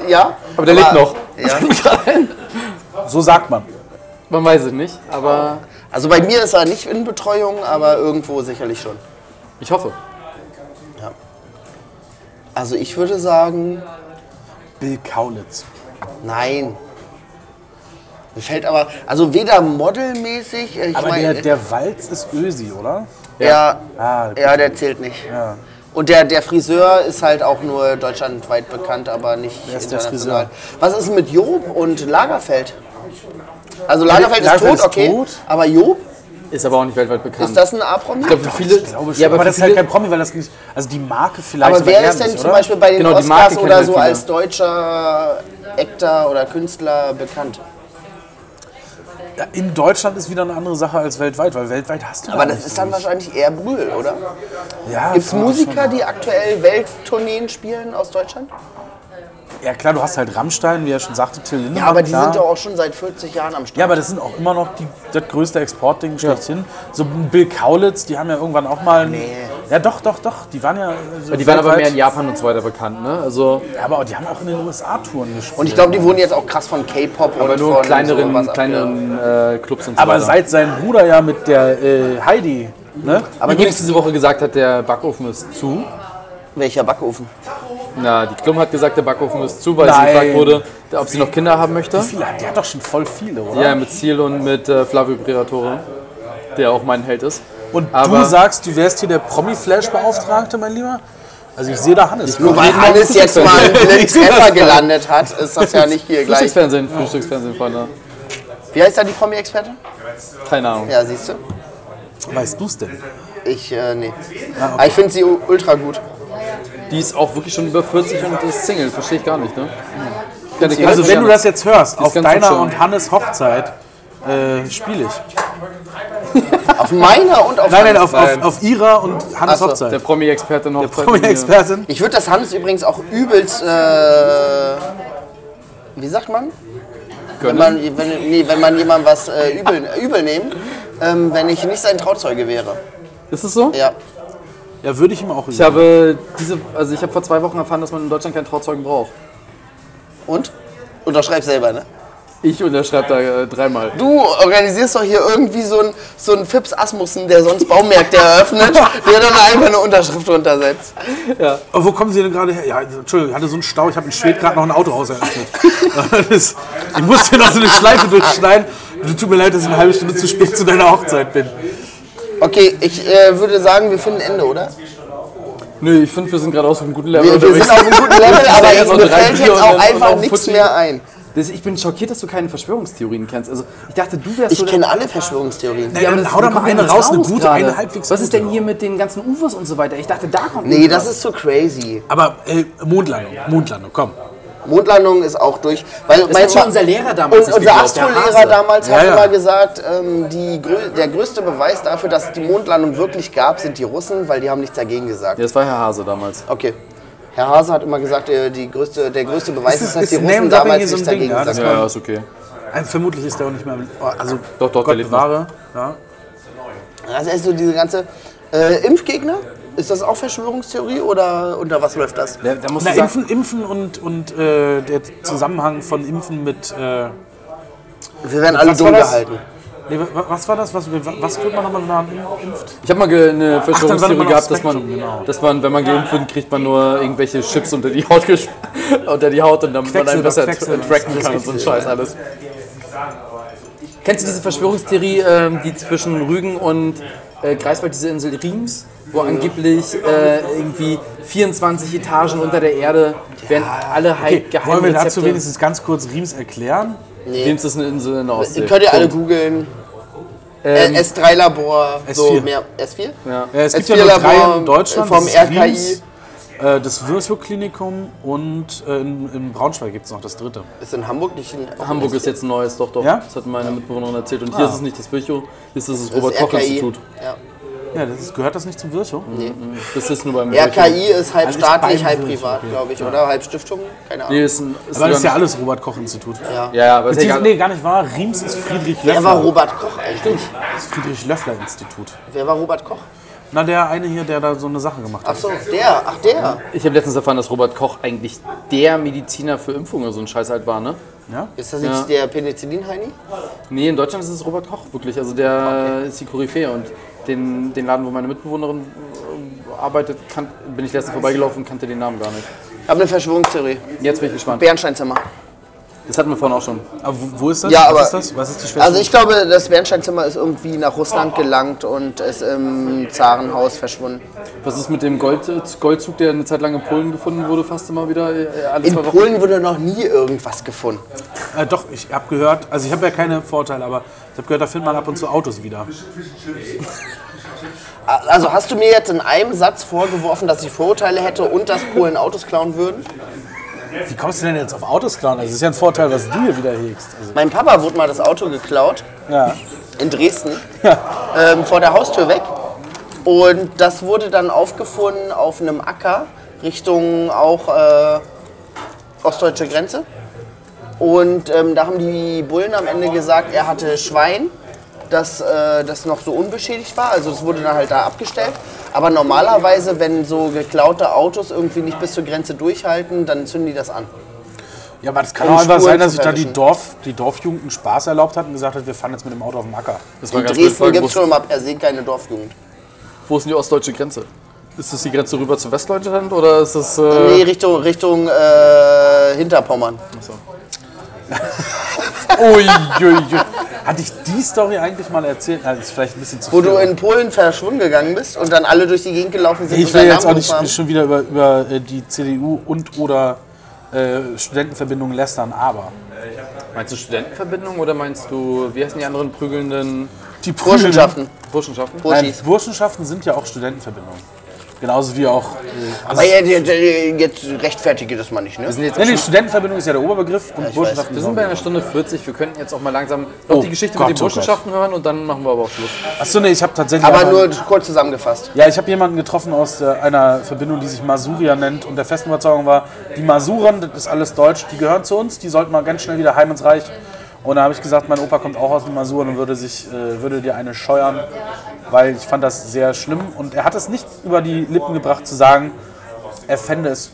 [SPEAKER 6] Ja?
[SPEAKER 4] Aber der lebt noch.
[SPEAKER 6] Ja.
[SPEAKER 5] So sagt man.
[SPEAKER 4] Man weiß es nicht, aber
[SPEAKER 6] Also bei mir ist er nicht in Betreuung, aber irgendwo sicherlich schon.
[SPEAKER 4] ich hoffe.
[SPEAKER 6] Also ich würde sagen,
[SPEAKER 5] Bill Kaulitz.
[SPEAKER 6] nein. Mir fällt aber, also weder modelmäßig, äh, ich
[SPEAKER 5] Aber
[SPEAKER 6] meine,
[SPEAKER 5] der, der Walz ist Ösi, oder?
[SPEAKER 6] ja,
[SPEAKER 5] Ah,
[SPEAKER 6] ja, der zählt nicht.
[SPEAKER 5] Ja.
[SPEAKER 6] Und der, der Friseur ist halt auch nur deutschlandweit bekannt, aber nicht
[SPEAKER 5] ist der
[SPEAKER 6] international. Was ist denn mit Job und Lagerfeld? Also Lagerfeld,
[SPEAKER 5] Lagerfeld
[SPEAKER 6] ist
[SPEAKER 5] ist
[SPEAKER 6] tot, okay.
[SPEAKER 5] tot.
[SPEAKER 6] Aber Job,
[SPEAKER 4] Ist aber auch nicht weltweit bekannt.
[SPEAKER 6] ist das ein A-Promi?
[SPEAKER 4] ich glaube, für viele.
[SPEAKER 5] Ich glaube schon.
[SPEAKER 4] ja,
[SPEAKER 5] aber
[SPEAKER 4] aber für
[SPEAKER 5] das ist halt
[SPEAKER 4] viele,
[SPEAKER 5] kein Promi, weil das nicht. Also die Marke vielleicht.
[SPEAKER 6] Aber wer ist
[SPEAKER 5] er
[SPEAKER 6] denn
[SPEAKER 5] nicht,
[SPEAKER 6] zum
[SPEAKER 5] oder?
[SPEAKER 6] Beispiel bei den
[SPEAKER 4] Genau, die Marke
[SPEAKER 6] Oscars
[SPEAKER 4] kennen
[SPEAKER 6] oder
[SPEAKER 4] halt
[SPEAKER 6] so
[SPEAKER 4] viele.
[SPEAKER 6] als deutscher Actor oder Künstler bekannt?
[SPEAKER 5] Ja, In Deutschland ist wieder eine andere Sache als weltweit, weil weltweit hast du.
[SPEAKER 6] Aber
[SPEAKER 5] gar
[SPEAKER 6] das
[SPEAKER 5] nicht
[SPEAKER 6] ist
[SPEAKER 5] so
[SPEAKER 6] dann
[SPEAKER 5] nicht.
[SPEAKER 6] wahrscheinlich eher Brühl, oder?
[SPEAKER 5] Ja,
[SPEAKER 6] Gibt es
[SPEAKER 5] klar,
[SPEAKER 6] Musiker, die aktuell Welttourneen spielen aus Deutschland?
[SPEAKER 5] schon. Ja, klar, du hast halt Rammstein, wie er schon sagte, Till Lindemann.
[SPEAKER 6] Ja, aber die
[SPEAKER 5] klar.
[SPEAKER 6] sind doch auch schon seit 40 Jahren am Start.
[SPEAKER 5] Ja, aber das sind auch immer noch die, das größte Exportding schlechthin. So ein Bill Kaulitz, die haben ja irgendwann auch mal. Nee. Ja, doch, doch, doch. Die waren ja. also
[SPEAKER 4] die waren aber
[SPEAKER 5] weltweit-
[SPEAKER 4] mehr in Japan und so weiter bekannt, ne? Also,
[SPEAKER 5] Ja, aber die haben auch in den USA Touren gespielt.
[SPEAKER 6] Und ich glaube, die wurden jetzt auch krass von K-Pop
[SPEAKER 4] aber
[SPEAKER 6] und
[SPEAKER 4] nur in
[SPEAKER 6] von
[SPEAKER 4] kleineren,
[SPEAKER 6] sowas ab-
[SPEAKER 4] kleineren äh, Clubs und so
[SPEAKER 5] aber
[SPEAKER 4] weiter.
[SPEAKER 5] seit seinem Bruder ja mit der äh, Heidi. Ne?
[SPEAKER 4] aber übrigens diese Woche gesagt hat, der Backofen ist zu.
[SPEAKER 6] Welcher Backofen?
[SPEAKER 4] Na, die Klum hat gesagt, der Backofen ist zu, weil sie
[SPEAKER 5] Nein.
[SPEAKER 4] gefragt wurde, ob sie noch Kinder haben möchte.
[SPEAKER 5] Viele, die hat doch schon voll viele, oder?
[SPEAKER 4] Ja, mit Ziel und mit äh, Flavio Briatore, der auch mein Held ist.
[SPEAKER 5] Und
[SPEAKER 4] Aber-
[SPEAKER 5] du sagst, du wärst hier der Promi-Flash-Beauftragte, mein Lieber? Also ich sehe da Hannes.
[SPEAKER 6] Nur weil Hannes jetzt mal einen Treffer gelandet hat, ist das ja nicht hier gleich.
[SPEAKER 4] Frühstücksfernsehen, Frühstücksfernsehen, Freunde.
[SPEAKER 6] Wie heißt da die Promi-Experte?
[SPEAKER 4] Keine Ahnung.
[SPEAKER 6] Ja, siehst du?
[SPEAKER 5] Weißt du's denn?
[SPEAKER 6] Ich, äh, nee.
[SPEAKER 4] Ah,
[SPEAKER 6] Aber ich finde sie u- ultra gut.
[SPEAKER 4] Die ist auch wirklich schon über 40 und ist Single, verstehe ich gar nicht, ne? Ja, die
[SPEAKER 5] Hm. Also wenn du das jetzt hörst, auf
[SPEAKER 4] ganz
[SPEAKER 5] deiner
[SPEAKER 4] schön.
[SPEAKER 5] und Hannes Hochzeit äh, spiele ich.
[SPEAKER 6] Auf meiner und auf
[SPEAKER 5] Nein, nein, auf,
[SPEAKER 6] Hannes.
[SPEAKER 5] auf, auf ihrer und Hannes
[SPEAKER 6] so.
[SPEAKER 4] Der
[SPEAKER 5] Hochzeit.
[SPEAKER 4] Promi-Experte noch.
[SPEAKER 5] Promi-Expertin.
[SPEAKER 6] Ich würde das Hannes übrigens auch übelst, äh, wie sagt man? Wenn man, wenn, nee, wenn man jemandem was äh, übel, übel nehmen, ähm, wenn ich nicht sein Trauzeuge wäre.
[SPEAKER 4] Ist es so?
[SPEAKER 6] Ja.
[SPEAKER 5] Ja, würde ich ihm auch
[SPEAKER 4] Ich habe diese, also ich habe vor zwei Wochen erfahren, dass man in Deutschland keinen Trauzeugen braucht.
[SPEAKER 6] Und? Unterschreib selber, ne?
[SPEAKER 4] Ich unterschreibe da äh, dreimal.
[SPEAKER 6] Du organisierst doch hier irgendwie so einen so einen Fips Asmussen, der sonst Baumärkte eröffnet, der dann einfach eine Unterschrift runtersetzt.
[SPEAKER 5] Oh, wo kommen Sie denn gerade her? Ja, Entschuldigung, ich hatte so einen Stau. Ich habe in Schwed gerade noch ein Autohaus eröffnet. Das ist- ich musste hier noch so eine Schleife durchschneiden. Tut mir leid, dass ich eine halbe Stunde zu spät zu deiner Hochzeit bin.
[SPEAKER 6] Okay, ich äh, würde sagen, wir finden ein Ende, oder?
[SPEAKER 4] Nö, ich finde, wir sind gerade auf einem guten Level
[SPEAKER 6] Wir, wir
[SPEAKER 4] unterwegs.
[SPEAKER 6] sind auf einem guten Level, aber
[SPEAKER 4] jetzt
[SPEAKER 6] mir
[SPEAKER 4] noch drei
[SPEAKER 6] fällt
[SPEAKER 4] Bier
[SPEAKER 6] jetzt
[SPEAKER 4] und
[SPEAKER 6] auch
[SPEAKER 4] dann- und
[SPEAKER 6] einfach
[SPEAKER 4] dann
[SPEAKER 6] nichts
[SPEAKER 4] Futschi.
[SPEAKER 6] mehr ein.
[SPEAKER 4] Das, ich bin schockiert, dass du keine Verschwörungstheorien kennst. Also ich dachte, du wärst so
[SPEAKER 6] Ich
[SPEAKER 4] der-
[SPEAKER 6] kenne alle Verschwörungstheorien.
[SPEAKER 5] Ja, dann hau da mal
[SPEAKER 4] kommt
[SPEAKER 5] eine
[SPEAKER 4] jetzt
[SPEAKER 5] raus, eine
[SPEAKER 4] raus
[SPEAKER 5] gute,
[SPEAKER 4] gerade.
[SPEAKER 5] eine halbwegs
[SPEAKER 4] Was ist
[SPEAKER 5] gute.
[SPEAKER 4] denn hier mit den ganzen UFOs und so weiter? Ich dachte, da kommt
[SPEAKER 6] Nee, das ist zu crazy.
[SPEAKER 5] Aber äh, Mondlandung, Mondlandung, komm.
[SPEAKER 6] Mondlandung ist auch durch. Weil das
[SPEAKER 4] hat schon unser Lehrer damals nicht
[SPEAKER 6] unser
[SPEAKER 4] geglaubt, der
[SPEAKER 6] Astrolehrer
[SPEAKER 4] Hase.
[SPEAKER 6] damals hat
[SPEAKER 5] Ja, ja.
[SPEAKER 6] immer gesagt, ähm, die, grö- der größte Beweis dafür, dass es die Mondlandung wirklich gab, sind die Russen, weil die haben nichts dagegen gesagt.
[SPEAKER 4] Ja, das war Herr Hase damals.
[SPEAKER 6] Okay. Herr Hase hat immer gesagt, äh, die größte, der größte Beweis
[SPEAKER 5] Ist
[SPEAKER 6] ist,
[SPEAKER 5] es-
[SPEAKER 6] dass
[SPEAKER 5] ist
[SPEAKER 6] die
[SPEAKER 5] Name
[SPEAKER 6] Russen
[SPEAKER 5] Dropping
[SPEAKER 6] damals
[SPEAKER 5] hier so
[SPEAKER 6] nichts
[SPEAKER 5] ein Ding,
[SPEAKER 6] dagegen
[SPEAKER 5] ja?
[SPEAKER 6] gesagt
[SPEAKER 5] Ja,
[SPEAKER 6] haben.
[SPEAKER 4] Ja, ist okay.
[SPEAKER 5] Äh, Vermutlich ist der auch nicht mehr. im- oh, Also,
[SPEAKER 4] Doch, doch, der
[SPEAKER 5] Gott
[SPEAKER 4] lebt
[SPEAKER 5] bewahre. Ja.
[SPEAKER 6] Das ist so Also, diese ganze äh, Impfgegner. Ist das auch Verschwörungstheorie oder unter was läuft das?
[SPEAKER 4] Da, da musst
[SPEAKER 5] Na,
[SPEAKER 4] du sagen,
[SPEAKER 5] impfen, impfen und, und äh, der Zusammenhang von Impfen mit. Äh,
[SPEAKER 6] Wir werden alle
[SPEAKER 5] Was
[SPEAKER 6] dumm
[SPEAKER 5] war das?
[SPEAKER 6] gehalten.
[SPEAKER 5] nee, wa- wa- was war das? Was, was tut man nochmal, wenn man impft?
[SPEAKER 4] ich habe mal ge- eine
[SPEAKER 5] dann war
[SPEAKER 4] Verschwörungstheorie
[SPEAKER 5] man
[SPEAKER 4] gehabt,
[SPEAKER 5] auf
[SPEAKER 4] dass man,
[SPEAKER 5] Spektrum, genau.
[SPEAKER 4] dass man, wenn man geimpft wird, kriegt man nur irgendwelche Chips unter die Haut, ges- unter die Haut und damit man einen
[SPEAKER 5] Quecksilber,
[SPEAKER 4] besser
[SPEAKER 5] Quecksilber.
[SPEAKER 4] tracken kann und so ein Scheiß alles. Kennst du diese Verschwörungstheorie, ähm, die zwischen Rügen und äh, Greifswald, diese Insel Riems, wo angeblich äh, irgendwie 24 Etagen unter der Erde werden alle
[SPEAKER 5] Okay,
[SPEAKER 4] halt geheim
[SPEAKER 5] wollen wir dazu wenigstens ganz kurz Riems erklären?
[SPEAKER 4] Riems ist eine Insel in der Ostsee. Ähm,
[SPEAKER 6] Ihr könnt ja alle googeln.
[SPEAKER 5] Ähm,
[SPEAKER 6] Äh, S3-Labor, so
[SPEAKER 5] S4.
[SPEAKER 6] mehr. S4?
[SPEAKER 4] Ja.
[SPEAKER 5] Ja, Äh, es gibt ja nur drei
[SPEAKER 6] S4-Labor
[SPEAKER 5] in Deutschland.
[SPEAKER 6] vom
[SPEAKER 5] das ist
[SPEAKER 6] RKI.
[SPEAKER 5] Riems, äh, das Würzburg-Klinikum und äh, in, in Braunschweig gibt es noch das dritte.
[SPEAKER 6] Ist in Hamburg nicht in
[SPEAKER 4] Hamburg ist jetzt ein neues, doch, doch.
[SPEAKER 5] Ja?
[SPEAKER 4] Das hat meine Mitbewohnerin erzählt. Und hier ist es nicht das Virchow, hier ist es das Robert-Koch-Institut.
[SPEAKER 6] Ja.
[SPEAKER 5] Ja, das ist, gehört das nicht zum Virchow?
[SPEAKER 4] Das ist nur beim Virchow.
[SPEAKER 6] RKI ist halb
[SPEAKER 5] Also ist
[SPEAKER 6] staatlich,
[SPEAKER 5] beiden
[SPEAKER 6] halb
[SPEAKER 5] Würzburg,
[SPEAKER 6] privat,
[SPEAKER 5] ja.
[SPEAKER 6] glaube ich, oder? Halb Stiftung? Keine Ahnung.
[SPEAKER 4] Hier ist ein, ist
[SPEAKER 5] Aber das ist ja
[SPEAKER 4] sogar
[SPEAKER 5] alles Robert-Koch-Institut.
[SPEAKER 6] Ja.
[SPEAKER 4] ein- ja, ja, aber ist
[SPEAKER 5] Beziehungsweise,
[SPEAKER 4] egal.
[SPEAKER 5] nee, gar nicht wahr. Riems ist Friedrich Löffler.
[SPEAKER 6] Wer war Robert Koch eigentlich?
[SPEAKER 5] Das Friedrich-Löffler-Institut.
[SPEAKER 6] Wer war Robert Koch?
[SPEAKER 5] Na, der eine hier, der da so eine Sache gemacht hat.
[SPEAKER 6] Achso, der. Ach, der.
[SPEAKER 4] Ich habe letztens erfahren, dass Robert Koch eigentlich der Mediziner für Impfungen so ein Scheiß halt war, ne?
[SPEAKER 5] Ja?
[SPEAKER 6] Ist das nicht der Penicillin-Heini?
[SPEAKER 4] Nee, in Deutschland ist es Robert Koch, wirklich. Also der ist die Koryphäe und den, den Laden, wo meine Mitbewohnerin äh, arbeitet, kan- bin ich letztens vorbeigelaufen und kannte den Namen gar nicht.
[SPEAKER 6] Ich habe eine Verschwörungstheorie.
[SPEAKER 4] Jetzt bin ich gespannt.
[SPEAKER 6] Bernsteinzimmer.
[SPEAKER 4] Das hatten wir vorhin auch schon.
[SPEAKER 5] Aber wo, wo ist das?
[SPEAKER 6] Ja,
[SPEAKER 5] Was
[SPEAKER 6] aber-
[SPEAKER 5] ist das? Was ist die Schwester?
[SPEAKER 6] Also ich glaube, das Bernsteinzimmer ist irgendwie nach Russland gelangt und ist im Zarenhaus verschwunden.
[SPEAKER 4] Was ist mit dem Gold, äh, Goldzug, der eine Zeit lang in Polen gefunden wurde, fast immer wieder? äh, Alle
[SPEAKER 6] In
[SPEAKER 4] zwei Wochen?
[SPEAKER 6] Polen wurde noch nie irgendwas gefunden.
[SPEAKER 5] äh, doch, ich habe gehört, also ich habe ja keine Vorteile, aber ich habe gehört, da findet man ab und zu Autos wieder.
[SPEAKER 6] Also hast du mir jetzt in einem Satz vorgeworfen, dass ich Vorurteile hätte und dass Polen Autos klauen würden?
[SPEAKER 5] Wie kommst du denn jetzt auf Autos klauen? Also, Das ist ja ein Vorteil, was du hier wieder hegst. Also,
[SPEAKER 6] Mein Papa wurde mal das Auto geklaut
[SPEAKER 5] ja.
[SPEAKER 6] in Dresden ähm, vor der Haustür weg. Und das wurde dann aufgefunden auf einem Acker Richtung auch äh, ostdeutsche Grenze. Und ähm, da haben die Bullen am Ende gesagt, er hatte Schwein, dass äh, das noch so unbeschädigt war. Also das wurde dann halt da abgestellt. Aber normalerweise, wenn so geklaute Autos irgendwie nicht bis zur Grenze durchhalten, dann zünden die das an.
[SPEAKER 5] ja, aber das kann
[SPEAKER 6] Um
[SPEAKER 5] auch einfach
[SPEAKER 6] Spuren
[SPEAKER 5] sein, dass
[SPEAKER 6] zu
[SPEAKER 5] sich da die,
[SPEAKER 6] verwischen.
[SPEAKER 5] Dorf, die Dorfjugend einen Spaß erlaubt hat und gesagt hat, wir fahren jetzt mit dem Auto auf dem Acker.
[SPEAKER 4] Das war
[SPEAKER 6] In
[SPEAKER 4] ganz blöd,
[SPEAKER 6] Dresden
[SPEAKER 4] Frage,
[SPEAKER 6] gibt
[SPEAKER 4] wo,
[SPEAKER 6] es schon mal per se keine Dorfjugend.
[SPEAKER 4] wo ist denn die ostdeutsche Grenze? Ist das die Grenze rüber zu Westdeutschland oder ist das... Äh,
[SPEAKER 6] Nee, Richtung, Richtung äh, Hinterpommern.
[SPEAKER 5] Uiuiui. Hatte ich die Story eigentlich mal erzählt? Na, das ist vielleicht ein bisschen zu
[SPEAKER 6] Wo
[SPEAKER 5] viel.
[SPEAKER 6] du in Polen verschwunden gegangen bist und dann alle durch die Gegend gelaufen sind.
[SPEAKER 5] ich
[SPEAKER 6] und
[SPEAKER 5] will
[SPEAKER 6] deinen
[SPEAKER 5] jetzt auch
[SPEAKER 6] Namen
[SPEAKER 5] nicht
[SPEAKER 6] gerufen
[SPEAKER 5] schon wieder über, über äh, die CDU und oder äh, Studentenverbindung lästern, aber
[SPEAKER 4] Meinst du Studentenverbindung oder meinst du, wie heißen die anderen prügelnden
[SPEAKER 5] die
[SPEAKER 6] haben. Burschenschaften.
[SPEAKER 4] Burschenschaften?
[SPEAKER 5] Nein,
[SPEAKER 6] Burschis.
[SPEAKER 5] Burschenschaften sind ja auch Studentenverbindungen. Genauso wie auch. Äh, also,
[SPEAKER 6] Aber jetzt, jetzt, jetzt rechtfertige das mal nicht, ne?
[SPEAKER 4] sind jetzt
[SPEAKER 5] nee, nee, Studentenverbindung ist ja der Oberbegriff und
[SPEAKER 6] ich
[SPEAKER 5] Burschenschaften
[SPEAKER 4] Wir
[SPEAKER 5] ist auch
[SPEAKER 4] sind bei
[SPEAKER 5] wieder.
[SPEAKER 4] einer Stunde 40. Wir könnten jetzt auch mal langsam noch
[SPEAKER 5] Oh
[SPEAKER 4] die Geschichte
[SPEAKER 5] Gott,
[SPEAKER 4] mit den
[SPEAKER 5] oh
[SPEAKER 4] Burschenschaften hören und dann machen wir aber auch Schluss.
[SPEAKER 5] Achso, nee, ich habe tatsächlich.
[SPEAKER 6] Aber
[SPEAKER 5] einmal-
[SPEAKER 6] nur kurz zusammengefasst.
[SPEAKER 5] Ja, ich habe jemanden getroffen aus äh, einer Verbindung, die sich Masuria nennt und der festen Überzeugung war, die Masuren, das ist alles deutsch, die gehören zu uns, die sollten mal ganz schnell wieder heim ins Reich. Und da habe ich gesagt, mein Opa kommt auch aus den Masuren und würde, sich, äh, würde dir eine scheuern, weil ich fand das sehr schlimm. Und er hat es nicht über die Lippen gebracht zu sagen, er fände es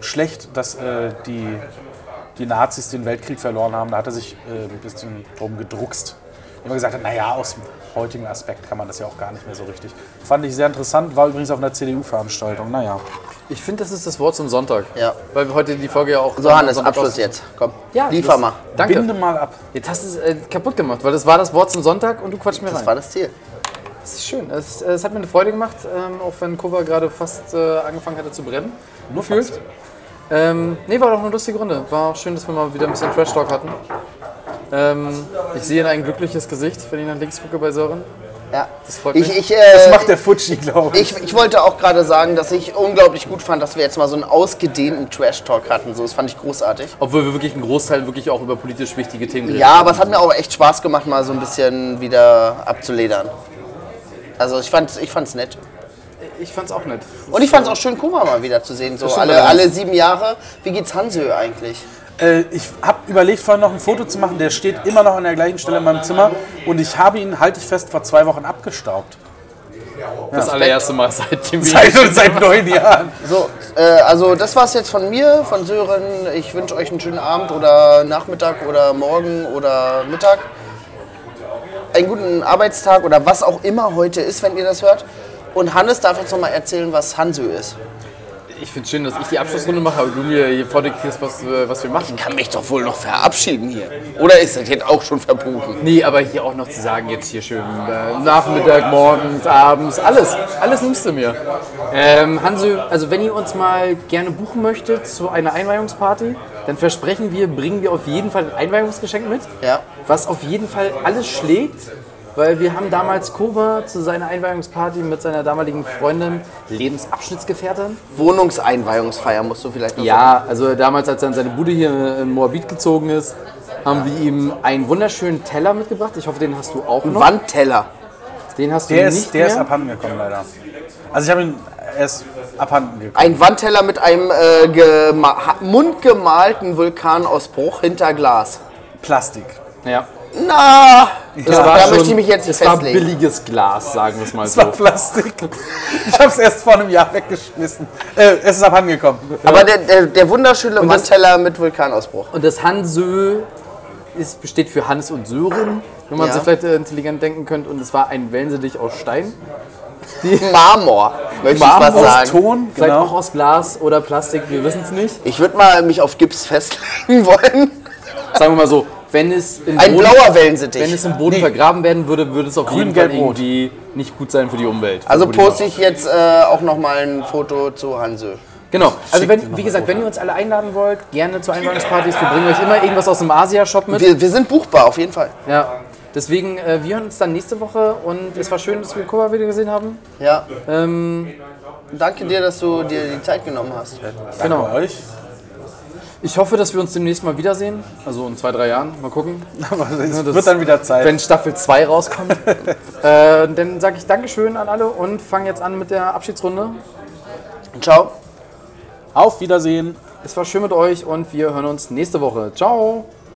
[SPEAKER 5] schlecht, dass äh, die, die Nazis den Weltkrieg verloren haben. Da hat er sich äh, ein bisschen drum gedruckst. Immer gesagt hat, naja, aus dem heutigen Aspekt kann man das ja auch gar nicht mehr so richtig. Fand ich sehr interessant, war übrigens auf einer CDU-Veranstaltung. Naja.
[SPEAKER 4] Ich finde, das ist das Wort zum Sonntag.
[SPEAKER 6] Ja.
[SPEAKER 4] Weil wir heute die Folge ja auch.
[SPEAKER 6] So, Hannes,
[SPEAKER 4] Sonntag
[SPEAKER 6] Abschluss
[SPEAKER 4] aus-
[SPEAKER 6] jetzt. Komm,
[SPEAKER 4] Ja,
[SPEAKER 6] liefer
[SPEAKER 4] das-
[SPEAKER 6] mal.
[SPEAKER 4] Danke.
[SPEAKER 5] Binde mal ab.
[SPEAKER 4] Jetzt hast du es äh, kaputt gemacht, weil das war das Wort zum Sonntag und du quatscht mir
[SPEAKER 6] Das
[SPEAKER 4] rein.
[SPEAKER 6] war das Ziel.
[SPEAKER 4] Das ist schön. Es, äh, es hat mir eine Freude gemacht, ähm, auch wenn Kova gerade fast äh, angefangen hatte zu brennen. Nur fühlst. Ähm, nee, war doch eine lustige Runde. War auch schön, dass wir mal wieder ein bisschen Trash Talk hatten. Ähm, ich sehe ein glückliches Gesicht, wenn ich nach links gucke bei Sören.
[SPEAKER 6] Ja.
[SPEAKER 4] Das freut
[SPEAKER 6] Ich,
[SPEAKER 4] mich.
[SPEAKER 6] ich,
[SPEAKER 5] Das
[SPEAKER 6] äh,
[SPEAKER 5] macht der Futschi, glaube ich.
[SPEAKER 6] ich, ich wollte auch gerade sagen, dass ich unglaublich gut fand, dass wir jetzt mal so einen ausgedehnten Trash-Talk hatten. So, das fand ich großartig.
[SPEAKER 4] Obwohl wir wirklich einen Großteil wirklich auch über politisch wichtige Themen reden.
[SPEAKER 6] Ja, aber es hat mir auch echt Spaß gemacht, mal so ein bisschen wieder abzuledern. Also ich fand's, ich fand's nett.
[SPEAKER 4] Ich fand's auch nett.
[SPEAKER 6] Und ich fand's auch schön, Kuma mal wieder zu sehen. So
[SPEAKER 4] stimmt
[SPEAKER 6] alle,
[SPEAKER 4] allerdings.
[SPEAKER 6] alle sieben Jahre. Wie geht's Hansö eigentlich?
[SPEAKER 5] Äh, ich habe überlegt, vorhin noch ein Foto zu machen. Der steht immer noch an der gleichen Stelle in meinem Zimmer. Und ich habe ihn, halte ich fest, vor zwei Wochen abgestaubt.
[SPEAKER 4] Das äh, allererste Mal seitdem wir
[SPEAKER 5] Seit, seit neun Jahren.
[SPEAKER 6] So, äh, also das war's jetzt von mir, von Sören. Ich wünsche euch einen schönen Abend oder Nachmittag oder Morgen oder Mittag. Einen guten Arbeitstag oder was auch immer heute ist, wenn ihr das hört. Und Hannes darf jetzt nochmal erzählen, was Hansö ist.
[SPEAKER 4] Ich finde schön, dass ich die Abschlussrunde mache, aber du mir hier vordiktierst, was, äh, was wir machen.
[SPEAKER 9] Kann mich doch wohl noch verabschieden hier. Oder ist das jetzt auch schon verboten?
[SPEAKER 4] Nee, aber hier auch noch zu sagen, jetzt hier schön äh, Nachmittag, morgens, abends, alles. Alles nimmst du mir. Ähm, Hansel, also wenn ihr uns mal gerne buchen möchtet zu einer Einweihungsparty, dann versprechen wir, bringen wir auf jeden Fall ein Einweihungsgeschenk mit.
[SPEAKER 6] Ja.
[SPEAKER 4] Was auf jeden Fall alles schlägt, weil wir haben damals Kova zu seiner Einweihungsparty mit seiner damaligen Freundin Lebensabschnittsgefährtin.
[SPEAKER 6] Wohnungseinweihungsfeier musst du vielleicht noch sagen.
[SPEAKER 4] Ja, also damals, als er in seine Bude hier in Moabit gezogen ist, haben wir ihm einen wunderschönen Teller mitgebracht. Ich hoffe, den hast du auch noch.
[SPEAKER 6] Wandteller.
[SPEAKER 4] Den hast du
[SPEAKER 5] Der,
[SPEAKER 4] nicht
[SPEAKER 5] ist, der
[SPEAKER 4] mehr.
[SPEAKER 5] ist abhanden gekommen, leider. Also ich habe ihn erst abhanden gekommen.
[SPEAKER 6] Ein Wandteller mit einem äh, gema- ha- mundgemalten Vulkanausbruch hinter Glas.
[SPEAKER 5] Plastik.
[SPEAKER 4] ja.
[SPEAKER 6] Na, das,
[SPEAKER 4] war
[SPEAKER 6] da
[SPEAKER 4] schon-
[SPEAKER 6] möchte ich mich jetzt
[SPEAKER 4] Es war
[SPEAKER 6] festlegen.
[SPEAKER 4] billiges Glas, sagen wir es mal
[SPEAKER 5] Es war
[SPEAKER 4] so.
[SPEAKER 5] Plastik. Ich habe es erst vor einem Jahr weggeschmissen. Äh, es ist abhanden gekommen.
[SPEAKER 6] Aber der, der, der wunderschöne Wandteller mit Vulkanausbruch.
[SPEAKER 4] Und das Hansö ist, besteht für Hans und Sören, wenn man
[SPEAKER 6] Ja.
[SPEAKER 4] so vielleicht äh, intelligent denken könnte. Und es war ein Wellensittich aus Stein.
[SPEAKER 6] Marmor, möchte ich was
[SPEAKER 5] Aus
[SPEAKER 6] sagen.
[SPEAKER 5] Ton,
[SPEAKER 4] Vielleicht auch
[SPEAKER 5] genau.
[SPEAKER 4] aus Glas oder Plastik, wir wissen es nicht.
[SPEAKER 6] Ich würde mal mich auf Gips festlegen wollen.
[SPEAKER 4] Sagen wir mal so, wenn es im
[SPEAKER 6] Ein
[SPEAKER 4] Boden,
[SPEAKER 6] blauer
[SPEAKER 4] wenn
[SPEAKER 6] Wellensittich.
[SPEAKER 4] es im Boden vergraben werden würde, würde es auf jeden Fall
[SPEAKER 5] gelb, rot.
[SPEAKER 4] irgendwie nicht gut sein für die Umwelt.
[SPEAKER 6] Also
[SPEAKER 4] Würde ich mal
[SPEAKER 6] poste ich jetzt äh, auch nochmal ein Foto zu Hansö.
[SPEAKER 4] Genau, also wenn, wie gesagt, wenn ihr uns alle einladen wollt, gerne zu Einweihungspartys, wir bringen euch immer irgendwas aus dem Asia-Shop mit.
[SPEAKER 6] Wir, wir sind buchbar, auf jeden Fall.
[SPEAKER 4] Ja. Deswegen, äh, wir hören uns dann nächste Woche und es war schön, dass wir Kuba wieder gesehen haben.
[SPEAKER 6] Ja.
[SPEAKER 4] Ähm,
[SPEAKER 6] Danke dir, dass du dir die Zeit genommen hast.
[SPEAKER 5] Genau. Euch.
[SPEAKER 4] ich hoffe, dass wir uns demnächst mal wiedersehen. Also in zwei, drei Jahren. Mal gucken.
[SPEAKER 5] Aber es
[SPEAKER 4] das-
[SPEAKER 5] wird dann wieder Zeit.
[SPEAKER 4] Wenn Staffel 2 rauskommt. äh, dann sage ich Dankeschön an alle und fange jetzt an mit der Abschiedsrunde.
[SPEAKER 6] Ciao.
[SPEAKER 5] Auf Wiedersehen.
[SPEAKER 4] Es war schön mit euch und wir hören uns nächste Woche. Ciao!